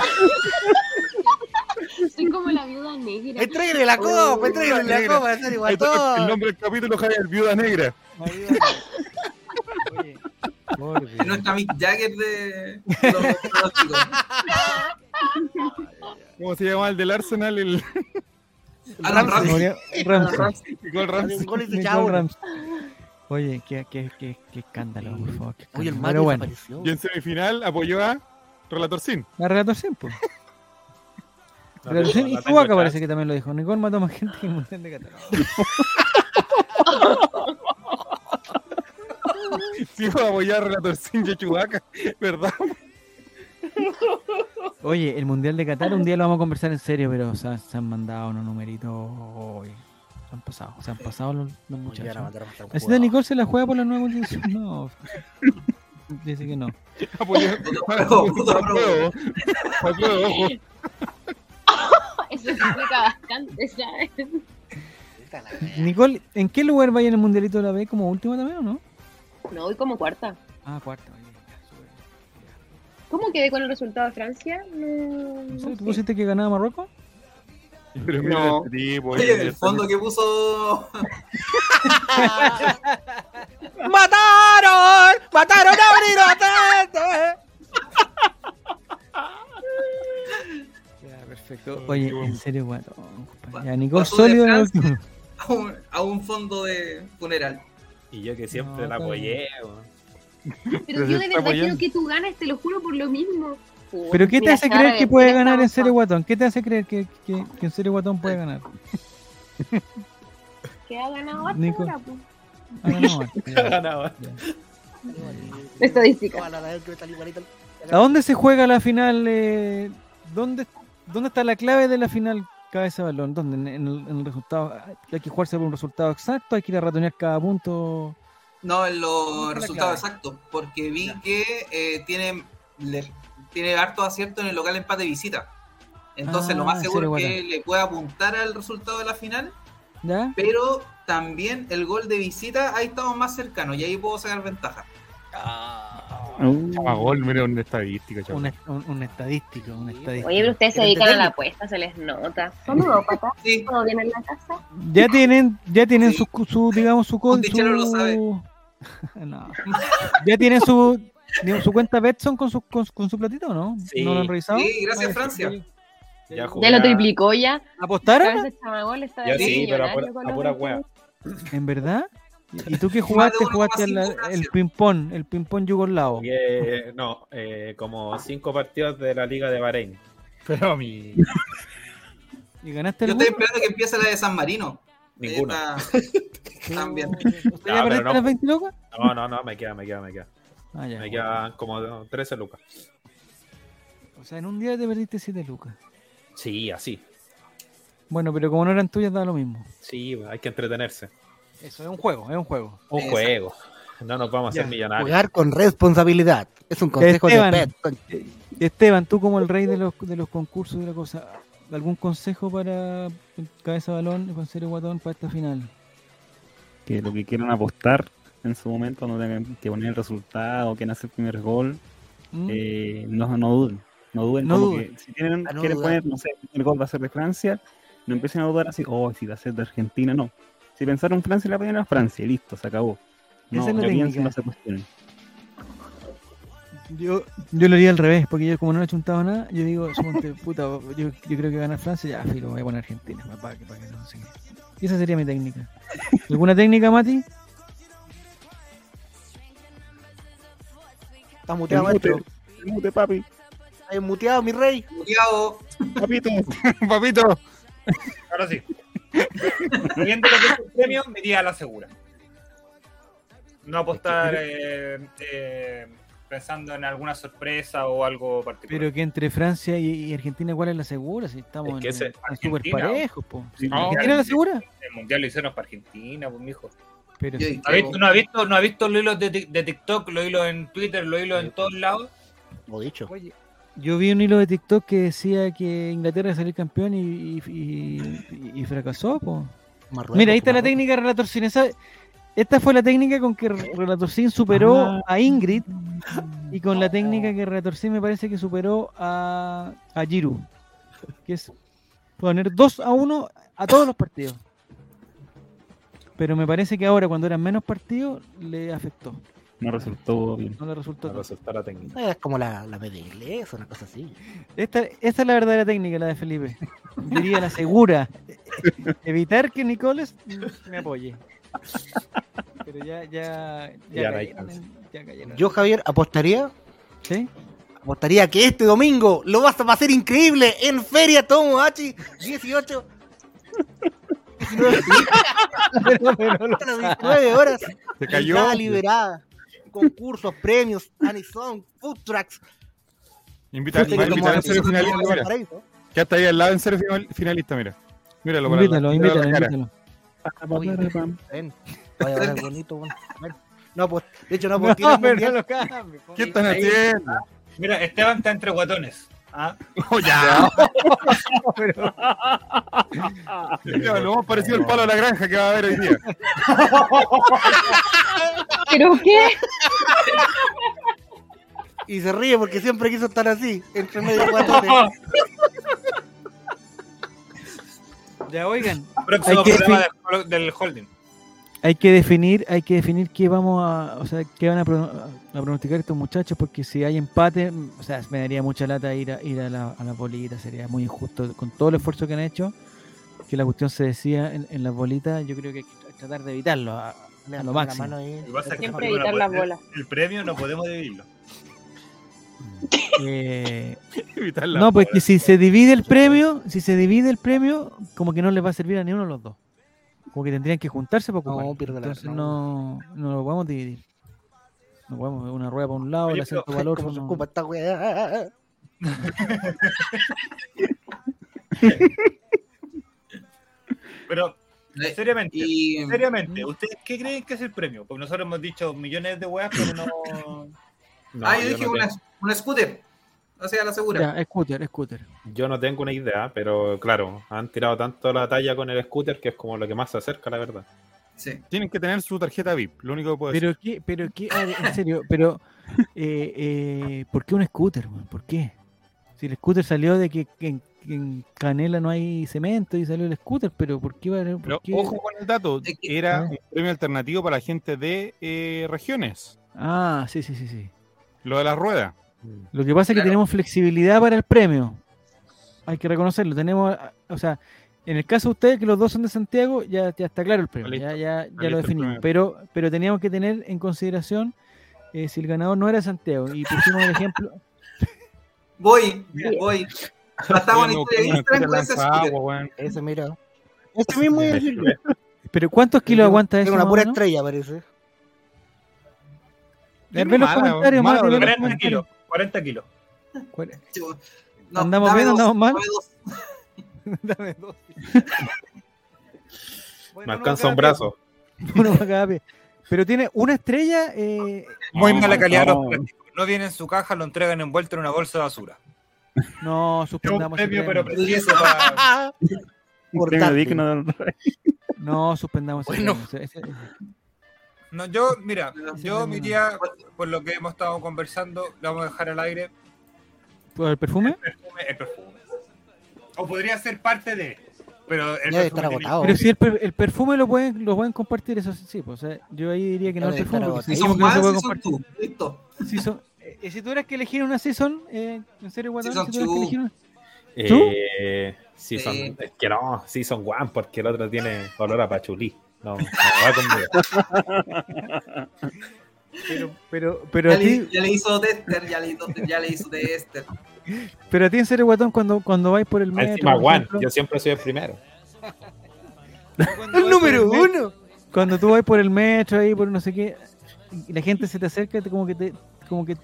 Speaker 7: Soy como la viuda negra.
Speaker 2: Entréguenle la copa, entréguenle la
Speaker 3: Negra.
Speaker 2: copa, va a ser
Speaker 3: Ahí
Speaker 2: igual
Speaker 3: está El
Speaker 2: todo.
Speaker 3: nombre del capítulo, Javier, Viuda Negra.
Speaker 4: Oye, por
Speaker 8: Es
Speaker 4: Dios.
Speaker 8: nuestra Mick Jagger de de los pronósticos.
Speaker 3: ¿Cómo se llama el del Arsenal? El
Speaker 8: Alan
Speaker 4: Se
Speaker 8: Ramsey.
Speaker 4: murió Ramsey.
Speaker 3: Nicole
Speaker 2: Hace un
Speaker 3: Ramsey.
Speaker 2: gol y se
Speaker 4: Nicole
Speaker 2: chao.
Speaker 4: Ramsey. Oye, qué, qué, qué, qué escándalo, por favor. qué
Speaker 2: Oye, el Mario
Speaker 4: escándalo. Pero bueno,
Speaker 2: desapareció.
Speaker 3: Y en semifinal apoyó a Relator Sin.
Speaker 4: la Relator Cero, pues.
Speaker 9: No
Speaker 4: Relator
Speaker 9: tengo-
Speaker 4: Cero y
Speaker 9: no tengo
Speaker 4: Cubaca parece
Speaker 9: chance.
Speaker 4: que también lo dijo. Nicole mató más gente que el Mundial de Qatar.
Speaker 3: Sí, pues, apoyó a Relator Sin y a Chewbacca, ¿verdad?
Speaker 4: Oye, el Mundial de Qatar un día lo vamos a conversar en serio, pero o sea, se han mandado unos numeritos hoy. Se han pasado, se han pasado los, los
Speaker 2: Ya la
Speaker 4: muchachos.
Speaker 2: mataron hasta el
Speaker 4: La señora
Speaker 2: jugador.
Speaker 4: Nicole se la juega por la nueva constitución. No. Dice que no.
Speaker 3: Apoyó-
Speaker 8: juego, puto juego.
Speaker 3: apoyó de ojo.
Speaker 7: Eso explica bastante, ¿sabes?
Speaker 2: Puta la wea.
Speaker 4: Nicole, ¿en qué lugar vaya en el mundialito de la B como última también o no?
Speaker 7: No, voy como cuarta.
Speaker 4: Ah, cuarta. oye, ya, súper.
Speaker 7: ¿Cómo quedé con el resultado de Francia? No,
Speaker 4: No
Speaker 7: no
Speaker 4: sé, ¿Tú
Speaker 7: sé.
Speaker 4: pusiste que ganaba Marruecos?
Speaker 3: Pero mira
Speaker 6: No.
Speaker 3: este tipo,
Speaker 8: Oye,
Speaker 3: oye,
Speaker 8: el fondo que puso.
Speaker 2: ¡Mataron! ¡Mataron a Brinote!
Speaker 4: Ya, perfecto.
Speaker 3: Ay,
Speaker 4: Oye,
Speaker 3: qué bueno.
Speaker 4: en serio, guato. compadre. Ya,
Speaker 8: Va-
Speaker 4: Nicole
Speaker 8: pasó de
Speaker 4: sólido en el
Speaker 8: Francia.
Speaker 4: último.
Speaker 8: a un, a un fondo de funeral.
Speaker 9: Y yo que siempre
Speaker 4: No,
Speaker 9: la
Speaker 4: está
Speaker 9: apoyé, weón.
Speaker 7: Pero yo de
Speaker 3: Está
Speaker 7: verdad quiero
Speaker 3: apoyando.
Speaker 7: que tú ganes, te lo juro por lo mismo. Puta,
Speaker 4: ¿Pero qué te
Speaker 7: mira,
Speaker 4: hace
Speaker 7: cara
Speaker 4: creer
Speaker 7: de
Speaker 4: que puede
Speaker 7: pura
Speaker 4: ganar en
Speaker 7: estafa.
Speaker 4: serio, guatón? ¿Qué te hace creer que, que, que en serio, guatón puede ganar?
Speaker 7: Que ha ganado hasta
Speaker 4: Nico.
Speaker 7: ahora, pues. po.
Speaker 4: Ah, no, ya.
Speaker 9: Ganaba.
Speaker 7: Estadística.
Speaker 2: Toda la wea que está igualito al-
Speaker 4: ¿A dónde se juega la final? eh? ¿Dónde, ¿Dónde está la clave de la final cabeza de balón? ¿Dónde? ¿En en el, en el resultado? Hay que jugarse por un resultado exacto, hay que ir a ratonear cada punto.
Speaker 8: No, en
Speaker 4: ¿Cómo
Speaker 8: los
Speaker 4: fue la
Speaker 8: resultados
Speaker 4: clave?
Speaker 8: exactos, porque vi que eh, tiene, le- tiene harto acierto en el local empate visita. Entonces,
Speaker 4: Ah,
Speaker 8: lo más
Speaker 4: en
Speaker 8: seguro es
Speaker 4: serio,
Speaker 8: que le pueda apuntar al resultado de la final,
Speaker 4: ¿Ya?
Speaker 8: pero también el gol de visita ha estado más cercano y ahí puedo sacar ventaja.
Speaker 3: Chapa gol, mira una estadística, chaval.
Speaker 4: Un, un- un estadístico, un estadístico.
Speaker 7: Oye, pero ustedes se
Speaker 2: Pero
Speaker 7: dedican a la
Speaker 2: entretenido.
Speaker 7: apuesta, se les nota. Saludos, papá.
Speaker 8: Sí,
Speaker 7: ¿Todo bien en la casa?
Speaker 4: Ya tienen, ya tienen
Speaker 8: Sí.
Speaker 4: su, su, digamos, su con-
Speaker 8: dichero lo
Speaker 4: su-
Speaker 8: sabe.
Speaker 4: No. Ya tienen su, digamos, su cuenta Betson con su, con, su- con su platito, ¿o ¿no?
Speaker 9: Sí.
Speaker 4: ¿No lo han revisado? Ah,
Speaker 8: sí, gracias
Speaker 4: Oye,
Speaker 8: Francia.
Speaker 4: oye,
Speaker 9: Ya jugué.
Speaker 7: Ya lo
Speaker 9: a-
Speaker 7: triplicó ya.
Speaker 4: ¿Apostaron?
Speaker 7: Cabeza chamagol está
Speaker 9: Yo
Speaker 7: bien
Speaker 9: sí, pero a pura,
Speaker 7: millonario con
Speaker 9: a
Speaker 7: los
Speaker 9: pura
Speaker 7: 20
Speaker 9: wea.
Speaker 4: ¿En verdad? ¿Y tú qué jugaste? ¿Jugaste la-
Speaker 8: 1,5
Speaker 4: el
Speaker 8: Francia.
Speaker 4: ping-pong, el ping-pong yugoslavo?
Speaker 9: Jugué, no, eh, como cinco partidos de la Liga de Bahrein.
Speaker 3: Pero mi.
Speaker 4: ¿Y ganaste
Speaker 8: Yo
Speaker 4: el
Speaker 8: estoy esperando que empiece la de San Marino.
Speaker 9: Ninguno.
Speaker 8: Esta- también.
Speaker 4: ¿Usted ya
Speaker 9: Ah, pero
Speaker 4: perdiste
Speaker 9: no.
Speaker 4: las 20 lucas?
Speaker 9: No, no, no, me queda, me queda, me queda.
Speaker 4: Ah, ya.
Speaker 9: Me quedan como 13 lucas.
Speaker 4: O sea, en un día te perdiste 7 lucas.
Speaker 9: Sí, así.
Speaker 4: Bueno, pero como no eran tuyas, da lo mismo.
Speaker 9: Sí, hay que entretenerse.
Speaker 4: Eso es un juego, es un juego.
Speaker 9: Un
Speaker 8: Exacto.
Speaker 9: juego. No nos vamos a hacer
Speaker 4: Ya,
Speaker 9: millonarios.
Speaker 2: Jugar con responsabilidad. Es un consejo
Speaker 4: Esteban.
Speaker 2: de Pet.
Speaker 4: Esteban, tú como el rey de los, de los concursos y la cosa, ¿algún consejo para el cabeza de balón con serio guatón para esta final?
Speaker 6: Que lo que quieran apostar en su momento no tengan que poner el resultado, quién hace el primer gol.
Speaker 4: ¿Mm?
Speaker 6: eh, no, no duden. No duden.
Speaker 4: No
Speaker 6: como
Speaker 4: duden.
Speaker 6: que si tienen,
Speaker 2: A no
Speaker 6: quieren
Speaker 2: dudar.
Speaker 6: poner, no sé, el gol va a ser de Francia, no empiecen a dudar así, oh, si va a ser de Argentina, no. Si pensaron Francia, la primera Francia, y listo, se acabó. No,
Speaker 4: Esa es la
Speaker 6: no piensen,
Speaker 4: técnica.
Speaker 6: no se cuestionen.
Speaker 4: Yo, yo lo haría al revés, porque yo como no le he chuntado nada, yo digo, suponte, puta, yo, yo creo que gana Francia, ya, filo, voy a poner Argentina, para que, para que no sé qué. Esa sería mi técnica. ¿Alguna técnica, Mati?
Speaker 2: Está muteado, maestro.
Speaker 6: Mute, papi,
Speaker 2: Está muteado, mi rey.
Speaker 8: Santiago,
Speaker 6: papito.
Speaker 3: Papito,
Speaker 1: Ahora sí. Viendo lo que es el premio, me iría a la segura. No apostar eh, eh, pensando en alguna sorpresa o algo particular.
Speaker 4: Pero que entre Francia y, y Argentina, ¿cuál es la segura? Si estamos
Speaker 9: Es que
Speaker 4: en-
Speaker 9: ese-
Speaker 4: en súper
Speaker 1: Argentina.
Speaker 4: parejos, po.
Speaker 3: No,
Speaker 4: ¿Argentina es la segura?
Speaker 1: El mundial lo hicieron para Argentina, pues, mijo.
Speaker 4: Pero
Speaker 8: Yo
Speaker 4: sí.
Speaker 1: ¿No ha visto, no ha visto, no ha visto los hilos de, Tik- de TikTok, los hilos en Twitter, los hilos en todos lados?
Speaker 2: Lo dicho.
Speaker 4: Oye, yo vi un hilo de TikTok que decía que Inglaterra iba a salir campeón y, y- y- y fracasó. po.
Speaker 2: Marruecos,
Speaker 4: Mira, ahí está la
Speaker 2: Marruecos.
Speaker 4: técnica de Relator Sin. Esa- esta fue la técnica con que Relator Sin superó
Speaker 6: Ah.
Speaker 4: a Ingrid y con la técnica que Relator Sin me parece que superó a, a Giroud, que es poner 2 a 1 a todos los partidos. Pero me parece que ahora, cuando eran menos partidos, le afectó.
Speaker 6: No resultó bien.
Speaker 4: No le resultó.
Speaker 9: Para
Speaker 4: tanto.
Speaker 9: resultar la técnica.
Speaker 2: Es como la, la media inglesa, una cosa así.
Speaker 4: Esta, esta es la verdadera técnica, la de Felipe. Diría la segura. Evitar que Nicoles me apoye. Pero ya, ya, ya,
Speaker 9: Ya no hay
Speaker 4: cayeron.
Speaker 9: chance.
Speaker 4: en- ya cayeron.
Speaker 2: Yo, Javier, apostaría
Speaker 4: ¿Sí?
Speaker 2: apostaría que este domingo lo vas a pasar increíble en Feria Tomohachi 18. 19,
Speaker 4: Pero- pero lo-
Speaker 2: a las 19 horas.
Speaker 3: se cayó.
Speaker 2: Entrada liberada. Concursos, premios, Anison, Food Trucks.
Speaker 3: Invita, va a
Speaker 2: Como
Speaker 3: invitar a ser
Speaker 2: Anison,
Speaker 3: finalista, mira.
Speaker 2: Valparaíso.
Speaker 3: Que hasta ahí al lado en ser final- finalista, mira. Míralo para la- míralo
Speaker 4: invítalo,
Speaker 3: a
Speaker 4: invítalo,
Speaker 3: la cara.
Speaker 4: invítalo.
Speaker 2: Oye,
Speaker 6: Parapam.
Speaker 2: ven, voy a hablar bonito. bueno. Bueno, no, pues, de hecho, no, pues, tiene
Speaker 4: No,
Speaker 2: un
Speaker 4: pero
Speaker 2: mundial.
Speaker 4: no lo cambie, po.
Speaker 3: ¿Qué están haciendo?
Speaker 1: Mira, Esteban está entre guatones. ¿ah?
Speaker 3: Oh, ya. Ya, Lo hemos parecido el palo de la granja que va a haber hoy día.
Speaker 7: ¿Pero qué?
Speaker 2: Y se ríe porque siempre quiso estar así, entre medio guatones.
Speaker 4: Ya, oigan,
Speaker 1: Próximo
Speaker 4: Hay que
Speaker 1: programa del, del holding.
Speaker 4: hay que definir, hay que definir qué vamos a, o sea, qué van a, pro- a pronosticar estos muchachos, porque si hay empate, mm, o sea, me daría mucha lata ir a, ir a la, a la bolita, sería muy injusto con todo el esfuerzo que han hecho, que la cuestión se decía en, en las bolitas, yo creo que hay que tratar de evitarlo a, a lo
Speaker 2: La
Speaker 4: máximo.
Speaker 2: mano eh. ahí.
Speaker 1: Lo que pasa es que
Speaker 7: Siempre
Speaker 1: no
Speaker 7: evitar
Speaker 1: podemos-
Speaker 7: las bolas.
Speaker 1: El, el premio no podemos dividirlo.
Speaker 4: Eh,
Speaker 3: Evitar la
Speaker 4: no, pues
Speaker 3: bola.
Speaker 4: que si se divide el premio, si se divide el premio, como que no les va a servir a ninguno de los dos. Como que tendrían que juntarse para
Speaker 2: No,
Speaker 4: ocuparlo.
Speaker 2: pierde la-
Speaker 4: Entonces
Speaker 2: no.
Speaker 4: no, no lo podemos dividir. No podemos, una rueda para un lado,
Speaker 1: Oye,
Speaker 4: la
Speaker 1: pero-
Speaker 4: centro para el otro.
Speaker 2: Como se
Speaker 4: no.
Speaker 2: ocupa esta weá.
Speaker 1: Pero,
Speaker 8: Eh,
Speaker 1: seriamente,
Speaker 8: Y
Speaker 1: seriamente, ¿ustedes qué creen que es el premio? Porque nosotros hemos dicho millones de weas, pero no.
Speaker 9: No,
Speaker 8: ah, yo,
Speaker 9: yo,
Speaker 8: dije
Speaker 9: no
Speaker 8: una,
Speaker 9: tengo,
Speaker 8: una scooter. O sea, la segura.
Speaker 4: Ya, scooter, scooter.
Speaker 9: yo no tengo una idea, pero claro, han tirado tanto la talla con el scooter que es como lo que más se acerca, la verdad.
Speaker 8: Sí.
Speaker 3: Tienen que tener su tarjeta VIP, lo único que puedo decir.
Speaker 4: Pero qué, pero qué, a ver, en serio, pero eh, eh, ¿por qué un scooter? weón? ¿Por qué? Si el scooter salió de que, que en, que en Canela no hay cemento y salió el scooter, pero ¿por qué? va a- por
Speaker 3: Pero
Speaker 4: qué?
Speaker 3: ojo con el dato,
Speaker 8: Es que-
Speaker 3: era
Speaker 4: Ah.
Speaker 3: un premio alternativo para la gente de eh, regiones,
Speaker 4: Ah, sí, sí, sí, sí.
Speaker 3: lo de la rueda.
Speaker 4: Lo que pasa es que
Speaker 8: Claro.
Speaker 4: tenemos flexibilidad para el premio. Hay que reconocerlo. Tenemos, ah, o sea, en el caso de ustedes, que los dos son de Santiago, ya, ya está claro el premio.
Speaker 3: Está
Speaker 4: ya ya, ya
Speaker 3: listo
Speaker 4: lo
Speaker 3: el
Speaker 4: definimos.
Speaker 3: premio.
Speaker 4: Pero, pero teníamos que tener en consideración eh, si el ganador no era Santiago. Y pusimos el ejemplo.
Speaker 8: Voy, voy. Tratamos una
Speaker 3: Estoy buscando
Speaker 8: historia de Instagram con
Speaker 3: una
Speaker 8: ese
Speaker 3: lanza agua,
Speaker 8: scooter.
Speaker 3: weón.
Speaker 2: Ese, mira.
Speaker 4: Este
Speaker 2: Ese mismo iba a decir yo.
Speaker 4: Pero ¿cuántos kilos aguanta
Speaker 2: Es
Speaker 4: eso?
Speaker 2: una
Speaker 4: más o
Speaker 2: pura
Speaker 4: menos?
Speaker 2: estrella, parece.
Speaker 4: A ver, ve los
Speaker 3: Mala,
Speaker 4: comentarios,
Speaker 3: mala,
Speaker 4: Mati, ve los
Speaker 1: 40
Speaker 3: mala.
Speaker 4: comentarios.
Speaker 1: kilos. 40 kilos.
Speaker 4: ¿Cuál es?
Speaker 8: Chico,
Speaker 4: ¿Andamos
Speaker 8: dame
Speaker 4: bien,
Speaker 8: dos,
Speaker 4: andamos mal?
Speaker 8: dame dos.
Speaker 4: Dame dos.
Speaker 9: Me alcanza un brazo.
Speaker 4: Uno para cada pie. Pero tiene una estrella. eh,
Speaker 1: Muy
Speaker 3: No,
Speaker 1: mala calidad
Speaker 6: no.
Speaker 1: los plásticos. No viene en su caja, lo entregan envuelto en una bolsa de basura.
Speaker 4: No, suspendamos ese premio.
Speaker 1: precioso para.
Speaker 6: Un premio digno del rey.
Speaker 4: No, suspendamos ese
Speaker 1: Bueno.
Speaker 4: premio. Ese- ese-
Speaker 1: No, yo, mira, yo me iría,
Speaker 8: Bueno,
Speaker 1: por lo que hemos estado conversando, lo vamos a dejar al aire.
Speaker 4: ¿Por el perfume?
Speaker 1: perfume, el perfume. O podría ser parte de. Pero el
Speaker 2: Ya debe
Speaker 1: perfume
Speaker 2: estar
Speaker 1: tiene-
Speaker 2: agotado.
Speaker 4: Pero si el, per- el perfume lo pueden, lo pueden compartir, eso sí. pues, o sea, yo ahí diría que no el
Speaker 2: Dale,
Speaker 4: perfume.
Speaker 2: claro,
Speaker 4: porque si
Speaker 2: ahí
Speaker 4: dijimos
Speaker 8: son
Speaker 4: que no
Speaker 8: más,
Speaker 4: se puede
Speaker 8: si son
Speaker 4: compartir.
Speaker 8: tú. Listo.
Speaker 4: Si son- eh, eh, si tuvieras que elegir una season, eh, ¿en serio, Guatón?
Speaker 8: Season
Speaker 4: Si tuvieras que
Speaker 8: two.
Speaker 4: elegir una- ¿Tú?
Speaker 9: Eh, sí, son,
Speaker 8: Sí.
Speaker 9: es que no, sí son one porque el otro tiene olor a pachulí. No, no va conmigo.
Speaker 4: Pero, pero, pero,
Speaker 8: Ya
Speaker 4: a
Speaker 8: le,
Speaker 4: ti,
Speaker 8: ya le hizo tester, ya le hizo, ya le hizo tester.
Speaker 4: pero a ti, en serio, Guatón, cuando, cuando vais por el
Speaker 9: Más
Speaker 4: metro.
Speaker 9: Encima
Speaker 4: por
Speaker 9: one,
Speaker 4: ejemplo,
Speaker 9: yo siempre soy el primero.
Speaker 2: El número uno.
Speaker 4: cuando tú vas por el metro ahí por no sé qué y la gente se te acerca te- como que te como que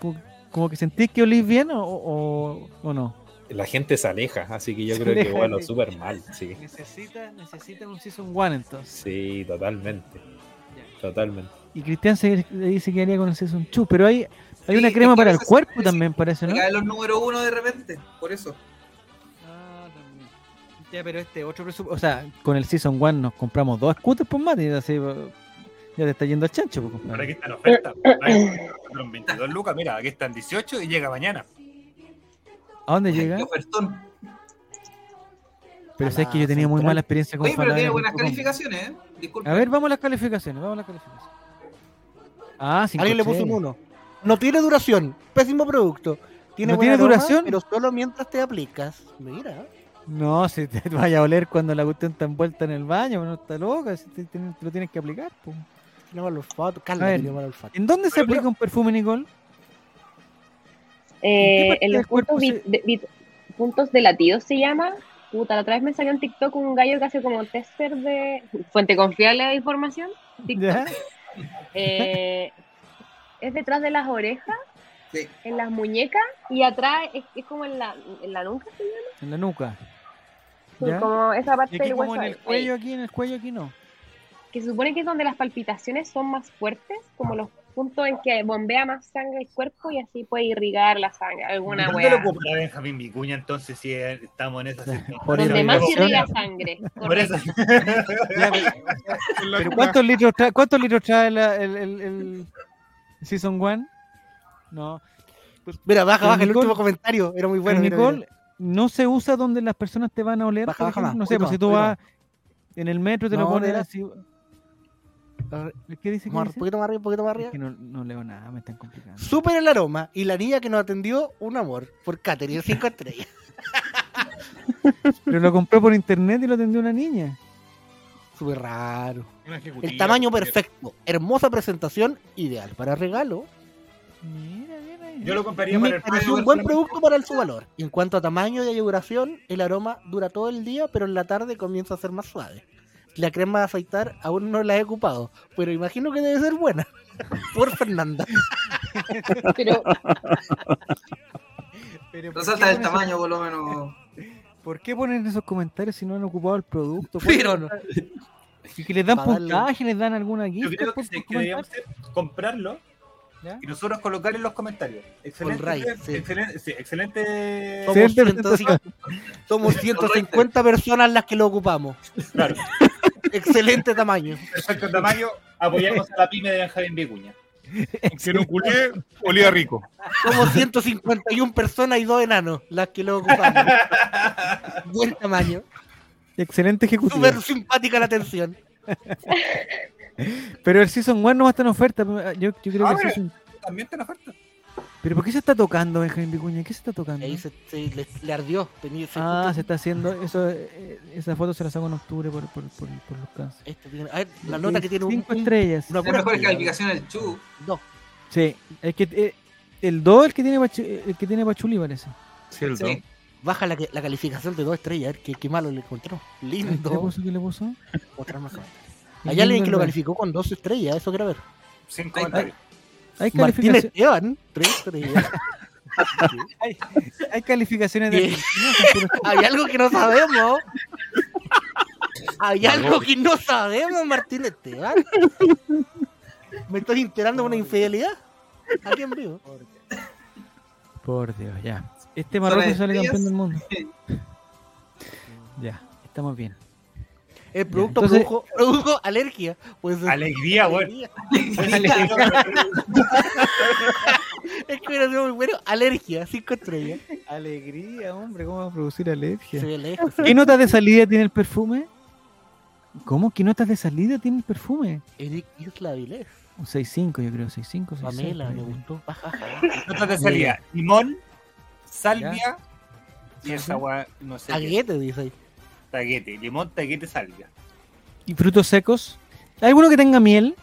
Speaker 4: como, como que sentís que olís bien o, o, o no
Speaker 9: La gente se aleja, así que yo
Speaker 4: Se
Speaker 9: creo que
Speaker 4: aleja,
Speaker 9: vuelo
Speaker 4: sí.
Speaker 9: súper mal, sí.
Speaker 4: necesita necesita un season one entonces
Speaker 9: Sí, totalmente. Totalmente.
Speaker 4: y Cristian se le dice que haría con el season two pero hay hay
Speaker 8: Sí,
Speaker 4: una
Speaker 8: es
Speaker 4: crema
Speaker 8: que
Speaker 4: para
Speaker 8: a
Speaker 4: el
Speaker 8: veces
Speaker 4: cuerpo
Speaker 8: parece-
Speaker 4: también parece
Speaker 8: Se
Speaker 4: no
Speaker 8: caen los número uno de repente, por eso.
Speaker 4: ah también ya pero este otro presupuesto o sea con el season one nos compramos dos scooters por mate así ya te está yendo al chancho pues, compadre.
Speaker 1: Ahora aquí está en oferta. Ahí, Los 22 lucas, mira, aquí están 18 y llega mañana.
Speaker 4: ¿a dónde
Speaker 8: Qué
Speaker 4: llega?
Speaker 8: ofertón.
Speaker 4: pero
Speaker 2: A
Speaker 4: sabes que yo
Speaker 2: la
Speaker 4: tenía muy
Speaker 2: central.
Speaker 4: mala experiencia con
Speaker 8: Oye, pero tiene buenas
Speaker 4: Falabella.com.
Speaker 8: calificaciones, ¿eh? Disculpa.
Speaker 4: A ver, vamos a las calificaciones, vamos a las calificaciones. Ah, cinco
Speaker 2: Alguien le puso un uno.
Speaker 4: estrellas.
Speaker 2: No tiene duración. Pésimo producto. Tiene
Speaker 4: ¿No
Speaker 2: buena
Speaker 4: tiene
Speaker 2: aroma,
Speaker 4: duración?
Speaker 2: Pero solo mientras te aplicas. Mira.
Speaker 4: No, si te vaya a oler cuando la cuestión está envuelta en el baño, pues, no está loca, si te, tienen- te lo tienes que aplicar. po.
Speaker 2: Tiene mal olfato.
Speaker 4: A
Speaker 2: Carla
Speaker 4: ver.
Speaker 2: tiene mal olfato.
Speaker 4: ¿En dónde se aplica un perfume, Nicole? ¿En qué
Speaker 7: Eh,
Speaker 4: parte
Speaker 7: en los
Speaker 4: del cuerpo
Speaker 7: puntos,
Speaker 4: se-
Speaker 7: vi- de, vi- puntos de latido se llama. Puta, la otra vez me salió en TikTok un gallo que hace como tester de fuente confiable de información. TikTok.
Speaker 4: ¿Ya?
Speaker 7: Eh, es detrás de las orejas,
Speaker 8: Sí.
Speaker 7: en las muñecas y atrás es, es como en la, en la nuca.
Speaker 4: En la nuca.
Speaker 7: Sí,
Speaker 4: ¿Ya?
Speaker 7: como esa parte
Speaker 4: Y aquí
Speaker 7: del
Speaker 4: como
Speaker 7: hueso.
Speaker 4: en el
Speaker 7: ahí,
Speaker 4: cuello, aquí en el cuello, aquí no.
Speaker 7: que se supone que es donde las palpitaciones son más fuertes, como los puntos en que bombea más sangre el cuerpo y así puede irrigar la sangre, alguna
Speaker 1: ¿Dónde lo
Speaker 7: wea.
Speaker 1: ocupará Benjamín Vicuña entonces si estamos en esa
Speaker 4: Por
Speaker 7: Donde
Speaker 4: eso
Speaker 7: más
Speaker 4: digo.
Speaker 7: irriga sangre.
Speaker 1: Por eso.
Speaker 4: Ya, pero ¿cuántos litros trae, cuántos litros trae la- el, el, el Season 1? No.
Speaker 2: Mira, baja,
Speaker 4: El
Speaker 2: baja el
Speaker 4: Nicole-
Speaker 2: último comentario. Era muy bueno.
Speaker 4: Pero,
Speaker 2: mira,
Speaker 4: Nicole,
Speaker 2: mira.
Speaker 4: no se usa donde las personas te van a oler.
Speaker 2: Baja,
Speaker 4: por
Speaker 2: baja
Speaker 4: ejemplo.
Speaker 2: más,
Speaker 4: no sé,
Speaker 2: poquito
Speaker 4: pues si
Speaker 2: más,
Speaker 4: tú
Speaker 2: poquito
Speaker 4: vas en el metro te lo
Speaker 2: No,
Speaker 4: ponen
Speaker 2: mira.
Speaker 4: así.
Speaker 2: Arre-
Speaker 4: ¿Qué dice?
Speaker 2: Vamos a- Un
Speaker 4: ¿Qué dice?
Speaker 2: poquito más arriba, un poquito más arriba.
Speaker 4: Es que no, no leo nada, me están complicando.
Speaker 2: Super el aroma y la niña que nos atendió, un amor. Por Catherine, cinco estrellas.
Speaker 4: Pero lo compró por internet y lo atendió una niña.
Speaker 2: Súper raro.
Speaker 3: Una ejecutiva,
Speaker 2: El tamaño
Speaker 3: porque-
Speaker 2: perfecto. Hermosa presentación, ideal para regalo.
Speaker 4: Mira, mira.
Speaker 1: Yo lo compraría para
Speaker 2: Me
Speaker 1: el
Speaker 2: pareció un buen producto para el su valor. En cuanto a tamaño y a duración, el aroma dura todo el día, pero en la tarde comienza a ser más suave. La crema de afeitar aún no la he ocupado, pero imagino que debe ser buena. Por Fernanda.
Speaker 7: Pero
Speaker 4: Pero ¿por qué
Speaker 8: Resalta el
Speaker 4: ponen
Speaker 8: tamaño, por lo menos.
Speaker 4: esos- ¿Por qué ponen esos comentarios si no han ocupado el producto?
Speaker 2: Pero no.
Speaker 4: Y que les dan
Speaker 2: Para darle-
Speaker 4: puntaje, les dan alguna guía.
Speaker 1: Yo creo que, se- que deberíamos hacer, comprarlo
Speaker 4: ¿Ya?
Speaker 1: y nosotros colocar en los comentarios. Excelente,
Speaker 2: Con Ray,
Speaker 1: pre-
Speaker 2: sí.
Speaker 1: excelente, sí, excelente.
Speaker 2: Somos,
Speaker 4: Sí, es
Speaker 2: 150 somos 150 personas las que lo ocupamos.
Speaker 1: Claro.
Speaker 2: Excelente tamaño.
Speaker 1: Perfecto tamaño, apoyamos a la pyme de Benjamín Vicuña.
Speaker 3: Que lo culé, olía rico.
Speaker 2: Somos 151 personas y dos enanos las que lo ocupamos. Buen tamaño.
Speaker 4: Excelente ejecutivo.
Speaker 2: Súper simpática la atención.
Speaker 4: Pero el Season 1 no va a estar en oferta. Yo, yo creo
Speaker 1: Ah,
Speaker 4: que el
Speaker 1: bueno.
Speaker 4: Season-
Speaker 1: También te la falta.
Speaker 4: ¿Pero por qué se está tocando Benjamín Vicuña? ¿Qué se está tocando?
Speaker 2: Ahí se, se- le, le ardió. Tenía, se
Speaker 4: Ah,
Speaker 2: justo-
Speaker 4: se está haciendo. eso eh, Esa foto se la saco en octubre por, por, por, por los cánceres.
Speaker 2: Este tiene- a ver, la nota que tiene un,
Speaker 4: Cinco
Speaker 2: un-
Speaker 4: estrellas.
Speaker 2: una
Speaker 8: La
Speaker 2: buena
Speaker 8: mejor
Speaker 2: calidad.
Speaker 8: calificación el Chu.
Speaker 2: Dos.
Speaker 4: Sí, es que eh, el 2 el que tiene Pachu- el que tiene Pachuli parece.
Speaker 8: Sí.
Speaker 2: Baja la, que- la calificación de dos estrellas. a ver Qué, qué malo le encontró.
Speaker 4: ¿Qué le
Speaker 2: Lindo.
Speaker 4: puso? ¿Qué le puso?
Speaker 2: Mostrar más comentarios. Hay alguien que lo
Speaker 4: califica.
Speaker 2: calificó con dos estrellas. Eso quiero ver.
Speaker 1: Sin comentarios.
Speaker 4: Hay
Speaker 2: Martín
Speaker 4: calificaciones,
Speaker 2: Esteban, tres estrellas.
Speaker 4: hay calificaciones de
Speaker 2: Sí.
Speaker 4: Argentina, son puros-
Speaker 2: Hay algo que no sabemos. Hay algo que no sabemos, Martín Esteban. Me estoy enterando de una infidelidad. Aquí en vivo.
Speaker 4: Por Dios, ya. Este Marruecos sale
Speaker 8: Sobre
Speaker 4: campeón
Speaker 8: estrellas.
Speaker 4: del mundo. Ya, estamos bien.
Speaker 2: El producto
Speaker 4: entonces-
Speaker 2: produjo, produjo alergia. Pues,
Speaker 1: Alegría, bueno.
Speaker 2: alergia. Es que hubiera sido muy bueno. Alergia, cinco estrellas.
Speaker 4: Alegría, hombre, ¿cómo va a producir alergia?
Speaker 2: Se ve lejos.
Speaker 4: ¿Qué notas de salida tiene el perfume? ¿Cómo? ¿Qué notas de salida tiene el perfume?
Speaker 2: Eric Isla Vilés.
Speaker 4: Un 6.5, yo creo, 6.5, 6.6.
Speaker 2: Pamela,
Speaker 4: por ahí.
Speaker 2: me gustó. Baja, baja.
Speaker 1: Notas de salida: limón, salvia y esa agua, no sé. qué.
Speaker 2: Aguete, dice ahí.
Speaker 1: Taguete, limón, taguete, salvia.
Speaker 4: ¿Y frutos secos? ¿Hay alguno que tenga miel?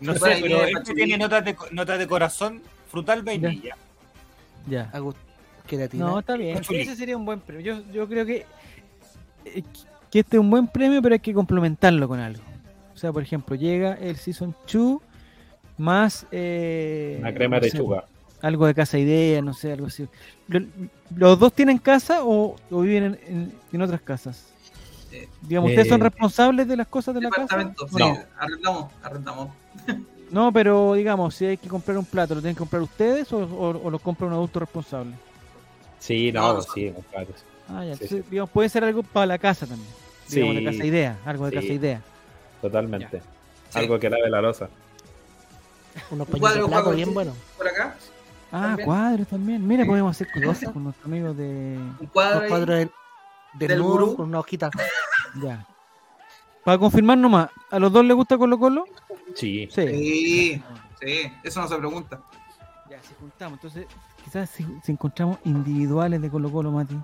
Speaker 1: No
Speaker 8: Por
Speaker 1: sé,
Speaker 8: ahí
Speaker 1: pero
Speaker 8: viene
Speaker 1: este
Speaker 8: Pachulí.
Speaker 1: tiene notas de, co- notas de corazón, frutal, vainilla.
Speaker 4: Ya.
Speaker 2: Agust- Queratina.
Speaker 4: No, está bien.
Speaker 1: Pachulí.
Speaker 4: Ese sería un buen premio. Yo, yo creo que, eh, que este es un buen premio, pero hay que complementarlo con algo. O sea, por ejemplo, llega el Season 2 más... eh,
Speaker 9: Una crema
Speaker 4: no
Speaker 9: de
Speaker 4: sé,
Speaker 9: lechuga.
Speaker 4: Algo de casa idea, no sé, algo así. Lo- ¿Los dos tienen casa o, o viven en, en- en otras casas?
Speaker 8: Eh,
Speaker 4: Digamos, ¿ustedes son
Speaker 9: eh,
Speaker 4: responsables de las cosas de la casa?
Speaker 8: Departamento, sí.
Speaker 9: No.
Speaker 8: Arrendamos, arrendamos.
Speaker 4: No, pero digamos, si hay que comprar un plato, ¿lo tienen que comprar ustedes o, o- o lo compra un adulto responsable?
Speaker 9: Sí,
Speaker 8: No.
Speaker 9: no, sí, claro.
Speaker 4: Ah, ya.
Speaker 9: Sí,
Speaker 4: entonces, digamos, puede ser algo para la casa también. Digamos, de casa
Speaker 9: Sí,
Speaker 4: idea, algo de
Speaker 9: sí.
Speaker 4: casa idea.
Speaker 9: totalmente.
Speaker 8: Sí.
Speaker 9: Algo que lave la losa.
Speaker 2: Unos
Speaker 8: Un
Speaker 2: pañuelos
Speaker 8: cuadro,
Speaker 2: de plato
Speaker 8: cuadro,
Speaker 2: bien
Speaker 8: sí.
Speaker 2: buenos.
Speaker 8: Por acá,
Speaker 4: Ah,
Speaker 8: También.
Speaker 4: cuadros también. Mira, podemos hacer cosas con nuestros amigos de.
Speaker 8: un
Speaker 2: Unos
Speaker 8: cuadro. ahí.
Speaker 2: cuadros en-
Speaker 8: Del
Speaker 2: desnudos
Speaker 8: gurú.
Speaker 2: con una hojita.
Speaker 4: Ya. Para confirmar nomás, ¿a los dos les gusta Colo Colo?
Speaker 9: Sí.
Speaker 4: Sí.
Speaker 8: Sí, sí, eso no se pregunta.
Speaker 4: Ya, si juntamos, entonces quizás si, si encontramos individuales de Colo Colo, Mati.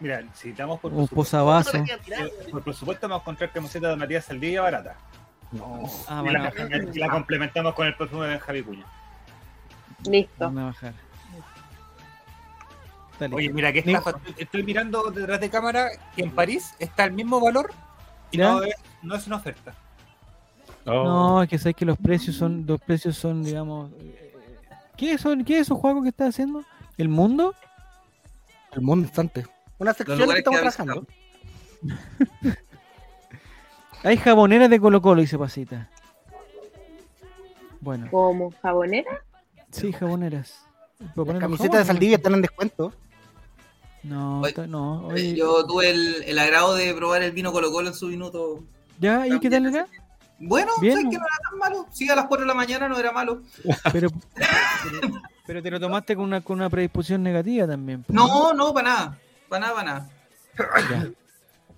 Speaker 1: Mira, necesitamos por,
Speaker 4: O
Speaker 1: presupuesto,
Speaker 4: posavasos.
Speaker 1: por presupuesto vamos a encontrar camiseta de Matías Saldivia barata.
Speaker 4: Ah,
Speaker 1: Y
Speaker 4: van a
Speaker 1: la,
Speaker 4: bajar.
Speaker 1: y la complementamos con el perfume de Benjamín Vicuña.
Speaker 7: listo.
Speaker 4: Van a bajar. Dale.
Speaker 1: Oye, mira, que estafa. Estoy, estoy mirando detrás de cámara que en París está el mismo valor y
Speaker 4: ¿Ya?
Speaker 1: no es, no es una oferta.
Speaker 9: Oh,
Speaker 4: No, es que sabes que los precios son, los precios son, digamos. eh, ¿Qué son, qué es eso, juego que está haciendo? ¿El mundo?
Speaker 2: El mundo instante. Una
Speaker 8: Los
Speaker 2: sección en la que
Speaker 8: lugares que
Speaker 2: estamos
Speaker 8: ha
Speaker 2: trabajando.
Speaker 8: visitado.
Speaker 4: Hay jaboneras de Colo Colo, dice Pasita. Bueno,
Speaker 7: Como jabonera.
Speaker 4: sí, jaboneras.
Speaker 2: Las camisetas de Saldivia están en descuento.
Speaker 4: No,
Speaker 8: Oye,
Speaker 4: ta- no.
Speaker 8: Eh,
Speaker 4: oye,
Speaker 8: Yo tuve el, el agrado de probar el vino Colo Colo en su minuto.
Speaker 4: ¿Ya? ¿Y qué tal era?
Speaker 8: Bueno,
Speaker 4: Bien,
Speaker 8: ¿sabes que
Speaker 4: ¿no?
Speaker 8: no era tan malo. Sí, a las 4 de la mañana no era malo.
Speaker 4: Pero, pero, pero te lo tomaste con una, con una predisposición negativa también. pues,
Speaker 8: No, no, para nada. Para nada, para nada.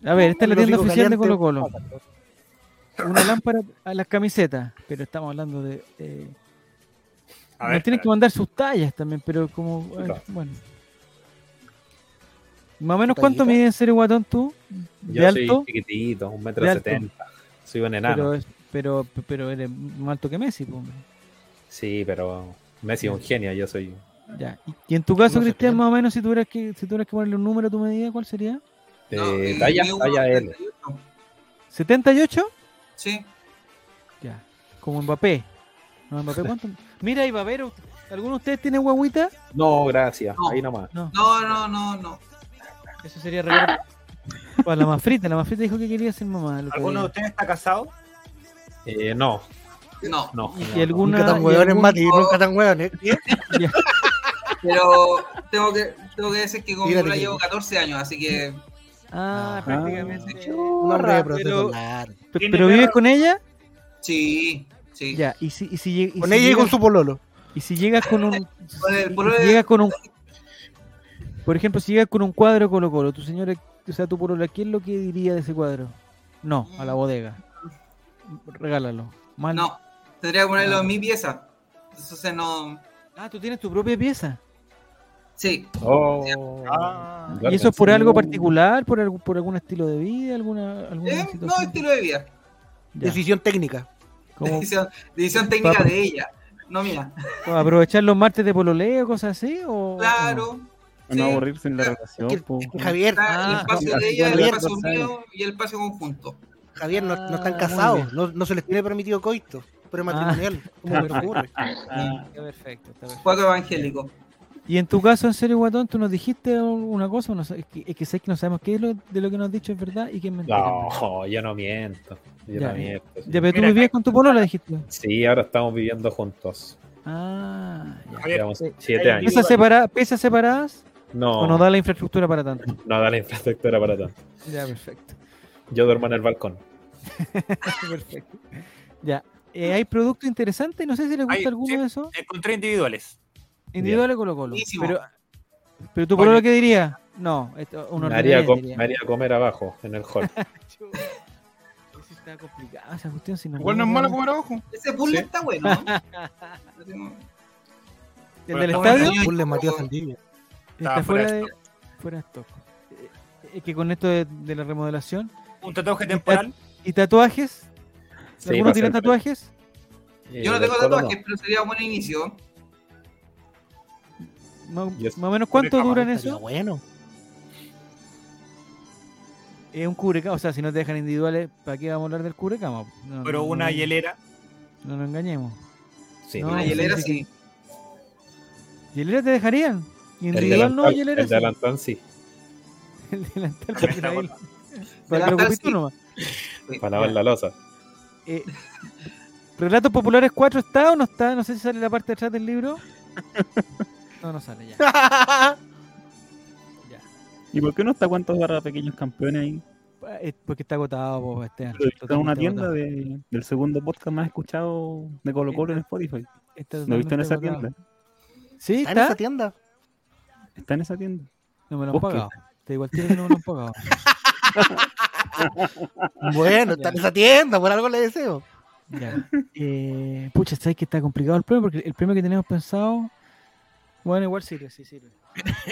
Speaker 4: Ya. A ver, esta es la
Speaker 2: Los
Speaker 4: tienda
Speaker 2: ricos
Speaker 4: oficial de
Speaker 2: calientes.
Speaker 4: Colo Colo. Una lámpara a las camisetas, pero estamos hablando de... eh,
Speaker 1: A
Speaker 4: nos
Speaker 1: ver,
Speaker 4: tienen que mandar sus tallas también, pero como... eh,
Speaker 9: Claro.
Speaker 4: Bueno. Más o menos,
Speaker 2: ¿Tu
Speaker 4: ¿cuánto
Speaker 2: tallita?
Speaker 4: mide ser guatón tú? ¿De
Speaker 9: Yo soy
Speaker 4: alto?
Speaker 9: chiquitito, un metro
Speaker 4: De alto.
Speaker 9: setenta. Soy un enano.
Speaker 4: Pero, es- pero, pero eres más alto que Messi, pues, hombre.
Speaker 9: Sí, pero Messi es un genio, yo soy.
Speaker 4: Ya. Y- Y en tu caso,
Speaker 2: No se
Speaker 4: Cristian,
Speaker 2: pierde.
Speaker 4: más o menos, si tuvieras que, si tuvieras que ponerle un número a tu medida, ¿cuál sería?
Speaker 8: No,
Speaker 9: eh,
Speaker 8: y
Speaker 9: talla,
Speaker 8: mi uno,
Speaker 9: talla L.
Speaker 8: 38.
Speaker 4: ¿78?
Speaker 8: Sí.
Speaker 4: Ya. Como Mbappé. No, Mbappé, ¿cuánto? Mira, y Babero, ¿alguno de ustedes tiene guaguita?
Speaker 9: No, gracias.
Speaker 8: No.
Speaker 9: Ahí nomás.
Speaker 4: No.
Speaker 8: No, no, no, no.
Speaker 4: Eso sería regalo. Para la más frita, la más frita dijo que quería ser mamá. el otro
Speaker 1: ¿Alguno de
Speaker 4: día.
Speaker 1: ustedes está casado?
Speaker 9: Eh, no,
Speaker 8: No.
Speaker 9: no.
Speaker 4: Y-
Speaker 9: no,
Speaker 4: y
Speaker 9: no.
Speaker 4: alguna-
Speaker 2: Nunca tan
Speaker 4: y
Speaker 2: hueones,
Speaker 4: algún-
Speaker 2: Mati, nunca tan hueones.
Speaker 8: Pero tengo que, tengo que decir que con
Speaker 2: Tírate,
Speaker 8: Mula
Speaker 2: que-
Speaker 8: llevo 14 años, así que
Speaker 4: Ah,
Speaker 2: Ah.
Speaker 4: prácticamente.
Speaker 2: Un hombre de
Speaker 4: pero-
Speaker 2: proceso largo.
Speaker 4: Pe-
Speaker 1: Tiene
Speaker 4: ¿Pero vives
Speaker 1: perro.
Speaker 4: con ella?
Speaker 8: sí, sí.
Speaker 4: Ya. ¿Y si, y si, lleg- y
Speaker 2: Con
Speaker 4: si
Speaker 2: ella y con
Speaker 4: llegas,
Speaker 2: su pololo.
Speaker 4: y si llegas con un...
Speaker 8: Con el
Speaker 4: y- y
Speaker 8: pololo
Speaker 4: si
Speaker 8: de-
Speaker 4: llegas con un... Por ejemplo, si llegas con un cuadro Colo Colo, tu señora, o sea, tu polola, ¿qué es lo que diría de ese cuadro? No, a la bodega. Regálalo. Mal.
Speaker 8: No, tendría que ponerlo en mi pieza. Entonces no.
Speaker 4: Ah, tú tienes tu propia pieza.
Speaker 8: Sí,
Speaker 9: Oh.
Speaker 1: Ah,
Speaker 4: ¿Y
Speaker 9: Claro.
Speaker 4: eso es por algo
Speaker 9: Uh.
Speaker 4: particular, por, algún- por algún estilo de vida, alguna, alguna
Speaker 8: Eh, no
Speaker 4: situación?
Speaker 8: estilo de vida.
Speaker 4: Ya,
Speaker 2: Decisión técnica.
Speaker 4: como
Speaker 8: Decisión, decisión técnica
Speaker 4: Papá.
Speaker 8: de ella, no mía.
Speaker 4: para aprovechar los martes de pololeo, cosas así, o o no?
Speaker 8: Claro.
Speaker 6: No
Speaker 8: Sí.
Speaker 6: aburrirse en la
Speaker 8: Es
Speaker 6: relación,
Speaker 2: Que-
Speaker 6: po.
Speaker 2: Javier,
Speaker 8: Está
Speaker 4: Ah,
Speaker 8: el espacio
Speaker 6: no,
Speaker 8: de ella, el
Speaker 6: Javier,
Speaker 8: espacio
Speaker 6: no sabe.
Speaker 8: mío y el espacio conjunto.
Speaker 2: Javier, no, no
Speaker 4: Ah,
Speaker 2: están
Speaker 4: muy Ah.
Speaker 2: casados. No, no se les tiene permitido coito, pero matrimonial. ¿Cómo me ocurre?
Speaker 4: Está perfecto, está perfecto.
Speaker 8: Juego evangélico.
Speaker 4: Y en tu caso, en serio, Guatón, tú nos dijiste una cosa, no, sé, es, que, es que sé que no sabemos qué es lo, de lo que nos has dicho es verdad y qué es mentira.
Speaker 9: No, yo no miento. Yo
Speaker 4: Ya, eh,
Speaker 9: no miento.
Speaker 4: Ya, pero tú
Speaker 1: Mira,
Speaker 4: vivías con tu polola, dijiste.
Speaker 9: Sí, ahora estamos viviendo juntos.
Speaker 4: Ah, ya.
Speaker 1: Javier,
Speaker 9: Llevamos
Speaker 4: eh,
Speaker 9: siete años.
Speaker 4: ¿Piezas, separa- piezas separadas o
Speaker 9: No,
Speaker 4: no
Speaker 9: no
Speaker 4: da la infraestructura para tanto?
Speaker 9: da la infraestructura para tanto.
Speaker 4: Ya, perfecto.
Speaker 9: Yo duermo en el balcón.
Speaker 4: perfecto. Ya. Eh, ¿Hay producto interesante? No sé si les gusta
Speaker 1: Hay,
Speaker 4: alguno
Speaker 1: sí.
Speaker 4: de esos.
Speaker 1: Encontré individuales.
Speaker 4: Individual de Colo Colo.
Speaker 8: Buenísimo.
Speaker 4: Pero, pero tú
Speaker 1: Oye.
Speaker 4: por lo que diría, no, esto, una
Speaker 9: Me haría, com-
Speaker 4: ordinaria
Speaker 9: me haría comer abajo, en el hall.
Speaker 4: diría. Eso está complicado, esa cuestión si no.
Speaker 3: Igual no es malo comer abajo.
Speaker 8: Ese puzzle
Speaker 9: Sí.
Speaker 8: está bueno. ¿no?
Speaker 4: El del
Speaker 1: Pero está
Speaker 4: estadio
Speaker 8: bueno.
Speaker 2: Bull de Matías Saldivia.
Speaker 4: está
Speaker 1: Está
Speaker 4: fuera
Speaker 1: fuera
Speaker 4: de fuera de stock. Eh, Es que con esto de, de la remodelación
Speaker 1: Un tatuaje temporal.
Speaker 4: y tatuajes,
Speaker 9: Sí, va
Speaker 4: ¿alguno
Speaker 9: a
Speaker 4: tiene
Speaker 9: ser-
Speaker 4: tatuajes?
Speaker 9: eh,
Speaker 8: Yo no tengo
Speaker 9: del Colo
Speaker 8: tatuajes, pero sería un buen inicio.
Speaker 4: Más,
Speaker 9: Yes.
Speaker 4: más o menos cuánto
Speaker 1: Cubrecama,
Speaker 4: duran
Speaker 2: Estaría
Speaker 4: eso?
Speaker 2: bueno.
Speaker 4: Es un cubrecama, o sea, si no te dejan individuales, ¿para qué vamos a hablar del cubrecama? No,
Speaker 1: Pero
Speaker 4: no,
Speaker 1: una
Speaker 4: no,
Speaker 1: hielera.
Speaker 4: No nos engañemos.
Speaker 9: Sí,
Speaker 4: No,
Speaker 9: no,
Speaker 8: Una
Speaker 4: sí,
Speaker 8: hielera
Speaker 4: sí,
Speaker 8: sí.
Speaker 4: ¿Hielera te dejarían?
Speaker 9: El
Speaker 4: Individual no,
Speaker 9: delantal,
Speaker 4: hielera
Speaker 9: el
Speaker 4: sí.
Speaker 9: delantal sí.
Speaker 4: El delantal para que la
Speaker 1: Delantal,
Speaker 4: vea. Para que lo
Speaker 8: Delantal,
Speaker 4: ocupes tú
Speaker 8: sí.
Speaker 4: nomás.
Speaker 9: Para lavar la losa.
Speaker 4: Eh, ¿Relatos populares 4 está o no está? No sé si sale la parte de atrás del libro. No, no sale ya. Ya.
Speaker 6: ¿Y por qué no está cuántos barra pequeños campeones ahí?
Speaker 4: Eh, Porque está agotado, po, Esteban.
Speaker 6: Está en una
Speaker 4: Totalmente
Speaker 6: tienda
Speaker 4: agotado.
Speaker 6: de- del segundo podcast más escuchado de Colo Colo en Spotify.
Speaker 4: Está
Speaker 6: ¿Lo viste
Speaker 4: totalmente
Speaker 6: en esa
Speaker 4: agotado.
Speaker 6: tienda?
Speaker 4: Sí,
Speaker 2: ¿Está en esa
Speaker 4: está.
Speaker 2: tienda?
Speaker 6: Está en esa tienda.
Speaker 4: No me lo han
Speaker 6: Busque.
Speaker 4: pagado. Te digo al tiro que no me lo han pagado.
Speaker 2: Bueno, está en esa tienda, por algo le deseo.
Speaker 4: Ya. Eh, pucha, sabes que está complicado el premio porque el premio que teníamos pensado. Bueno, igual sirve, sí sirve.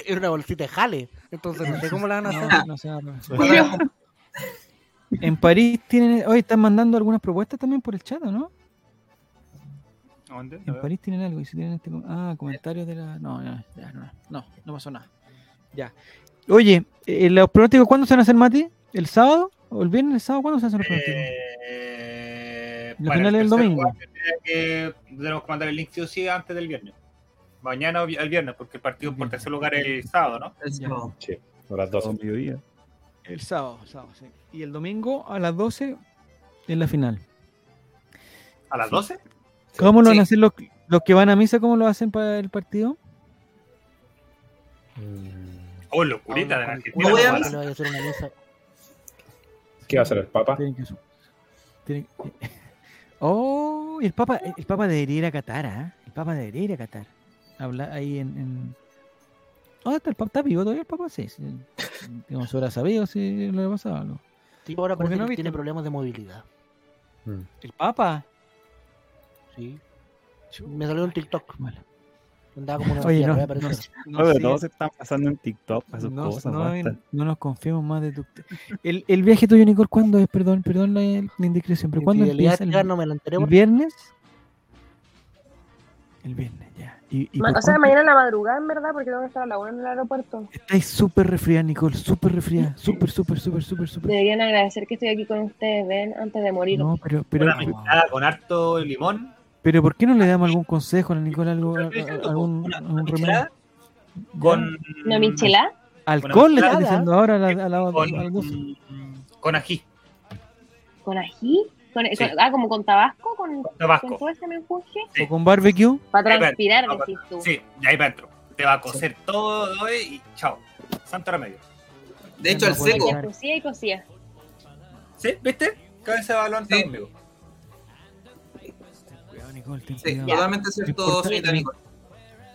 Speaker 2: Era una bolsita de jale. Entonces no sé cómo la van a hacer.
Speaker 4: No, no se va a pagar.
Speaker 8: Podría comp-
Speaker 4: En París tienen. Hoy están mandando algunas propuestas también por el chat, ¿o ¿no?
Speaker 1: ¿A ¿Dónde? A
Speaker 4: En
Speaker 1: ver.
Speaker 4: París tienen algo y si tienen este com- ah comentarios de la no no ya, no, no no pasó nada ya oye eh, los pronósticos cuándo se van a hacer Mati el sábado o el viernes el sábado cuándo se hacen los pronósticos
Speaker 1: Eh,
Speaker 4: La final es
Speaker 1: tercer
Speaker 4: el domingo.
Speaker 1: lugar tendría que- tenemos que mandar el link sí o sí antes del viernes. Mañana o vi- el viernes, porque el partido por
Speaker 4: Bien.
Speaker 1: tercer lugar es el sábado, ¿no?
Speaker 8: Eso.
Speaker 9: Sí. A las 12.
Speaker 6: Todo mediodía.
Speaker 4: El sábado, sábado, sí. Y el domingo a las 12 es la final.
Speaker 1: ¿A las 12?
Speaker 4: ¿Cómo lo van
Speaker 8: Sí.
Speaker 4: a hacer los, los que van a misa? ¿Cómo lo hacen para el partido?
Speaker 1: Oh,
Speaker 4: Ah,
Speaker 1: locurita de la
Speaker 2: Ahora,
Speaker 1: Argentina.
Speaker 8: No voy a
Speaker 2: ahora
Speaker 8: misa.
Speaker 2: le vaya a hacer una misa.
Speaker 9: ¿Qué va a hacer el Papa?
Speaker 4: Tienen que su- tienen- Oh, y el Papa, el Papa debería ir a Qatar, ¿ah? El Papa debería ir a Qatar. Habla ahí en. en... Ah, está el Papa, está vivo todavía el Papa, sí. sí. Digamos, se hubiera sabido si le pasaba algo.
Speaker 2: Tipo, ahora
Speaker 4: Como que
Speaker 2: parece
Speaker 4: no
Speaker 2: que
Speaker 4: viste.
Speaker 2: tiene problemas de movilidad.
Speaker 4: ¿El Papa?
Speaker 2: Sí. Me salió un TikTok.
Speaker 4: Mala.
Speaker 2: Andaba como una
Speaker 4: Oye,
Speaker 2: silla,
Speaker 4: no,
Speaker 2: pero parece
Speaker 4: no,
Speaker 2: que-
Speaker 4: no
Speaker 6: No, pero
Speaker 4: sigas-
Speaker 6: todos se están pasando en TikTok para sus
Speaker 4: no,
Speaker 6: cosas.
Speaker 4: no,
Speaker 6: basta.
Speaker 4: no nos confiemos más de tu. El, el viaje tuyo, Nicole, ¿cuándo es? Perdón, perdón la, la indiscreción, pero ¿cuándo
Speaker 2: Infidelidad,
Speaker 4: empieza? El,
Speaker 2: ya no me la enteré.
Speaker 4: el viernes? El viernes, ya. ¿Y, y
Speaker 7: Ma-
Speaker 4: por
Speaker 7: o sea,
Speaker 4: cuánto-
Speaker 7: mañana en la madrugada, en verdad, porque tengo que estar a la una en el aeropuerto.
Speaker 4: Estáis súper resfriada, Nicole, súper resfriada, súper, súper, súper, súper, súper.
Speaker 7: Deberían agradecer que estoy aquí con ustedes, ven, antes de morir.
Speaker 4: No, pero, pero,
Speaker 1: Una mezclada con harto limón.
Speaker 4: pero ¿por qué no le damos algún consejo a la Nicole, algo,
Speaker 1: Lo que estoy diciendo,
Speaker 4: algún,
Speaker 1: una- una
Speaker 4: algún remedio?
Speaker 1: michelada Con.
Speaker 7: ¿Una michelada?
Speaker 4: Alcohol le estás
Speaker 1: michelada
Speaker 4: diciendo ahora a la, a la,
Speaker 1: Con,
Speaker 4: al gozo.
Speaker 1: con ají.
Speaker 7: ¿Con ají? ¿Con,
Speaker 1: Sí.
Speaker 7: con- ah, como con tabasco, con,
Speaker 1: tabasco.
Speaker 7: con todo ese menjunje.
Speaker 4: o con barbecue.
Speaker 7: Para
Speaker 1: Espérate,
Speaker 7: transpirar,
Speaker 1: no,
Speaker 7: decís tú.
Speaker 1: Sí, de ahí para adentro. Te va a cocer todo eh, y chao. Santo remedio.
Speaker 8: De hecho, el
Speaker 4: Bueno,
Speaker 8: seco.
Speaker 4: bueno.
Speaker 7: Ya cocía y cocía.
Speaker 1: ¿Sí? ¿Viste? Cabeza de balón está
Speaker 8: Sí.
Speaker 1: conmigo.
Speaker 4: Cuidado, Nicole, ten
Speaker 8: Sí,
Speaker 4: cuidado.
Speaker 8: totalmente cierto,
Speaker 4: Importante.
Speaker 8: señorita Nicole.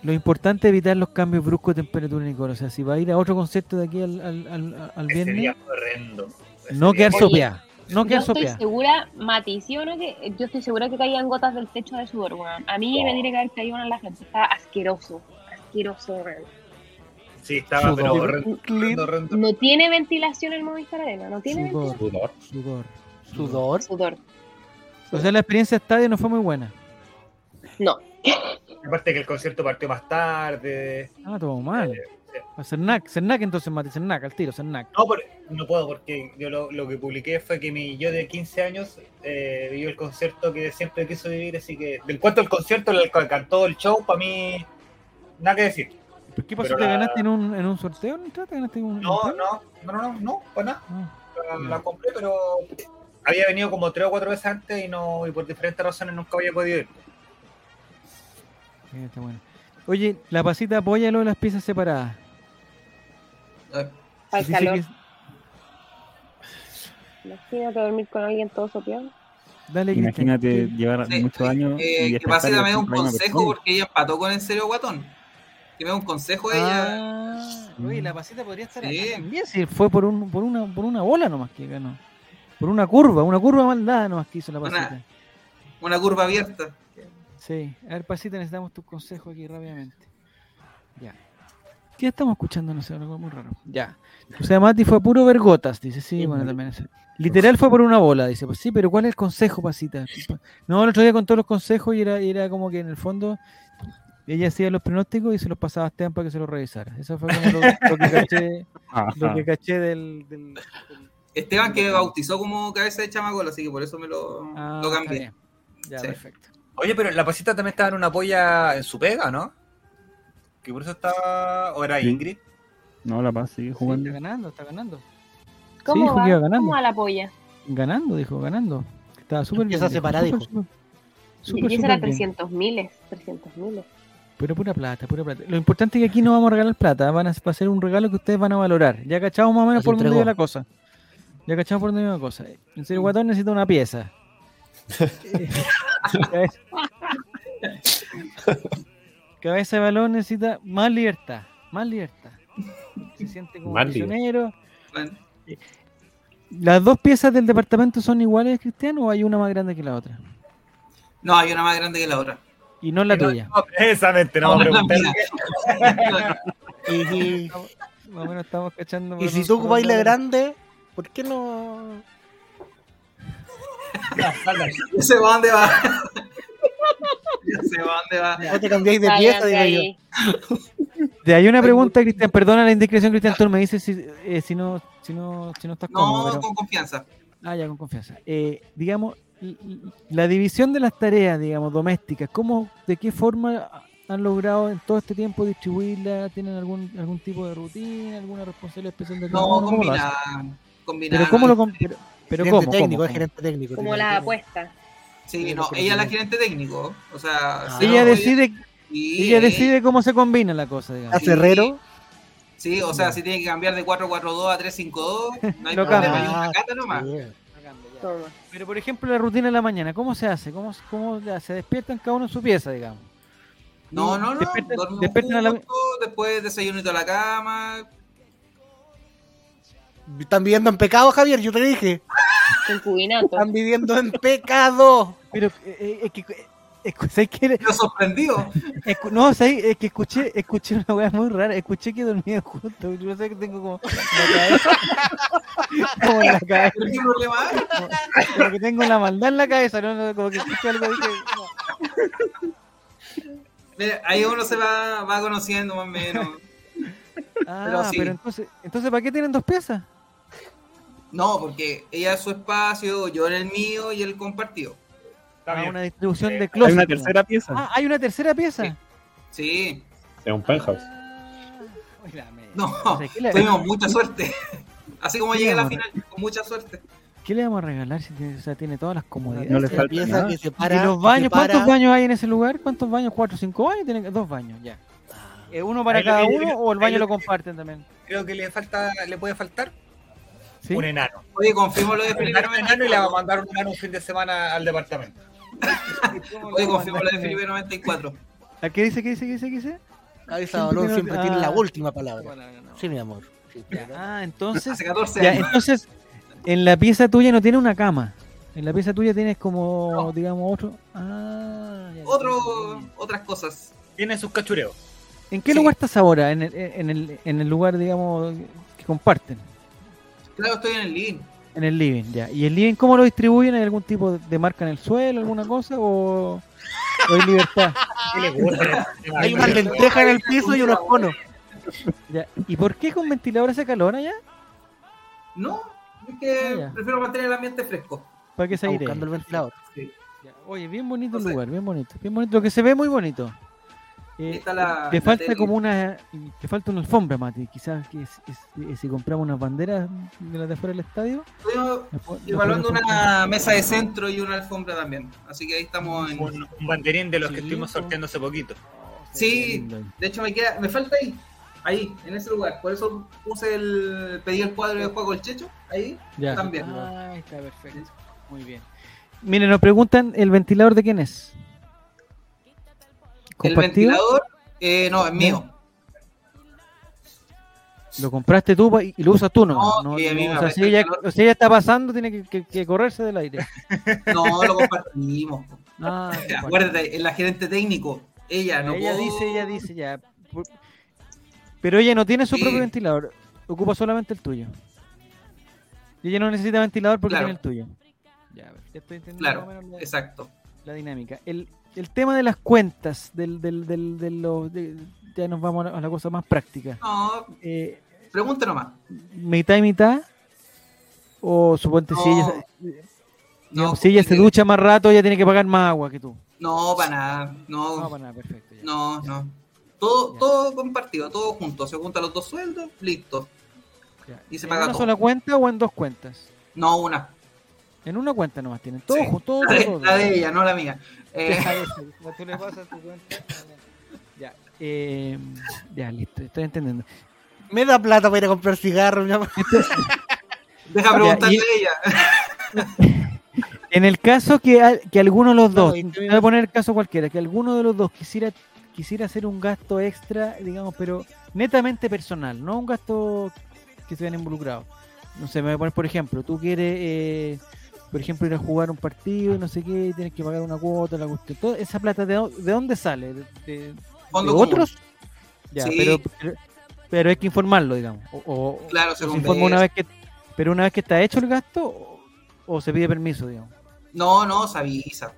Speaker 4: Lo importante es evitar los cambios bruscos de temperatura, Nicole. O sea, si va a ir a otro concierto de aquí al, al, al, al
Speaker 1: Ese día
Speaker 4: viernes,
Speaker 1: fue horrendo. Ese
Speaker 4: no
Speaker 1: día-
Speaker 4: quedar
Speaker 7: Oye,
Speaker 4: sopeada. No
Speaker 7: Yo
Speaker 4: quedar
Speaker 7: estoy
Speaker 4: sopeada.
Speaker 7: segura, Mati, ¿sí o no? Que, yo estoy segura que caían gotas del techo de sudor, weón. A mí me tiene que haber caído una en la gente. Estaba asqueroso. Asqueroso, weón.
Speaker 1: Sí, estaba, pero
Speaker 4: Sudor.
Speaker 1: horrendo. horrendo, horrendo.
Speaker 7: No tiene ventilación el Movistar Arena. No tiene
Speaker 4: Sudor,
Speaker 7: ventilación.
Speaker 9: Sudor.
Speaker 4: sudor.
Speaker 2: Sudor.
Speaker 7: Sudor.
Speaker 4: O sea, la experiencia de estadio no fue muy buena.
Speaker 7: No.
Speaker 1: Aparte que el concierto partió más tarde.
Speaker 4: Ah, todo mal.
Speaker 1: sí.
Speaker 4: A Cernac, Cernac entonces, Mati, Cernac, al tiro, Cernac.
Speaker 1: No, por- no puedo porque yo lo, lo que publiqué fue que mi yo de 15 años eh, vivió el concierto que siempre quiso vivir, así que del cuanto al concierto, el que cantó el show, para mí, nada que decir.
Speaker 4: ¿Por qué pasó?
Speaker 1: Pero
Speaker 4: ¿Te
Speaker 1: la-
Speaker 4: ganaste en un, en un sorteo? ¿No te ganaste en un
Speaker 1: No,
Speaker 4: en un-
Speaker 1: no, no, no, no, no para nada.
Speaker 4: Ah,
Speaker 1: La,
Speaker 4: Ya.
Speaker 1: la compré, pero había venido como tres o cuatro veces antes y no y por diferentes razones nunca había podido ir.
Speaker 4: mira, está bueno. Oye, la pasita apóyalo de las piezas separadas.
Speaker 7: Al
Speaker 4: Dice
Speaker 7: calor.
Speaker 4: que-
Speaker 7: Imagínate dormir con alguien todo sopeado.
Speaker 4: Dale, Cristian.
Speaker 6: Imagínate
Speaker 4: Sí.
Speaker 6: llevar
Speaker 8: Sí,
Speaker 6: muchos años
Speaker 8: eh,
Speaker 6: y
Speaker 8: que Pasita
Speaker 6: despertar y
Speaker 8: me dé un
Speaker 6: encontrar una
Speaker 8: consejo
Speaker 6: persona.
Speaker 8: porque ella empató con el serio guatón. Que me dé un consejo ella.
Speaker 4: Ah, oye, la pasita podría estar
Speaker 8: Sí.
Speaker 4: acá también. Si fue por, un, por, una, por una bola nomás que ganó. Por una curva, una curva maldada nomás que hizo la
Speaker 8: Una-
Speaker 4: pasita.
Speaker 8: Una
Speaker 4: Ah.
Speaker 8: curva abierta.
Speaker 4: Sí, a ver, Pasita, necesitamos tus consejos aquí rápidamente. Ya. ¿Qué estamos escuchando? No sé, algo muy raro. Ya. O sea, Mati fue puro vergotas, dice. Sí, bueno, también es. Literal fue por una bola, dice. Pues sí, pero ¿cuál es el consejo, Pasita? No, el otro día contó los consejos y era, y era como que en el fondo ella hacía los pronósticos y se los pasaba a Esteban para que se los revisara. Eso fue como lo, lo que caché,
Speaker 6: Ajá.
Speaker 4: lo que caché del. del-
Speaker 8: Esteban que me bautizó como cabeza de chamacol, así que por eso me lo,
Speaker 4: Ah,
Speaker 8: lo
Speaker 4: está
Speaker 8: cambié.
Speaker 4: bien. Ya,
Speaker 8: Sí.
Speaker 4: perfecto.
Speaker 1: Oye, pero la pasita también estaba en una polla en su pega, ¿no? Que por eso estaba. ¿O era
Speaker 6: Sí.
Speaker 1: Ingrid?
Speaker 6: No, la paz sigue
Speaker 4: Sí, está
Speaker 6: jugando.
Speaker 4: ganando, está ganando.
Speaker 7: ¿Cómo
Speaker 4: dijo
Speaker 7: va?
Speaker 4: que iba ganando.
Speaker 7: ¿Cómo va la polla?
Speaker 4: Ganando, dijo, ganando. Estaba súper bien.
Speaker 2: Empieza a separar,
Speaker 4: súper,
Speaker 2: dijo.
Speaker 4: súper, súper,
Speaker 7: Y esa era
Speaker 4: súper bien.
Speaker 7: 300 miles. 300 miles.
Speaker 4: Pero pura plata, pura plata. Lo importante es que aquí no vamos a regalar plata, van a, va a ser un regalo que ustedes van a valorar. Ya cachamos más o menos
Speaker 2: Las
Speaker 4: por dónde
Speaker 2: entregó.
Speaker 4: iba la cosa. Ya cachamos por dónde iba la cosa. En serio, Guatón necesita una pieza. Cabeza- Cabeza de balón necesita más libertad, más libertad. Se siente como
Speaker 9: Más libertad.
Speaker 4: prisionero.
Speaker 8: Bueno,
Speaker 4: ¿Las dos piezas del departamento son iguales, Cristian, o hay una más grande que la otra?
Speaker 8: no, hay una más grande que la otra.
Speaker 4: Y no la
Speaker 1: No,
Speaker 4: tuya.
Speaker 1: no, precisamente, no,
Speaker 8: No,
Speaker 1: me
Speaker 8: no,
Speaker 1: pregunté.
Speaker 8: mira.
Speaker 2: Y, y-
Speaker 4: Más o menos estamos cachando.
Speaker 2: y
Speaker 4: por
Speaker 2: si
Speaker 4: dónde-
Speaker 2: tú
Speaker 4: por
Speaker 2: ocupas
Speaker 4: dónde
Speaker 2: la
Speaker 4: va.
Speaker 2: grande, ¿por qué no?
Speaker 8: Ya sé para dónde va. ya sé para dónde va.
Speaker 2: No te cambiáis de pieza,
Speaker 7: Salgan de
Speaker 2: digo yo.
Speaker 7: ahí.
Speaker 4: Te hay una pregunta, Cristian. Perdona la indiscreción, Cristian. Tú me dices si, eh, si, no, si, no, si no estás
Speaker 8: No,
Speaker 4: cómodo. pero-
Speaker 8: con confianza.
Speaker 4: Ah, ya, con confianza. Eh, digamos, l- l- la división de las tareas, digamos, domésticas, ¿cómo, de qué forma han logrado en todo este tiempo distribuirla? ¿Tienen algún algún tipo de rutina, alguna responsabilidad especial de cada
Speaker 8: No,
Speaker 4: uno? ¿Cómo lo hacen?
Speaker 8: combinada. combinada.
Speaker 4: Pero ¿cómo lo com- pero, pero
Speaker 2: gerente
Speaker 4: ¿cómo, cómo,
Speaker 2: técnico, es
Speaker 4: cómo?
Speaker 2: gerente técnico.
Speaker 7: Como
Speaker 2: tiene-
Speaker 7: la
Speaker 2: tiene-
Speaker 7: apuesta.
Speaker 8: Sí, no, ella es la gerente técnico. O sea,
Speaker 2: Ah.
Speaker 8: se
Speaker 4: Ella
Speaker 8: lo-
Speaker 4: decide,
Speaker 8: Sí,
Speaker 4: ella decide cómo se combina la cosa, digamos.
Speaker 2: Hace herrero,
Speaker 8: Sí, o sea, si tiene que cambiar de 442 a 352, no hay
Speaker 4: Lo
Speaker 8: problema,
Speaker 4: cambia.
Speaker 8: hay una cata nomás.
Speaker 2: sí.
Speaker 7: Todo.
Speaker 4: Pero por ejemplo, la rutina de la mañana, ¿cómo se hace? ¿Cómo, se- cómo la- se despiertan cada uno en su pieza, digamos?
Speaker 8: No, no, no.
Speaker 4: Despierten-
Speaker 8: dormimos
Speaker 4: despierten a la-
Speaker 8: juntos, Después desayunito a la cama.
Speaker 2: Están viviendo en pecado, Javier, yo te dije.
Speaker 7: Concubinato.
Speaker 2: Están viviendo en pecado.
Speaker 4: Pero eh, eh, es que eh, escu- ¿sabes qué?
Speaker 8: Lo sorprendió.
Speaker 4: Escu- no, ¿sabes? es que escuché, escuché una weá muy rara, escuché que dormían juntos, yo sé que tengo como la cabeza, como en la cabeza,
Speaker 8: ¿Pero qué problema hay?
Speaker 4: como que tengo la maldad en la cabeza, ¿no? No, como que escuché algo y dije, no.
Speaker 8: Mira, Ahí uno se va, va conociendo más o menos.
Speaker 4: ah, pero,
Speaker 8: Pero sí.
Speaker 4: entonces, entonces ¿para qué tienen dos piezas?
Speaker 8: No, porque ella es su espacio, yo en el mío y él compartido.
Speaker 1: Está
Speaker 4: Ah,
Speaker 1: bien.
Speaker 4: una distribución de
Speaker 1: Hay
Speaker 4: closet.
Speaker 6: Hay una
Speaker 4: ¿no?
Speaker 6: tercera pieza.
Speaker 4: Ah, hay una tercera pieza.
Speaker 8: Sí. Sí.
Speaker 9: Es un penthouse.
Speaker 4: Uy, la mierda.
Speaker 8: No,
Speaker 4: O sea, ¿qué, le,
Speaker 8: tuvimos mucha suerte. Así como
Speaker 4: Sí,
Speaker 8: llegué a la
Speaker 4: amor.
Speaker 8: final, con mucha suerte.
Speaker 4: qué le vamos a regalar si tiene, o sea, tiene todas las comodidades?
Speaker 6: No le
Speaker 2: Esa
Speaker 6: falta
Speaker 2: pieza
Speaker 6: nada.
Speaker 2: que se para,
Speaker 4: ¿Y los
Speaker 2: que
Speaker 4: baños?
Speaker 2: para-
Speaker 4: ¿Cuántos baños hay en ese lugar? ¿Cuántos baños? ¿Cuatro, cinco baños? Tienen dos baños, ya. Eh, ¿Uno para
Speaker 1: Ahí lo
Speaker 4: cada
Speaker 1: que-
Speaker 4: uno o el
Speaker 1: ahí
Speaker 4: baño
Speaker 1: lo
Speaker 4: lo comparten también?
Speaker 1: Creo que le falta, le puede faltar
Speaker 4: ¿Sí?
Speaker 1: un enano.
Speaker 8: Oye, confirmo lo de
Speaker 1: Un
Speaker 8: Felipe
Speaker 1: enano, enano y le va a
Speaker 8: 94.
Speaker 1: mandar un enano un fin de semana al departamento.
Speaker 8: Oye, confirmo lo de Felipe 94.
Speaker 4: ¿A qué dice, qué dice, qué dice, qué dice?
Speaker 2: Cabeza de balón siempre
Speaker 4: Ah.
Speaker 2: tiene la última palabra. Sí, mi amor. Sí, claro.
Speaker 4: Ah, entonces,
Speaker 8: Hace 14
Speaker 4: ya,
Speaker 8: años.
Speaker 4: entonces, en la pieza tuya no tiene una cama. En la pieza tuya tienes como, digamos, otro. Ah, ya,
Speaker 8: Otro, otras cosas.
Speaker 1: Tiene sus cachureos.
Speaker 4: ¿En qué
Speaker 8: Sí.
Speaker 4: lugar estás ahora? En el, en, el, en el lugar, digamos, que comparten.
Speaker 8: Claro, estoy en el living.
Speaker 4: En el living, ya. ¿Y el living cómo lo distribuyen? ¿Hay algún tipo de marca en el suelo, alguna cosa? ¿O, o hay libertad?
Speaker 1: ¿Qué le gusta?
Speaker 2: Hay una lenteja en el piso y unos conos.
Speaker 4: Ya. ¿Y por qué con ventilador hace calor allá?
Speaker 8: No, es
Speaker 4: Ah,
Speaker 8: que
Speaker 4: ya.
Speaker 8: prefiero mantener el ambiente fresco.
Speaker 4: ¿Para que se
Speaker 2: Está
Speaker 4: aire?
Speaker 2: buscando el ventilador.
Speaker 4: Ya. Oye, bien bonito el
Speaker 8: No sé.
Speaker 4: lugar, bien bonito. Bien bonito. Lo que se ve muy bonito. Eh,
Speaker 8: Está la-
Speaker 4: le
Speaker 8: la
Speaker 4: falta
Speaker 8: tele.
Speaker 4: como una. Le falta una alfombra, Mati. Quizás que es- es- si compramos unas banderas de las de afuera del estadio.
Speaker 8: Estoy
Speaker 4: nos po- nos
Speaker 8: evaluando
Speaker 4: podemos-
Speaker 8: una mesa de centro y una alfombra también. Así que ahí estamos en.
Speaker 1: Un, un banderín de los que
Speaker 4: Sí,
Speaker 1: estuvimos
Speaker 4: po.
Speaker 1: sorteando hace poquito.
Speaker 8: Sí,
Speaker 4: Lindo.
Speaker 8: de hecho me queda, me falta ahí, ahí, en ese lugar. Por eso puse el, pedí el cuadro de Juego el Checho, ahí
Speaker 4: Ya.
Speaker 8: también.
Speaker 4: Ah, está perfecto. Muy bien. Miren, nos preguntan el ventilador de quién es.
Speaker 8: El
Speaker 4: ¿Compartido?
Speaker 8: ventilador, eh, no, es mío.
Speaker 4: Lo compraste tú pa- y y lo usas tú nomás.
Speaker 8: No,
Speaker 4: No,
Speaker 8: sí, a mí
Speaker 4: no,
Speaker 8: me
Speaker 4: o sea, si
Speaker 8: apesta el
Speaker 4: ella,
Speaker 8: calor.
Speaker 4: o sea, ella está pasando, tiene que, que- que correrse del aire.
Speaker 8: No, lo compartimos. po.
Speaker 4: Ah,
Speaker 8: O sea,
Speaker 4: compartido.
Speaker 8: Acuérdate, es la gerente técnico. Ella no
Speaker 4: ella
Speaker 8: puedo-
Speaker 4: dice, ella dice ya. Por- Pero ella no tiene su
Speaker 8: Sí.
Speaker 4: propio ventilador, ocupa solamente el tuyo. Y ella no necesita ventilador porque
Speaker 8: Claro.
Speaker 4: tiene el tuyo. Ya, ya estoy entendiendo
Speaker 8: Claro,
Speaker 4: más o menos la-
Speaker 8: Exacto.
Speaker 4: la dinámica. El, el tema de las cuentas, del, del, del, de lo- de- ya nos vamos a la, a la cosa más práctica.
Speaker 8: No,
Speaker 4: Eh,
Speaker 8: pregunta nomás.
Speaker 4: ¿Mitad y mitad? O suponte si
Speaker 8: No,
Speaker 4: ella,
Speaker 8: No,
Speaker 4: si ella pues, se
Speaker 8: porque-
Speaker 4: ducha más rato, ella tiene que pagar más agua que tú.
Speaker 8: No, para nada.
Speaker 4: No,
Speaker 8: No,
Speaker 4: para nada, perfecto. ya.
Speaker 8: no, no. Todo,
Speaker 4: Ah, Ya.
Speaker 8: todo compartido, todo junto. Se juntan los dos sueldos, listo.
Speaker 4: Ya.
Speaker 8: y se
Speaker 4: ¿En
Speaker 8: paga
Speaker 4: una
Speaker 8: todo.
Speaker 4: sola cuenta o en dos cuentas?
Speaker 8: No, una.
Speaker 4: En una cuenta nomás tienen. Todo,
Speaker 8: Sí.
Speaker 4: ju- todo,
Speaker 8: La de,
Speaker 4: todo,
Speaker 8: la
Speaker 4: todo.
Speaker 8: de ella, no la mía. Eh,
Speaker 4: Como tú le pasas tu cuenta, Ya, eh, ya, listo, estoy entendiendo.
Speaker 2: Me da plata para ir a comprar cigarros, mi amor.
Speaker 8: deja preguntarle
Speaker 4: Ya,
Speaker 8: a ella.
Speaker 4: En el caso que, al- que alguno de los
Speaker 2: No,
Speaker 4: dos,
Speaker 2: y que-
Speaker 4: voy a poner el caso cualquiera, que alguno de los dos quisiera quisiera hacer un gasto extra, digamos, pero netamente personal, no un gasto que se vean involucrados. No sé, me voy a poner, por ejemplo, tú quieres, eh, por ejemplo, ir a jugar un partido, y no sé qué, y tienes que pagar una cuota, la cuestión. Toda esa plata, ¿de, dó- de dónde sale? ¿De, de-
Speaker 8: Fondo
Speaker 4: de
Speaker 8: común.
Speaker 4: otros? Ya,
Speaker 8: Sí.
Speaker 4: pero, pero, pero hay que informarlo, digamos. O, o-
Speaker 8: Claro, se
Speaker 4: se
Speaker 8: conversa.
Speaker 4: informa una vez que, pero una vez que está hecho el gasto, o, o se pide permiso, digamos.
Speaker 8: No, no, se avisa.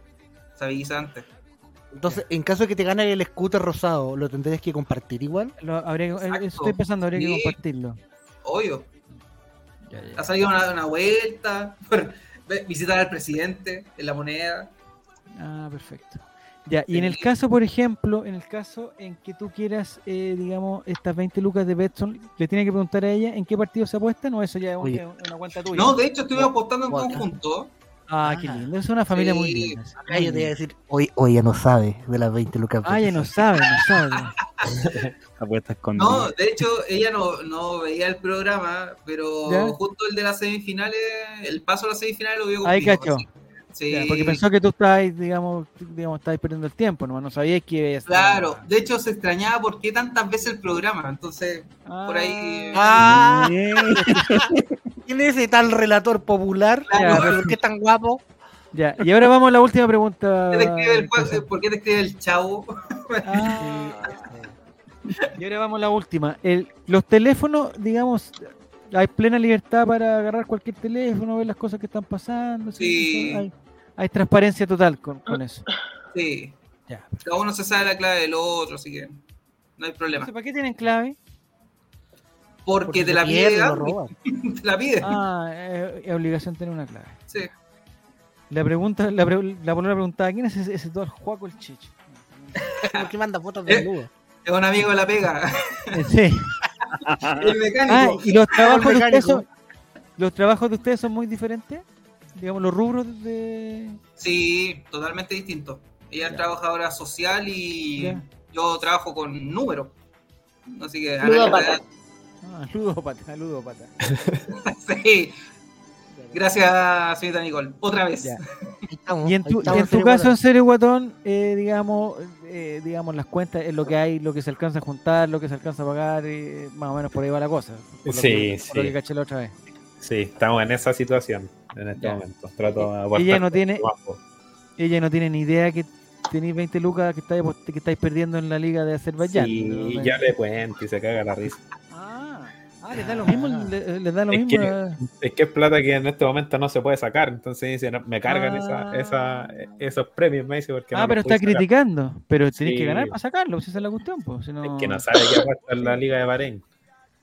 Speaker 8: Se avisa antes.
Speaker 2: Entonces, en caso de que te gane el scooter rosado, ¿lo tendrías que compartir igual?
Speaker 4: Lo habría, que- eh,
Speaker 8: Exacto.
Speaker 4: Estoy pensando, habría que
Speaker 8: Sí.
Speaker 4: compartirlo.
Speaker 8: Obvio. Ha salido una, una vuelta, por- ve- visitar al presidente en la moneda.
Speaker 4: Ah, perfecto. Ya, y en el caso, por ejemplo, en el caso en que tú quieras, eh, digamos, estas 20 lucas de Betson, le tienes que preguntar a ella en qué partido se apuestan o eso ya es un-
Speaker 2: Oye.
Speaker 4: es una cuenta tuya.
Speaker 8: No, de hecho estuve apostando en
Speaker 2: Guau.
Speaker 8: conjunto.
Speaker 4: Ah, qué lindo. Es una familia muy
Speaker 8: Sí.
Speaker 4: linda. esa.
Speaker 2: Acá yo te voy a decir, hoy, hoy ya no sabe de las 20 lucas.
Speaker 4: Ah, ya no sabe, no sabe.
Speaker 6: Apuestas con.
Speaker 8: No, de hecho ella no, no veía el programa, pero
Speaker 4: ¿Ya?
Speaker 8: justo el de las semifinales, el paso a las semifinales lo vio conmigo.
Speaker 4: Ahí cachó.
Speaker 8: así- Sí,
Speaker 4: Ya, porque pensó que tú estabas, digamos, digamos, estabas perdiendo el tiempo, no, no sabías que ibas a estar-
Speaker 8: claro. De hecho se extrañaba por qué tantas veces el programa, entonces
Speaker 4: Ah,
Speaker 8: por ahí...
Speaker 2: Ah,
Speaker 6: Bien.
Speaker 2: ¿quién es ese tal relator popular?
Speaker 4: Claro.
Speaker 2: ¿Por qué tan guapo?
Speaker 4: Ya, y ahora vamos a la última pregunta.
Speaker 8: ¿Por qué te escribe el,
Speaker 4: José.
Speaker 8: ¿Por qué te escribe el chavo?
Speaker 4: Ah. Y ahora vamos a la última. El, los teléfonos, digamos, hay plena libertad para agarrar cualquier teléfono, ver las cosas que están pasando.
Speaker 8: Sí.
Speaker 4: Hay, hay transparencia total con, con eso.
Speaker 8: Sí.
Speaker 4: Ya.
Speaker 8: Cada uno se sabe la clave del otro, así que no hay problema.
Speaker 4: Entonces, ¿Para qué tienen clave?
Speaker 8: Porque,
Speaker 2: Porque
Speaker 8: te
Speaker 2: se
Speaker 8: la pide,
Speaker 2: pierde, lo
Speaker 8: Gaby,
Speaker 2: roban.
Speaker 8: te la pide.
Speaker 4: Ah, eh, es obligación tener una clave.
Speaker 8: Sí.
Speaker 4: La pregunta, la, pre- la palabra preguntaba, ¿quién es ese, ese tal Juaco el Chicho?
Speaker 2: ¿Por qué manda fotos de
Speaker 8: Eh. Es un amigo de la pega,
Speaker 4: Eh, Sí. Ah,
Speaker 8: el mecánico.
Speaker 4: y los trabajos de
Speaker 2: mecánico.
Speaker 4: ustedes son, los trabajos de ustedes son muy diferentes, digamos los rubros de
Speaker 8: Sí, totalmente distinto. Ella es
Speaker 4: Ya.
Speaker 8: trabajadora social y
Speaker 4: Ya.
Speaker 8: yo trabajo con números. Así que
Speaker 7: Ludópata.
Speaker 4: ah, ludópata, ludópata.
Speaker 8: sí. Gracias, señorita Nicole. Otra vez.
Speaker 4: Ya.
Speaker 2: Ahí estamos,
Speaker 4: Y en
Speaker 2: ahí
Speaker 4: tu,
Speaker 2: estamos,
Speaker 4: en tu
Speaker 2: señor
Speaker 4: caso, en
Speaker 2: Guarón.
Speaker 4: serio, Guatón, eh, digamos, eh, digamos, las cuentas es lo que hay, lo que se alcanza a juntar, lo que se alcanza a pagar, eh, más o menos por ahí va la cosa. por lo
Speaker 9: Sí,
Speaker 4: que-
Speaker 9: sí.
Speaker 4: Por lo que caché la otra vez.
Speaker 9: Sí, estamos en esa situación en este
Speaker 4: Ya.
Speaker 9: momento. Trato de
Speaker 4: Ella
Speaker 9: aportar
Speaker 4: no tiene-
Speaker 9: bajo.
Speaker 4: Ella no tiene ni idea que tenéis 20 lucas que estáis, que estáis perdiendo en la liga de Azerbaiyán.
Speaker 9: Sí,
Speaker 4: ¿no?
Speaker 9: ya le cuento y se caga la risa.
Speaker 4: Ah, ah, les da lo mismo, le- les da lo
Speaker 9: Es
Speaker 4: mismo.
Speaker 9: que-
Speaker 4: eh.
Speaker 9: Es que es plata que en este momento no se puede sacar, entonces dice, no, me cargan
Speaker 4: Ah.
Speaker 9: esa, esa- esos premios, me dice, porque no
Speaker 4: ah, pero
Speaker 9: los pude
Speaker 4: está
Speaker 9: sacar.
Speaker 4: criticando. Pero tenéis que
Speaker 9: Sí.
Speaker 4: ganar para sacarlo, si esa es la cuestión. pues, si no-
Speaker 9: Es que no sabe qué apuesta en la Liga de Bahrein.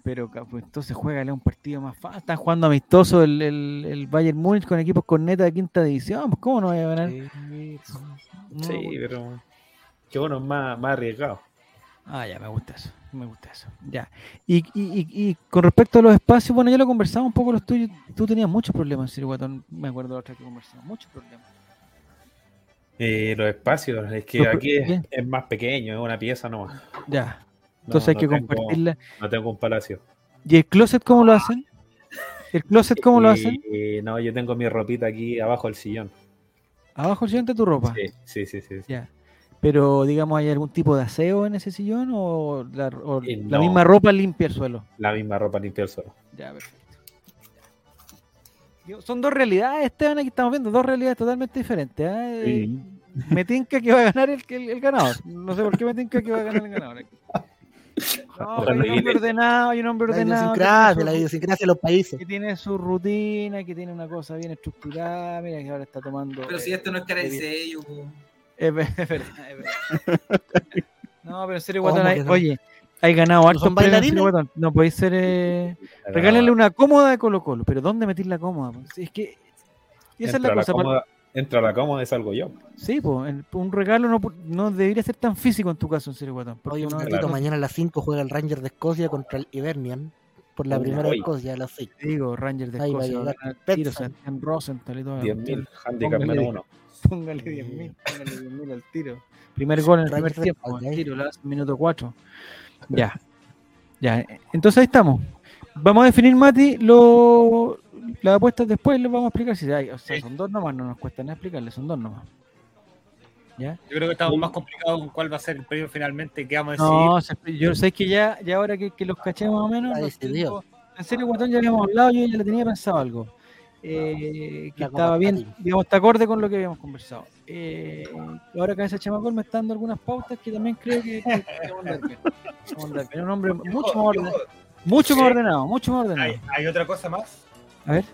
Speaker 4: Pero ca- pues, entonces juégale un partido más fácil. Están jugando amistoso el, el, el Bayern Múnich con equipos con neta de quinta división. pues, ¿Cómo no vaya a ganar? No, pues,
Speaker 9: Sí,
Speaker 4: bueno.
Speaker 9: pero que uno es más, más arriesgado.
Speaker 4: Ah, ya, me gusta eso. Me gusta eso. Ya. Y, y, y, y con respecto a los espacios, bueno, ya lo conversamos un poco los tuyos. Tú tenías muchos problemas, Sir Guatón. Me acuerdo la otra que conversamos. Muchos problemas.
Speaker 9: Eh, los espacios, es que
Speaker 4: Los pro-
Speaker 9: aquí es,
Speaker 4: bien.
Speaker 9: es más pequeño, es una pieza nomás. No,
Speaker 4: Ya. Entonces hay que
Speaker 9: no tengo-
Speaker 4: compartirla.
Speaker 9: No tengo un palacio.
Speaker 4: ¿Y el closet cómo lo hacen? ¿El closet cómo lo
Speaker 9: Y-
Speaker 4: hacen?
Speaker 9: y no, yo tengo mi ropita aquí abajo del sillón.
Speaker 4: Abajo el sillón está tu ropa.
Speaker 9: Sí, sí, sí. sí, sí.
Speaker 4: Ya. Pero, digamos, ¿hay algún tipo de aseo en ese sillón o la, o
Speaker 9: Eh,
Speaker 4: la
Speaker 9: no.
Speaker 4: misma ropa limpia el suelo?
Speaker 9: La misma ropa limpia el suelo.
Speaker 4: Ya, perfecto. Digo, Son dos realidades, Esteban, aquí estamos viendo dos realidades totalmente diferentes. ¿ah? Eh,
Speaker 6: Sí.
Speaker 4: Me tinca que va a ganar el, que- el, el ganador. No sé por qué me tinca que va a ganar el ganador. No, pero hay un hombre ordenado, hay un hombre
Speaker 2: La
Speaker 4: ordenado. que
Speaker 2: idiosincrasia, la
Speaker 4: tiene su-
Speaker 2: idiosincrasia de los países.
Speaker 4: Que tiene su rutina, que tiene una cosa bien estructurada. Mira que ahora está tomando.
Speaker 8: Pero si este
Speaker 4: eh,
Speaker 8: esto no es cara de
Speaker 4: bebida.
Speaker 8: sello. po.
Speaker 4: Es ver- es verdad, es verdad. No, pero en serio,
Speaker 2: ¿Cómo
Speaker 4: Guatón,
Speaker 2: que
Speaker 4: hay-
Speaker 2: no?
Speaker 4: oye, hay ganado hartos
Speaker 2: son
Speaker 4: premios, en serio,
Speaker 2: bailarines?
Speaker 4: Guatón. No podéis ser. eh, Regálenle una cómoda de Colo Colo, pero ¿dónde metís la cómoda? po? Si es que. y esa
Speaker 9: entra
Speaker 4: es la cosa. pa-
Speaker 9: cómoda, entra la cómoda y salgo yo.
Speaker 4: Sí, po, el- un regalo no, pu- no debería ser tan físico en tu caso, en serio, Guatón. Porque
Speaker 2: Hoy un
Speaker 4: no-
Speaker 2: ratito,
Speaker 9: claro.
Speaker 2: mañana a las 5 juega el Ranger de Escocia contra el Hibernian por la
Speaker 9: Uy,
Speaker 2: primera
Speaker 9: hoy.
Speaker 2: Escocia a las 6.
Speaker 4: te digo, Ranger de
Speaker 2: Ahí va a
Speaker 4: Escocia,
Speaker 2: llegar
Speaker 4: van a
Speaker 2: Petson.
Speaker 4: tiro, Sebastián Rosenthal y todo.
Speaker 9: 10.000, handicap
Speaker 4: Ah, Póngale.
Speaker 9: menos uno.
Speaker 4: Póngale 10.000, póngale 10.000 al tiro. Primer gol en el primer
Speaker 2: Ranger de
Speaker 4: tiempo,
Speaker 2: Escocia,
Speaker 4: al
Speaker 2: ahí.
Speaker 4: tiro, lo hace en minuto 4. Ya. Ya, eh, entonces ahí estamos. Vamos a definir, Mati, lo, las apuestas después, les vamos a explicar si hay. O sea, son dos nomás, no nos cuesta nada explicarles, son dos nomás.
Speaker 1: Yo creo que estamos más complicados con cuál va a ser el premio finalmente que vamos a decidir.
Speaker 4: No, se- yo sé que ya, ya ahora que, que los caché más o menos.
Speaker 2: Está
Speaker 4: los
Speaker 2: decidido.
Speaker 4: tengo- en serio, Guatón, ya habíamos hablado, yo ya le tenía pensado algo. eh, que
Speaker 2: La
Speaker 4: estaba
Speaker 2: Copa
Speaker 4: bien,
Speaker 2: Católica.
Speaker 4: digamos, está acorde con lo que habíamos conversado. Eh, y ahora Cabeza Chamacol me está dando algunas pautas que también creo que que vamos a andar bien. Vamos a andar bien. un hombre mucho más ordenado, mucho más
Speaker 1: Sí.
Speaker 4: ordenado, mucho más ordenado.
Speaker 1: Hay, hay otra cosa más.
Speaker 4: A ver.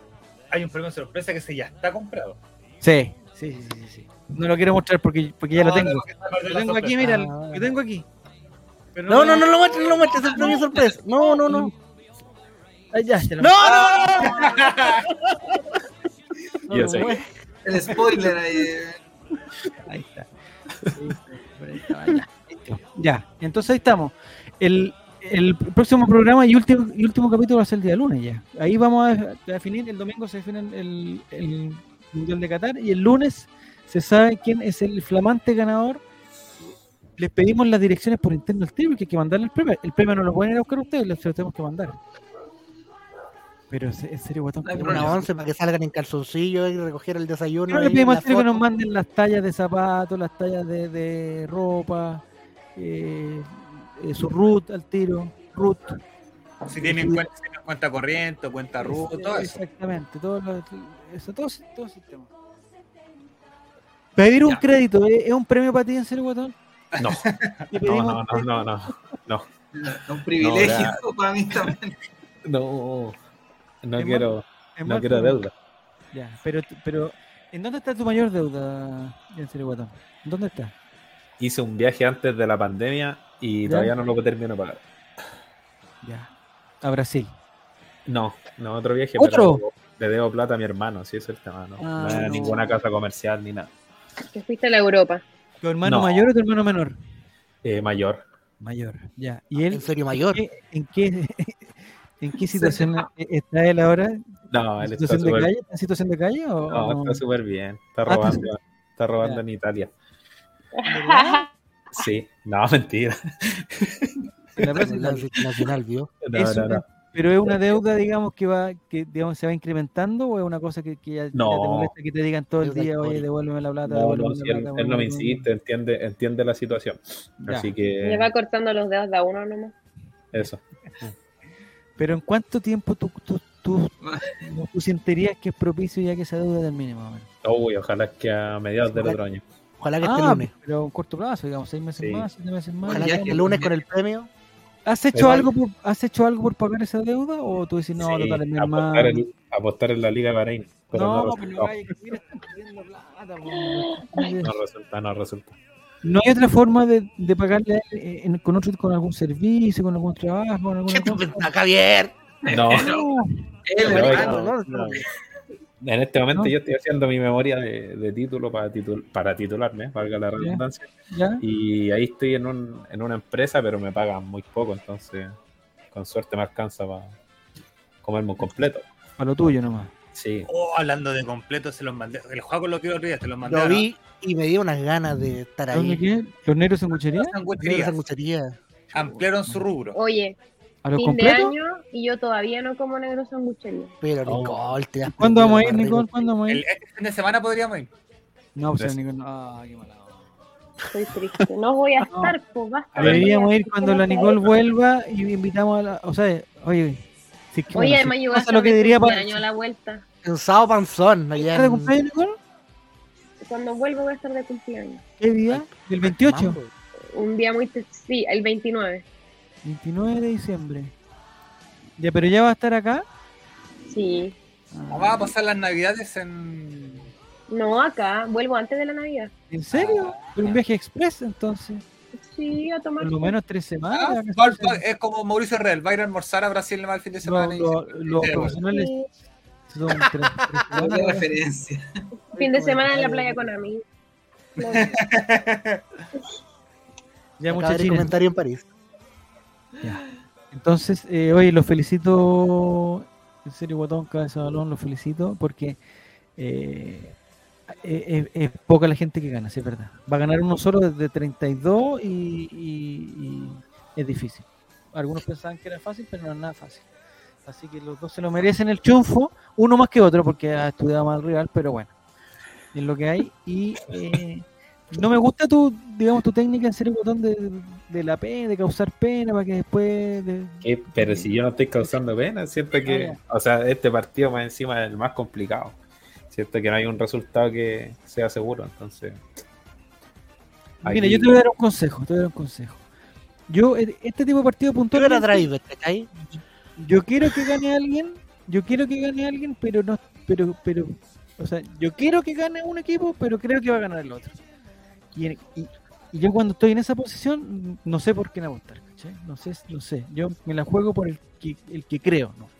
Speaker 1: Hay un premio sorpresa que se ya está comprado.
Speaker 4: Sí, sí, sí, sí, sí. No lo quiero mostrar porque, porque ya lo
Speaker 1: No, no,
Speaker 4: tengo.
Speaker 1: porque está perdiendo
Speaker 4: Lo
Speaker 1: la
Speaker 4: tengo
Speaker 1: sorpresa.
Speaker 4: aquí, mira,
Speaker 2: Ah.
Speaker 4: lo tengo aquí. Pero
Speaker 2: No, no, no lo muestres, no lo muestres, es el premio sorpresa. No, no, no.
Speaker 4: Ah, ya, ya lo-
Speaker 2: No, no, no.
Speaker 4: no
Speaker 9: Yo
Speaker 4: lo
Speaker 9: sé.
Speaker 4: muestro.
Speaker 8: El spoiler ahí.
Speaker 4: Ahí está. Sí, por ahí estaba ya. Listo. Ya, entonces ahí estamos. El, el próximo programa y último, y último capítulo va a ser el día lunes ya. Ahí vamos a definir, el domingo se define el, el Mundial de Qatar y el lunes se sabe quién es el flamante ganador. Les pedimos las direcciones por interno al tribu que hay que mandarle el premio. El premio no lo pueden ir a buscar ustedes, se lo tenemos que mandar. Pero se- en serio, guatón.
Speaker 8: No hay
Speaker 4: qué
Speaker 8: problema.
Speaker 4: buena
Speaker 2: Una once para que salgan en calzoncillo y recoger el desayuno.
Speaker 4: no
Speaker 2: ahí
Speaker 4: le
Speaker 2: en
Speaker 4: pedimos
Speaker 2: la
Speaker 4: al tiro que
Speaker 2: foto.
Speaker 4: nos manden las tallas de zapatos, las tallas de, de ropa, eh, eh, su root al tiro, root.
Speaker 1: Si tienen cuenta, si tienen cuenta corriente, cuenta RU, todo eso.
Speaker 4: Este, Exactamente, todo, lo- eso, todo, ese- todo ese tema. Pedir un
Speaker 9: Ya.
Speaker 4: crédito, ¿eh? ¿es un premio para ti en serio, guatón?
Speaker 9: No,
Speaker 4: Le pedimos
Speaker 9: no, no,
Speaker 4: un
Speaker 9: no, no, no.
Speaker 8: Es un privilegio
Speaker 9: No,
Speaker 8: para mí también.
Speaker 9: No, no
Speaker 4: Es
Speaker 9: quiero,
Speaker 4: Es
Speaker 9: no
Speaker 4: más
Speaker 9: quiero
Speaker 4: que-
Speaker 9: deuda.
Speaker 4: Ya, pero, pero ¿en dónde está tu mayor deuda, en serio, guatón? ¿En ¿Dónde está?
Speaker 9: Hice un viaje antes de la pandemia y
Speaker 4: ¿Ya?
Speaker 9: todavía no lo termino de pagar.
Speaker 4: Ya. A Brasil.
Speaker 9: No, no, otro viaje.
Speaker 4: ¿Otro?
Speaker 9: pero le debo plata a mi hermano, si ese es el tema. No,
Speaker 4: Ah,
Speaker 9: No era
Speaker 4: no.
Speaker 9: ninguna casa comercial ni nada.
Speaker 7: Te fuiste a la Europa.
Speaker 4: ¿Tu hermano
Speaker 9: No.
Speaker 4: mayor o tu hermano menor?
Speaker 9: Eh, mayor.
Speaker 4: Mayor, ya. ¿Y él
Speaker 2: En serio, mayor.
Speaker 4: ¿Qué- ¿En qué, en qué situación e, está él ahora?
Speaker 9: Ah. No,
Speaker 4: ¿En
Speaker 9: él está
Speaker 4: situación de
Speaker 9: súper
Speaker 4: calle? ¿Está en situación de calle o
Speaker 9: no,
Speaker 4: o no? Ah,
Speaker 9: está súper bien. Está
Speaker 4: está
Speaker 9: robando,
Speaker 4: súper-
Speaker 9: está robando
Speaker 4: Ya.
Speaker 9: en Italia.
Speaker 4: ¿Verdad?
Speaker 9: Sí, no, mentira.
Speaker 4: En la plaza,
Speaker 2: La internacional, ¿vio?
Speaker 9: No,
Speaker 4: Es
Speaker 9: no,
Speaker 4: una-
Speaker 9: no.
Speaker 4: Pero es una deuda, digamos, que va, que digamos, se va incrementando o es una cosa que, que ya, ya te
Speaker 9: No.
Speaker 4: molesta que te digan todo el
Speaker 2: Deuda
Speaker 4: día, oye,
Speaker 2: histórica.
Speaker 4: devuélveme la plata,
Speaker 9: No,
Speaker 4: devuélveme
Speaker 9: no,
Speaker 4: la
Speaker 9: si
Speaker 4: plata.
Speaker 9: él, él no
Speaker 4: devuélveme
Speaker 9: me
Speaker 4: la plata"?
Speaker 9: insiste, entiende, entiende la situación.
Speaker 4: Ya.
Speaker 9: Así
Speaker 7: Le
Speaker 9: que
Speaker 7: va cortando los dedos de a uno nomás.
Speaker 9: eso.
Speaker 4: Pero ¿en cuánto tiempo tú, tú, tú, tú sentirías que es propicio ya que esa deuda termine más o menos?
Speaker 9: Uy, ojalá que a mediados del otro año.
Speaker 2: Ojalá que este
Speaker 4: Ah, pues,
Speaker 2: lunes.
Speaker 4: pero a un corto plazo, digamos, seis meses
Speaker 9: Sí.
Speaker 4: más, siete meses más.
Speaker 2: Ojalá
Speaker 8: ya
Speaker 2: que
Speaker 8: que-
Speaker 2: este lunes con el premio.
Speaker 4: ¿Has hecho,
Speaker 9: Pero-
Speaker 4: algo por, ¿Has hecho algo por pagar esa deuda? ¿O tú dices, no,
Speaker 9: Sí,
Speaker 4: total, es mi hermano?
Speaker 9: apostar, en- apostar en la Liga de Bahrein. Pero no,
Speaker 4: no, pero
Speaker 9: resultó.
Speaker 4: no vaya, que mira, están pidiendo plata. po.
Speaker 9: No resulta, no resulta.
Speaker 4: No hay otra forma de, de pagarle a él, eh, en- con, otro, con algún servicio, con algún trabajo, con alguna
Speaker 2: ¿Qué tú
Speaker 4: cosa?
Speaker 2: pensás, Javier?
Speaker 9: No,
Speaker 4: No,
Speaker 8: Él,
Speaker 9: Pero
Speaker 8: ¿verdad?
Speaker 9: oiga,
Speaker 2: no,
Speaker 6: no.
Speaker 9: en este momento
Speaker 4: No.
Speaker 9: yo estoy haciendo mi memoria de, de título para, titul- para titularme, valga la redundancia.
Speaker 4: ya,
Speaker 9: Y ahí estoy en, un, en una empresa, pero me pagan muy poco, entonces con suerte me alcanza para comerme un completo.
Speaker 4: para lo tuyo nomás.
Speaker 9: Sí,
Speaker 1: Oh, hablando de completo, se los mandé. El juego lo que otro día, te los mandé.
Speaker 2: Lo vi y me dio unas ganas de estar
Speaker 4: ¿Dónde
Speaker 2: ahí.
Speaker 4: qué? ¿Los negros en cuchería?
Speaker 2: Esa sanguchería.
Speaker 1: Ampliaron su
Speaker 4: Oh,
Speaker 1: rubro.
Speaker 7: Oye,
Speaker 4: ¿A los
Speaker 7: fin de
Speaker 4: completos?
Speaker 7: año y yo todavía no como negro sanguchería.
Speaker 2: Pero
Speaker 9: Oh.
Speaker 2: Nicole, te das
Speaker 4: ¿Cuándo vamos a ir,
Speaker 2: cuenta,
Speaker 4: Nicole?
Speaker 2: Nicole.
Speaker 4: ¿Cuándo vamos a
Speaker 1: El,
Speaker 4: ir?
Speaker 1: este fin de semana podríamos ir.
Speaker 4: No, pues
Speaker 9: Gracias.
Speaker 4: Nicole, no. Ah, qué mala onda.
Speaker 7: Estoy triste. No voy a estar, pues basta.
Speaker 4: Deberíamos ir cuando la Nicole
Speaker 7: vuelva.
Speaker 4: vuelva y invitamos a la. O sea, oye. Sí, que bueno,
Speaker 7: Oye,
Speaker 4: sí,
Speaker 7: además yo voy a
Speaker 4: pasa lo
Speaker 7: hacer
Speaker 4: que
Speaker 7: mi
Speaker 4: diría para.
Speaker 7: cumpleaños a la vuelta.
Speaker 2: En Sao Panzón, allá
Speaker 4: ¿Estás de
Speaker 2: en
Speaker 4: cumpleaños, Nicole?
Speaker 7: Cuando vuelvo voy a estar de cumpleaños.
Speaker 4: ¿Qué día? ¿Del 28?
Speaker 2: Mambo.
Speaker 7: Un día muy... te- Sí, el 29.
Speaker 4: 29 de diciembre. Ya, pero ya va a estar acá.
Speaker 7: Sí.
Speaker 1: Vamos a pasar las navidades en.
Speaker 7: No, acá. Vuelvo antes de la Navidad.
Speaker 4: ¿En serio? ¿Pero un viaje express entonces?
Speaker 7: Sí, a tomar...
Speaker 4: Por lo menos tres semanas.
Speaker 1: Ah,
Speaker 4: de
Speaker 1: va-
Speaker 4: vacaciones.
Speaker 1: va- es como Mauricio Real, va a ir a almorzar a Brasil nomás el fin de
Speaker 4: Lo-
Speaker 1: semana. y-
Speaker 4: lo- Los
Speaker 1: Sí, bueno.
Speaker 4: profesionales
Speaker 7: Sí,
Speaker 4: son tres- tres semanas,
Speaker 8: Doble
Speaker 4: ¿verdad?
Speaker 8: referencia.
Speaker 7: Fin de semana en la playa con amigos. No,
Speaker 4: Ya
Speaker 2: Acaba de
Speaker 4: muchachines.
Speaker 2: leer comentario en París.
Speaker 4: Entonces, eh, oye, los felicito, en serio, Guatón, Cabeza de Balón, los felicito porque eh, eh, es, es poca la gente que gana, sí, es verdad. Va a ganar uno solo desde 32 y, y- y es difícil. Algunos pensaban que era fácil, pero no es nada fácil. Así que los dos se lo merecen el triunfo, uno más que otro porque ha estudiado más al rival, pero bueno, es lo que hay. Y eh, no me gusta tu, digamos, tu técnica en serio, Guatón, de, de la pena, de causar pena para que después... de-
Speaker 9: ¿Qué? Pero si yo no estoy causando pena, siento que, o sea, este partido más encima es el más complicado. Siento que no hay un resultado que sea seguro, entonces.
Speaker 4: Mira, yo te voy a dar un consejo, te voy a dar un consejo. Yo, e- este tipo de partido
Speaker 2: Tú
Speaker 4: puntual,
Speaker 2: eras driver, ¿cachai?
Speaker 4: yo quiero que gane alguien, yo quiero que gane alguien, pero no, pero, pero, o sea, yo quiero que gane un equipo, pero creo que va a ganar el otro. Y, en- y- y yo cuando estoy en esa posición, no sé por quién apostar, ¿cachai? No sé, no sé. Yo me la juego por el que, el que creo, ¿no?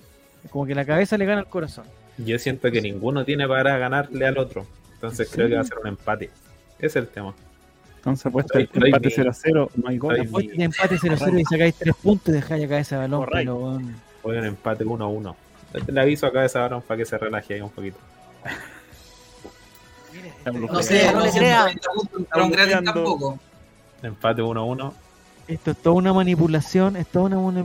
Speaker 4: Como que la cabeza le gana al corazón.
Speaker 9: Yo siento que ninguno tiene para ganarle al otro. Entonces
Speaker 4: ¿En
Speaker 9: creo que
Speaker 4: serio?
Speaker 9: va a ser un empate. Ese es el tema.
Speaker 6: Entonces apuesta el
Speaker 9: Ahí, ahí,
Speaker 6: empate
Speaker 9: ahí.
Speaker 6: 0-0. No hay gol.
Speaker 9: Ahí.
Speaker 6: apuesta.
Speaker 4: Hoy de empate 0-0 y sacáis 3 puntos y dejáis acá ese balón,
Speaker 1: Correcto.
Speaker 4: pero weón.
Speaker 9: Hoy un empate 1-1. Le aviso acá a esa varón para que se relaje ahí un poquito.
Speaker 8: No sé,
Speaker 2: No
Speaker 8: no
Speaker 2: le
Speaker 8: sé,
Speaker 2: crean.
Speaker 8: no gratis tampoco.
Speaker 9: Empate 1-1.
Speaker 4: Esto es toda una manipulación, es toda una, una-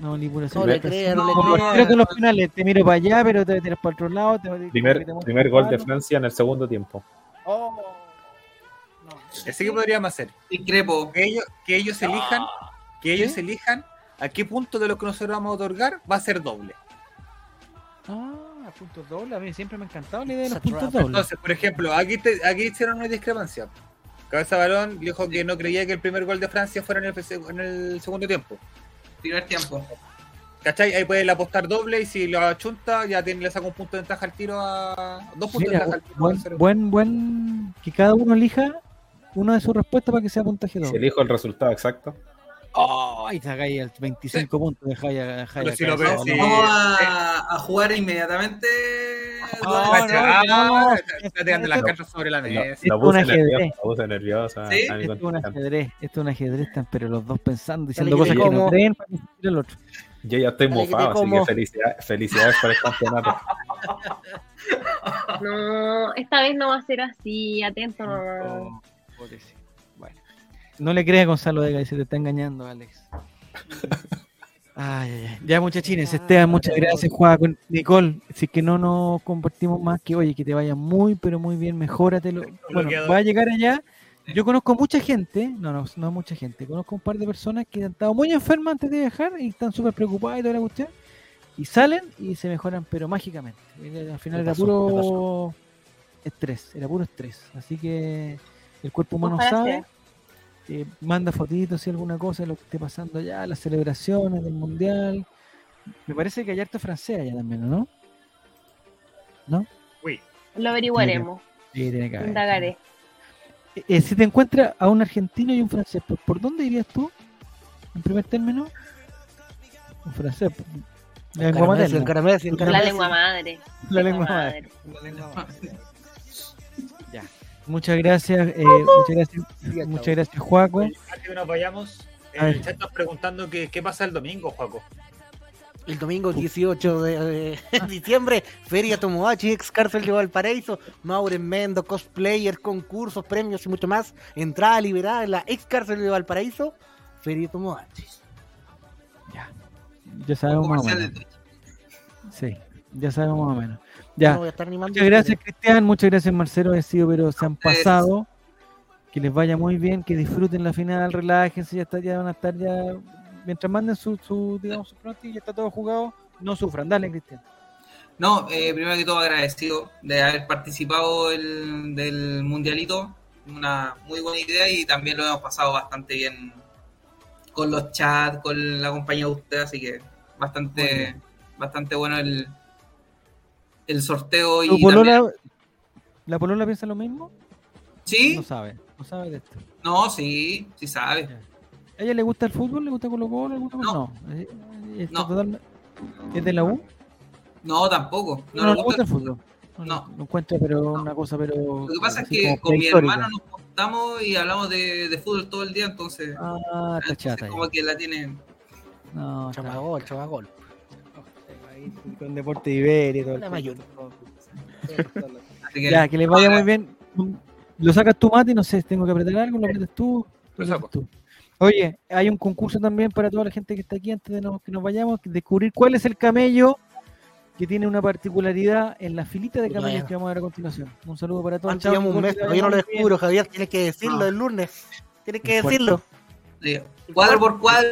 Speaker 4: una manipulación.
Speaker 2: No
Speaker 9: le
Speaker 4: Esta-
Speaker 2: crean, no le
Speaker 4: Como los
Speaker 8: crean.
Speaker 4: tiros de los finales, te miro para allá, pero te tiras para otro lado. Te,
Speaker 9: Primer,
Speaker 4: te- te-
Speaker 9: primer gol de Francia en el segundo tiempo.
Speaker 1: Así que podríamos hacer.
Speaker 8: Discrepo.
Speaker 1: Que ellos, que ellos elijan, que ellos elijan a qué punto de lo que nosotros vamos a otorgar va a ser doble.
Speaker 4: Ah, puntos dobles, a mí siempre me ha encantado la idea de los
Speaker 2: Esa
Speaker 4: puntos
Speaker 2: trap.
Speaker 4: dobles.
Speaker 1: Entonces, por ejemplo, aquí, te- aquí hicieron una discrepancia. Cabeza Balón dijo que no creía que el primer gol de Francia fuera en el, se- en el segundo tiempo.
Speaker 8: Primer tiempo.
Speaker 1: ¿Cachai? Ahí pueden apostar doble y si lo achunta ya tiene, le saca un punto de ventaja al tiro a. Dos puntos de
Speaker 4: Mira,
Speaker 1: ventaja al tiro. al
Speaker 4: buen,
Speaker 1: cero.
Speaker 4: buen, buen, que cada uno elija una de sus respuestas para que sea puntaje
Speaker 9: Si
Speaker 4: doble.
Speaker 9: elijo el resultado exacto.
Speaker 4: Ay, sacáis el 25 puntos, dejáis a- dejáis
Speaker 1: Pero
Speaker 4: a
Speaker 1: si lo
Speaker 4: Cabeza
Speaker 1: ves,
Speaker 4: Balón.
Speaker 1: sí.
Speaker 8: Vamos a, a jugar inmediatamente.
Speaker 4: No,
Speaker 1: Cacha, ah,
Speaker 4: no,
Speaker 1: está- está tirando las
Speaker 4: no.
Speaker 1: cartas sobre la
Speaker 9: La,
Speaker 1: mesa.
Speaker 9: la
Speaker 4: un
Speaker 9: puse
Speaker 4: ajedrez.
Speaker 9: nerviosa. La puse nerviosa.
Speaker 8: Sí,
Speaker 9: a
Speaker 4: Esto es
Speaker 9: mi
Speaker 4: un
Speaker 9: contrincante.
Speaker 4: ajedrez, esto es un ajedrez, están pero los dos pensando,
Speaker 2: Dale
Speaker 4: diciendo
Speaker 2: que
Speaker 4: cosas
Speaker 2: te
Speaker 4: que no
Speaker 2: como.
Speaker 4: creen para que se tire el otro.
Speaker 9: Yo ya estoy
Speaker 2: Dale, que te
Speaker 9: mofado, así que
Speaker 2: como.
Speaker 9: felicidades, felicidades por el campeonato.
Speaker 7: No, esta vez no va a ser así, atento. No.
Speaker 4: Oh, Bueno. No le creas a Gonzalo Vega, dice, te está engañando, Alex. Ay, ay, ay. Ya, muchachines, Esteban, muchas gracias. Juega con Nicole. Si es que no nos compartimos más, que oye, que te vaya muy, pero muy bien, mejóratelo. Bueno,
Speaker 1: Bloqueado.
Speaker 4: va a llegar allá. Yo conozco mucha gente, no, no, no mucha gente, conozco un par de personas que han estado muy enfermas antes de viajar y están súper preocupadas y toda la cuestión. Y salen y se mejoran, pero mágicamente. Al final
Speaker 2: Me
Speaker 4: era
Speaker 2: pasó, me
Speaker 4: puro estrés, era puro estrés. Así que el cuerpo humano
Speaker 7: Ojalá
Speaker 4: sabe, eh, manda fotitos y alguna cosa de lo que esté pasando allá, las celebraciones del mundial. Me parece que hay harto francés allá también, ¿o ¿no?
Speaker 1: Uy,
Speaker 7: Lo averiguaremos,
Speaker 4: Sí, tiene que haber.
Speaker 7: indagaré.
Speaker 4: Eh, eh, si te encuentras a un argentino y un francés, ¿por, por dónde irías tú? En primer término, un francés. po. La lengua
Speaker 2: Caramesi,
Speaker 4: materna.
Speaker 2: el Caramesi, el
Speaker 7: La
Speaker 2: Caramesi.
Speaker 7: lengua madre.
Speaker 4: La lengua madre. Ya. Muchas gracias, eh, muchas gracias, muchas gracias, Juaco.
Speaker 1: antes que nos vayamos,
Speaker 4: A ver.
Speaker 1: el chat nos preguntando que- qué pasa el domingo, Juaco.
Speaker 2: El domingo 18 de, de diciembre, Feria Tomodachi, ex cárcel de Valparaíso, Mauren Mendo, cosplayers, concursos, premios y mucho más. Entrada liberada en la ex cárcel de Valparaíso, Feria Tomodachi.
Speaker 4: Ya. Ya
Speaker 8: Un
Speaker 4: sabemos más o
Speaker 8: comercial de
Speaker 4: menos.
Speaker 8: Twitch.
Speaker 4: Sí, ya sabemos más o menos.
Speaker 2: No
Speaker 4: Ya.
Speaker 2: voy a estar animando.
Speaker 4: Muchas gracias, Cristian. Muchas gracias, Marcelo. Ha sido, pero se han
Speaker 8: Ustedes.
Speaker 4: pasado. Que les vaya muy bien, que disfruten la final, relájense, ya, está, ya van a estar ya. Mientras manden su, su digamos, su pronóstico, ya está todo jugado. No sufran, dale, Cristian.
Speaker 8: No, eh, primero que todo agradecido de haber participado el- del mundialito, una muy buena idea y también lo hemos pasado bastante bien con los chats, con la compañía de usted, así que bastante, bastante bueno el, el sorteo
Speaker 4: ¿Tu
Speaker 8: y también-
Speaker 4: polola- ¿La Polola piensa lo mismo? No
Speaker 8: sí,
Speaker 4: sabe, no sabe de esto.
Speaker 8: no, sí, sí sabe.
Speaker 4: ¿A ella le gusta el fútbol? ¿Le gusta Colo Colo? alguna cosa?
Speaker 8: No.
Speaker 4: No. eh, eh, está
Speaker 8: No.
Speaker 4: totalme- ¿Es de la U?
Speaker 8: No, tampoco. No,
Speaker 4: No, no
Speaker 8: le
Speaker 4: le gusta el fútbol. No,
Speaker 8: No.
Speaker 4: no encuentro, pero
Speaker 8: No.
Speaker 4: una cosa, pero.
Speaker 8: Lo que pasa es
Speaker 4: así
Speaker 8: que
Speaker 4: como
Speaker 8: con mi
Speaker 4: prehistórica.
Speaker 8: hermano nos juntamos y hablamos de, de fútbol todo el día, entonces,
Speaker 4: Ah, está
Speaker 8: entonces
Speaker 4: chata. ya.
Speaker 8: como que la tiene...
Speaker 4: No, está bien.
Speaker 2: Chamagol, chamagol.
Speaker 4: Ahí, Con Deporte Iberia y todo. el
Speaker 2: La
Speaker 4: cuento.
Speaker 8: Así que
Speaker 4: Ya, que les vaya muy bien. Lo sacas tú, Mati, no sé, tengo que apretar algo, lo apretas tú. tú
Speaker 1: Lo
Speaker 4: lo
Speaker 1: saco.
Speaker 4: haces tú. Oye, hay un concurso también para toda la gente que está aquí antes de no- que nos vayamos, que descubrir cuál es el camello que tiene una particularidad en la filita de camellos
Speaker 2: Bueno.
Speaker 4: que vamos a ver a continuación. Un saludo para todos.
Speaker 2: Antes
Speaker 4: chao,
Speaker 2: llevamos Ah, un
Speaker 4: Nicole,
Speaker 2: mes,
Speaker 4: que te
Speaker 2: todavía no
Speaker 4: vaya
Speaker 2: lo
Speaker 4: muy bien.
Speaker 2: descubro, Javier. Tienes que decirlo el lunes. Tienes que
Speaker 4: El cuarto.
Speaker 2: decirlo.
Speaker 8: Sí, eh, Cuadro por cuadro.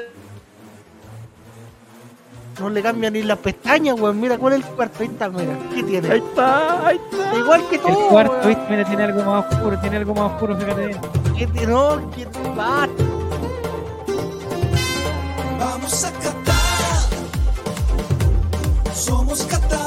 Speaker 2: No le cambian ni las pestañas, weón. Mira cuál es el cuarto. Ahí está, mira. ¿Qué tiene?
Speaker 6: Ahí está, ahí está.
Speaker 2: Está Igual que tú.
Speaker 4: El cuarto,
Speaker 2: weón.
Speaker 4: ¿viste? mira, tiene algo más oscuro, tiene algo más oscuro, fíjate bien.
Speaker 2: ¿Qué tiene? No, ¿qué basta.
Speaker 5: Vamos a Qatar. Somos Qatar.